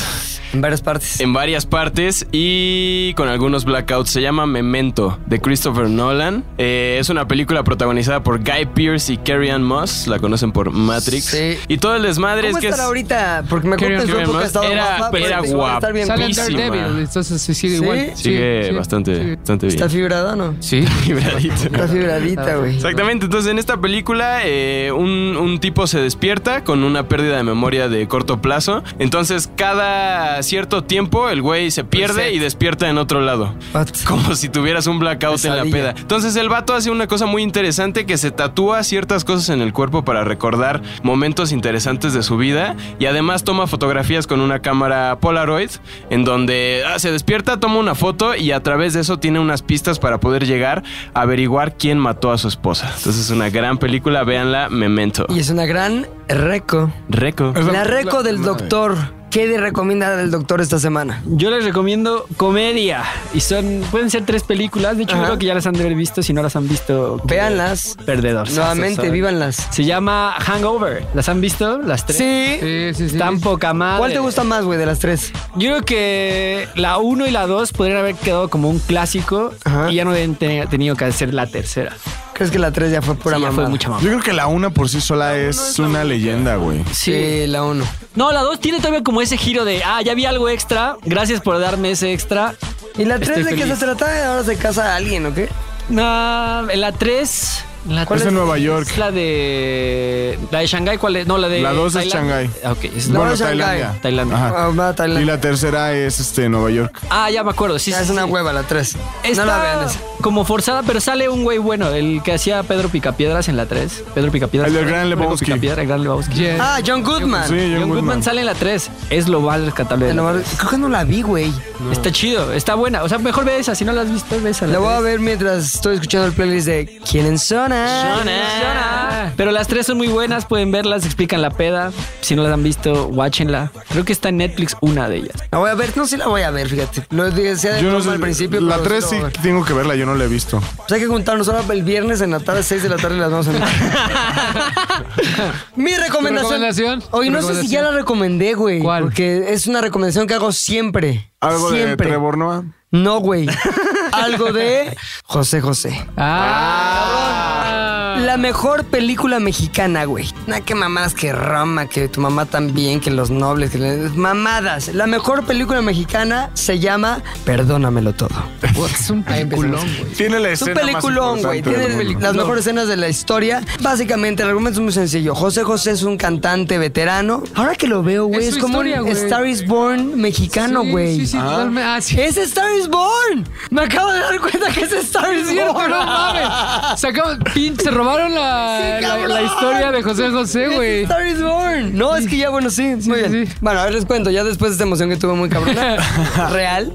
En varias partes.
en varias partes y con algunos blackouts. Se llama Memento de Christopher Nolan. Eh, es una película protagonizada por Guy Pearce y Carrie Ann Moss. La conocen por Matrix.
Sí.
Y todo el desmadre
¿Cómo
es que
estará
es-
ahorita? Porque me acuerdo que en su
Carry on,
época
carry
estaba
on. Era-
más
era
guapo.
Sale en
guapísima.
Daredevil, entonces sí sigue
¿Sí?
igual. Sí,
Sigue
sí,
bastante,
sigue.
bastante bien.
Está fibrada, ¿no?
Sí.
Vibradito.
Está fibradita, güey.
Exactamente, entonces en esta película eh, un, un tipo se despierta con una pérdida de memoria de corto plazo, entonces cada cierto tiempo el güey se pierde y despierta en otro lado.
What?
Como si tuvieras un blackout en la
Pesadilla.
peda. Entonces el vato hace una cosa muy interesante que se tatúa ciertas cosas en el cuerpo para recordar momentos interesantes de su vida y además toma fotografías con una cámara Polaroid en donde ah, se despierta, toma una foto y a través de eso tiene unas pistas para poder llegar a averiguar quién mató a su esposa. Entonces es una gran película, véanla, Memento.
Y es una gran reco.
Reco.
La reco del doctor. ¿Qué le recomienda el doctor esta semana?
Yo les recomiendo comedia. Y son, pueden ser tres películas. De hecho,
Ajá.
creo que ya las han de haber visto. Si no las han visto, que-
Véanlas.
Perdedor.
Nuevamente, vívanlas.
Se llama Hangover. ¿Las han visto? Las tres.
Sí.
Sí, sí, sí.
Tan poca madre.
¿Cuál te gusta más, güey, de las tres?
Yo creo que la 1 y la 2 podrían haber quedado como un clásico
Ajá.
y ya no hubieran te- tenido que hacer la tercera.
¿Crees que la 3 ya fue pura
Sí, ya
mamada?
fue mucha mamá.
Yo creo que la una por sí sola es una leyenda, güey.
Sí, la 1.
No, la 2 tiene todavía como ese giro de, ah, ya vi algo extra, gracias por darme ese extra.
¿Y la 3
Estoy
de qué se
feliz.
trata? ¿Ahora se casa alguien o qué?
No, en la 3... La
¿Cuál
tres
es en Nueva York?
Es la de... ¿La de Shanghái cuál es? No, la de...
La dos es
Tailandia.
Shanghái.
Ah, ok. es la-
No,
bueno,
es Shanghái.
Tailandia.
Tailandia.
Ajá.
Ah, va a
Y
Tailandia.
la tercera es este Nueva York.
Ah, ya me acuerdo. Sí,
Ya,
sí,
es una
sí.
hueva la 3.
Está
No la vean esa.
como forzada, pero sale un güey bueno, el que hacía Pedro Picapiedras en la 3. Pedro Picapiedras.
El del Gran
Pedro
Lebowski.
Picapiedra, el Gran Lebowski.
Yes.
Ah, John Goodman.
Sí,
John Goodman sale en la 3. Es lo más rescatable. de
Te
la
lo voy a-
tres.
Creo que no la vi, güey.
Está chido, está buena. O sea, mejor ve esa. Si no la has visto, ve esa. la
La voy a
tres.
ver mientras estoy escuchando el playlist de ¿Quieren sonar?
¿eh?
Funciona. Pero las tres son muy buenas, pueden verlas, explican la peda. Si no las han visto, watchenla. Creo que está en Netflix una de ellas.
La voy a ver, no, sí la voy a ver, fíjate. Lo decía de
Yo no
broma
sé,
Eh, al principio.
la
pero
3 sí
la voy a ver.
tengo que verla, yo no la he visto.
Pues hay que juntarnos ahora el viernes en la tarde, 6 de la tarde,
(laughs)
las vamos a Mi recomendación.
¿Tu recomendación?
Hoy
¿Tu
no sé si ya
recomendación?
la recomendé, güey.
¿Cuál?
Porque es una recomendación que hago siempre.
Algo
siempre.
de Trevor Noah. (laughs)
No, güey. Algo (laughs) de José José.
Ah.
La mejor película mexicana, güey. Nah, qué mamadas que Roma, que tu mamá también, que los nobles, que mamadas. La mejor película mexicana se llama
(laughs)
Perdónamelo todo.
Es un peliculón, güey.
Tiene la
Es un
escena más
peliculón, güey.
importante
Tiene
del mundo.
las mejores escenas de la historia. Básicamente, el argumento es muy sencillo. José José es un cantante veterano. Ahora que lo veo, güey,
Es
es,
su
como
historia,
un
güey.
Star is Born mexicano,
Sí,
güey.
Sí, sí, totalmente. Ah, sí.
¡Es Star is Born! Me acabo de dar cuenta que es Star is
Es cierto,
Born.
no mames. Se, acaba- pin- se robaron la,
Sí,
Ah, la-
cabrón.
la historia de José José,
Es
güey.
Star is Born. No, es que ya, bueno, sí. muy
sí,
bien.
sí.
Bueno, a ver, les cuento. Ya después de esta emoción que tuve muy
(laughs)
cabrona, real.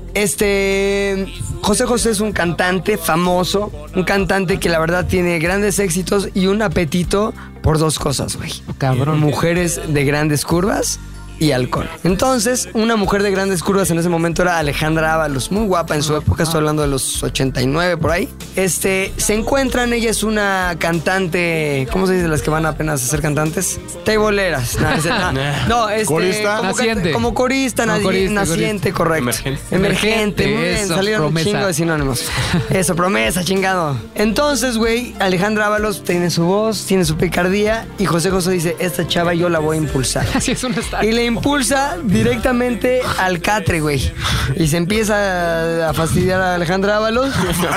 Este. José José es un cantante famoso. Un cantante que la verdad tiene grandes éxitos y un apetito por dos cosas, güey.
Cabrón.
Mujeres de grandes curvas. Y alcohol. Entonces, una mujer de grandes curvas en ese momento era Alejandra Ábalos, muy guapa en su época, estoy hablando de los 89 por ahí. Este, se encuentran, ella es una cantante, ¿cómo se dice las que van apenas a ser cantantes? Teiboleras. No,
(laughs)
es- no, no, este,
Corista.
como, can-
Naciente.
como corista,
No,
nadi-
corista,
naciente, correcto.
Emergente.
Emergente, muy bien,
Eso,
salieron
promesa.
un chingo de sinónimos. (laughs) Eso, promesa, chingado. Entonces, güey, Alejandra Ábalos tiene su voz, tiene su picardía y José José dice, esta chava yo la voy a impulsar.
(laughs) Así es un estadio.
Y le impulsa directamente al catre, güey. Y se empieza a fastidiar a Alejandra Ábalos,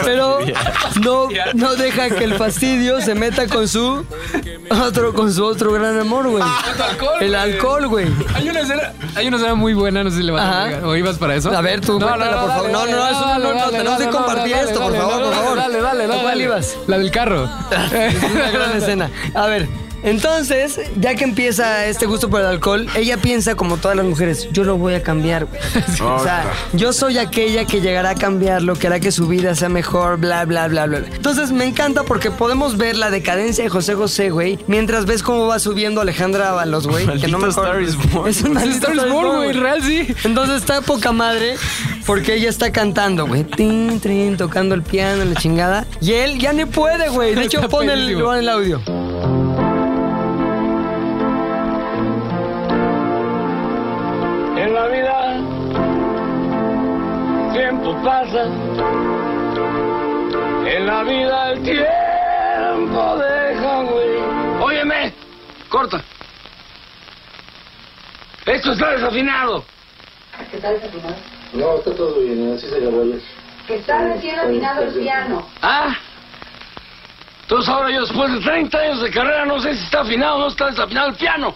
pero no, no deja que el fastidio se meta con su otro, con su otro gran amor, güey.
Ah,
El alcohol, güey.
Hay una escena, hay una escena muy buena, no sé si le vas
Ajá.
a pegar. ¿O ibas para eso?
A ver, tú, cuéntala, por favor. No, no, es una- no, no, tenemos que compartir esto, por favor, por favor.
Dale, dale, dale.
¿A cuál ibas?
La del carro.
Es una gran escena. A ver. Entonces, ya que empieza este gusto por el alcohol, ella piensa como todas las mujeres, yo lo voy a cambiar. güey. o sea, yo soy aquella que llegará a cambiarlo, que hará que su vida sea mejor, bla, bla, bla, bla. bla. Entonces, me encanta porque podemos ver la decadencia de José José, güey, mientras ves cómo va subiendo Alejandra Ábalos, güey. que no me
Maldito
acuerdo.
Star is Born.
Es un
Es
maldito
Star is Born, güey,
güey.
real, sí.
Entonces está poca madre porque ella está cantando, güey. Tin, trin, tocando el piano, la chingada. Y él ya ni puede, güey. (laughs)
(laughs)
De hecho,
Está
pon el,
pedísimo.
pon el audio.
En la vida el tiempo pasa, en la vida el tiempo deja, güey. Óyeme, corta. Esto está desafinado.
¿Qué tal desafinado?
No, está todo bien, ¿eh? así se grabó ayer.
Que está recién afinado el piano.
Ah, entonces ahora yo después de 30 años de carrera no sé si está afinado o no está desafinado el piano.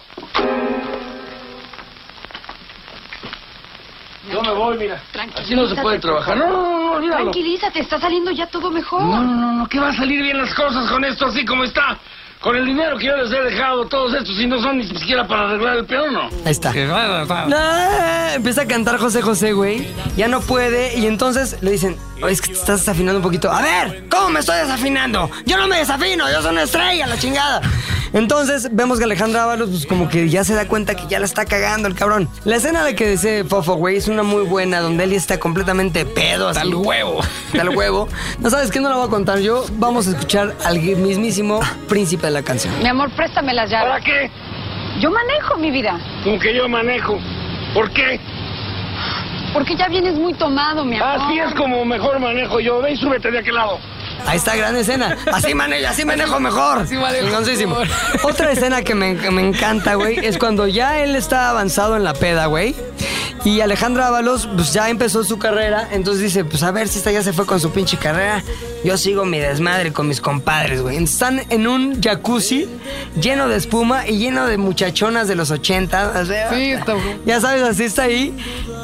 Yo me voy, mira. Así no se puede trabajar. No, no, no, olvídalo.
Tranquilízate, está saliendo ya todo mejor.
No, no, no, no, que va a salir bien las cosas con esto así como está. Con el dinero que yo les he dejado, todos estos, y no son ni siquiera para arreglar el piano.
Ahí está. Ah, empieza a cantar José José, güey. Ya no puede. Y entonces le dicen, "Oye, es que te estás desafinando un poquito. A ver, ¿cómo me estoy desafinando? Yo no me desafino, yo soy una estrella, la chingada. Entonces vemos que Alejandra Ábalos, pues como que ya se da cuenta que ya la está cagando el cabrón. La escena de que dice Fofo, güey, es una muy buena, donde él está completamente pedo. Tal huevo. Tal huevo. No sabes qué, no la voy a contar yo. Vamos a escuchar al mismísimo príncipe de la canción.
Mi amor, préstame las
¿Para
llaves.
qué?
Yo manejo mi vida,
Como que yo manejo. ¿Por qué?
porque ya vienes muy tomado, mi amor.
Así es como mejor manejo yo. Ven, súbete de aquel lado.
Ahí está, gran escena. Así manejo, así manejo mejor.
Así manejo
Chingoncísimo. Otra escena que me, que me encanta, güey, es cuando ya él está avanzado en la peda, güey. Y Alejandra Ábalos, pues ya empezó su carrera. Entonces dice, pues a ver si esta ya se fue con su pinche carrera. Yo sigo mi desmadre con mis compadres, güey. Están en un jacuzzi lleno de espuma y lleno de muchachonas de los 80. o sea, ya sabes, así está ahí.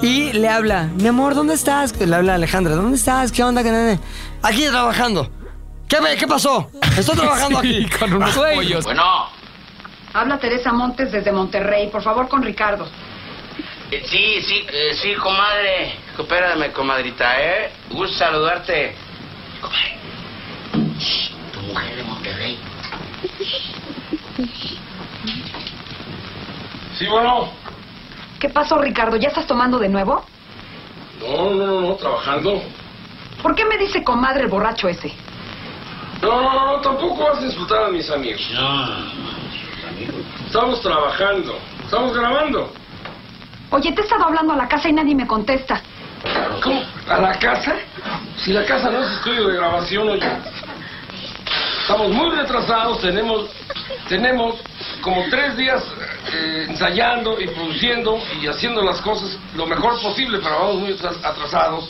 Y le habla, mi amor, ¿dónde estás? Le habla a Alejandra, ¿dónde estás? ¿Qué onda? ¿Qué nene? Aquí trabajando. ¿Qué, me- ¿Qué pasó? Estoy trabajando aquí.
con unos
Güey.
pollos.
Habla Teresa Montes desde Monterrey, por favor, con Ricardo.
Eh, Sí, sí, eh, sí, comadre. Coopérame, comadrita, ¿eh? Gusto saludarte. Comadre. Shh, tu mujer de Monterrey.
Sí, bueno.
¿Qué pasó, Ricardo? ¿Ya estás tomando de nuevo?
No, no, no, no, trabajando.
¿Por qué me dice comadre el borracho ese?
No, no, no, no, tampoco vas a insultar a mis amigos. Estamos trabajando. Estamos grabando.
Oye, te he estado hablando a la casa y nadie me contesta.
¿Cómo? ¿A la casa? Si la casa no es estudio de grabación, oye. Estamos muy retrasados, tenemos, tenemos como tres días eh, ensayando y produciendo y haciendo las cosas lo mejor posible, pero vamos muy atras- atrasados.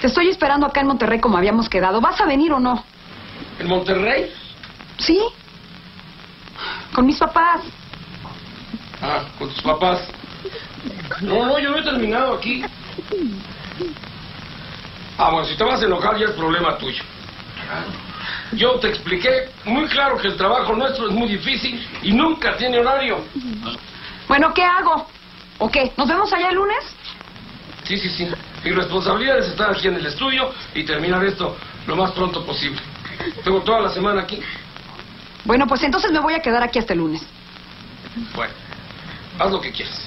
Te estoy esperando acá en Monterrey como habíamos quedado. ¿Vas a venir o no?
En Monterrey,
¿Sí? Con mis papás.
ah, con tus papás. No, no, yo no he terminado aquí. Ah, bueno, si te vas a enojar ya es problema tuyo. Yo te expliqué muy claro que el trabajo nuestro es muy difícil y nunca tiene horario.
Bueno, ¿qué hago? ¿O qué? ¿Nos vemos allá el lunes?
Sí, sí, sí. Mi responsabilidad es estar aquí en el estudio y terminar esto lo más pronto posible. Tengo toda la semana aquí.
Bueno, pues entonces me voy a quedar aquí hasta el lunes.
Bueno, haz lo que quieras.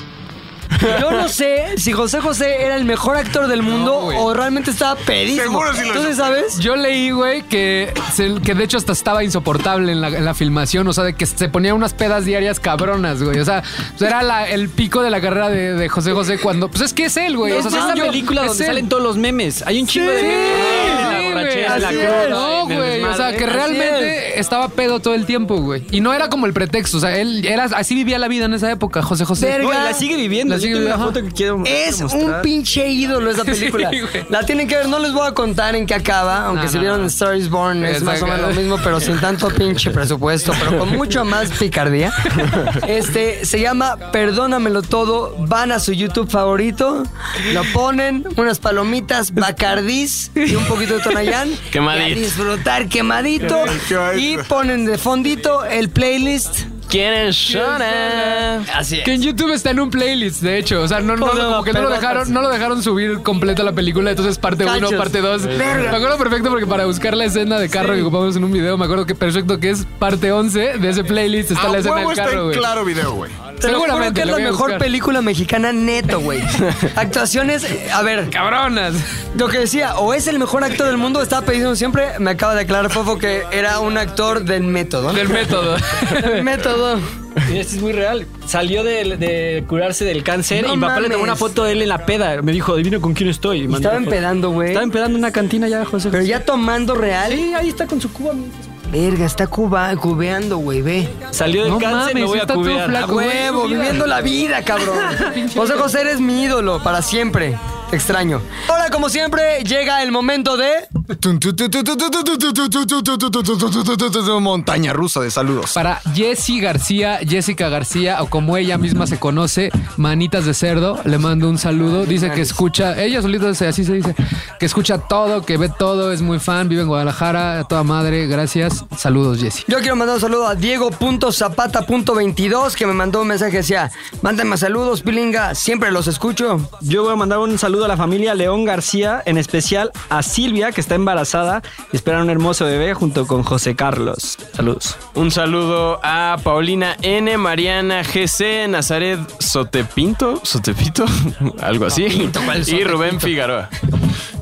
Yo no sé si José José era el mejor actor del mundo o realmente estaba pedísimo. Entonces, ¿sabes?
Yo leí, güey, que, se- que de hecho hasta estaba insoportable en la, en la filmación. O sea, de que se ponía unas pedas diarias cabronas, güey. O sea, pues era la- el pico de la carrera de, de José José cuando. Pues es que es él, güey.
Es
O sea,
esta
yo-
película
es
donde
él.
salen todos los memes. Hay un chingo de memes.
Sí,
La
güey,
borrachera, la
así
cruda,
es. No,
en el
güey. O sea,
desmadre.
que
Así
realmente estaba pedo todo el tiempo, güey. Y no era como el pretexto. O sea, él era así vivía la vida en esa época, José José.
Verga. No, y la sigue
viviendo.
La
Yo
sigue
tengo una
viviendo.
foto que quiero-
Es
quiero
un
mostrar.
pinche ídolo esa
(laughs)
película.
Sí, güey.
la tienen que ver, no les voy a contar en qué acaba, aunque
No,
si
no,
vieron Star is Born es
Exacto.
más o menos lo mismo, pero sin tanto pinche presupuesto,
(laughs)
pero con mucho más picardía. Este se llama Perdónamelo todo, van a su YouTube favorito, lo ponen, unas palomitas, bacardís y un poquito de tonayán.
Quemadito.
y a disfrutar quemadito y ponen de fondito el playlist
¿Quieren
Así es.
Que en YouTube está en un playlist, de hecho. O sea,
(laughs)
no, no,
Todo
como que no lo
pelotas.
dejaron, no lo dejaron subir completa la película, entonces parte 1,
Cachos.
parte 2. Me
Verga.
acuerdo perfecto porque para buscar la escena de carro que ocupamos en un video, me acuerdo que perfecto que es parte 11 de ese playlist está
A
la escena
huevo
del
está
carro,
en
güey.
claro video, güey.
Te lo juro
Seguramente
que es
lo
la
voy a
mejor
buscar.
película mexicana
(laughs)
neto, güey. Actuaciones, eh, a ver.
Cabronas.
Lo que decía, o es el mejor actor del mundo, estaba pidiendo siempre, me acaba de aclarar Fofo que era un actor del método.
Del método.
(laughs) del método.
Y Este es muy real. Salió de, de curarse del cáncer
No
y mi papá le tomó
mames.
una foto de él en la peda. Me dijo, adivina con quién estoy. Y mandó
Estaba
una foto.
empedando, güey.
Estaba empedando en una cantina ya, José.
Pero ya tomando real.
Sí, ahí está con su cuba.
Verga, está cuba, cubeando, güey, ve.
Salió del
No
cáncer, me
mames,
voy a
está todo
cubear.
flaco.
A huevo, viviendo la vida, cabrón. José José, eres mi ídolo para siempre. Te extraño. Ahora, como siempre, llega el momento de...
Montaña rusa de saludos.
Para Jessy García, Jessica García, o como ella misma se conoce, Manitas de Cerdo, le mando un saludo. Dice que escucha, ella solita se- así se dice, que escucha todo, que ve todo, es muy fan, vive en Guadalajara, a toda madre, gracias. Saludos, Jessy.
Yo quiero mandar un saludo a Diego.zapata.22 que me mandó un mensaje que decía, mándame saludos, Pilinga, siempre los escucho.
Yo voy a mandar un saludo a la familia León García, en especial a Silvia, que está embarazada y espera un hermoso bebé junto con José Carlos. Saludos.
Un saludo a Paulina N, Mariana GC, Nazaret Sotepinto, Sotepito, (laughs) algo así. Y Rubén Figueroa.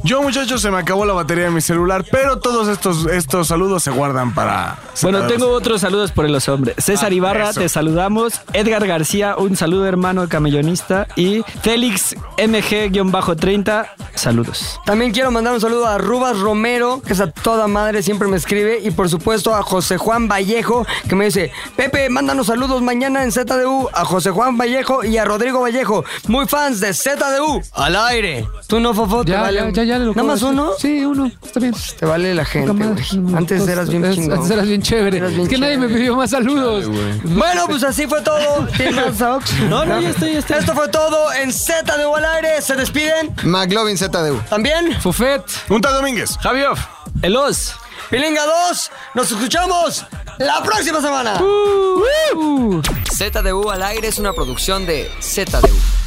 Yo, muchachos, se me acabó la batería de mi celular, pero todos estos, estos saludos se guardan para.
Bueno, tengo otros saludos por los hombres. César
Ah,
Ibarra,
eso.
te saludamos. Edgar García, un saludo hermano camellonista. Y Félix MG-30, Saludos.
También quiero mandar un saludo a Rubas Romero, que es a toda madre, siempre me escribe. Y por supuesto a José Juan Vallejo, que me dice: Pepe, mándanos saludos mañana en ZDU. A José Juan Vallejo y a Rodrigo Vallejo, muy fans de ZDU. Al aire. Tú no, Fofo, te
Ya,
vale.
ya, ya, ya lo
¿Nada
puedo
más
hacer.
uno?
Sí, uno. Está bien.
Te vale la gente,
Poca madre.
güey. Antes
Entonces,
eras bien
antes-
chingón.
Antes eras bien chévere. es que nadie me pidió más saludos.
Bueno, pues así
(laughs)
fue todo. ¿Tienes más, Ox?
No, no, ya estoy, ya estoy.
Esto fue todo en ZDU al aire. Se despiden.
McLovin ZDU.
También.
Fofet.
Junta Domínguez.
Javier. Elos.
Pilinga 2. Nos escuchamos (laughs) la
Uh.
próxima semana.
ZDU al aire es una producción de ZDU.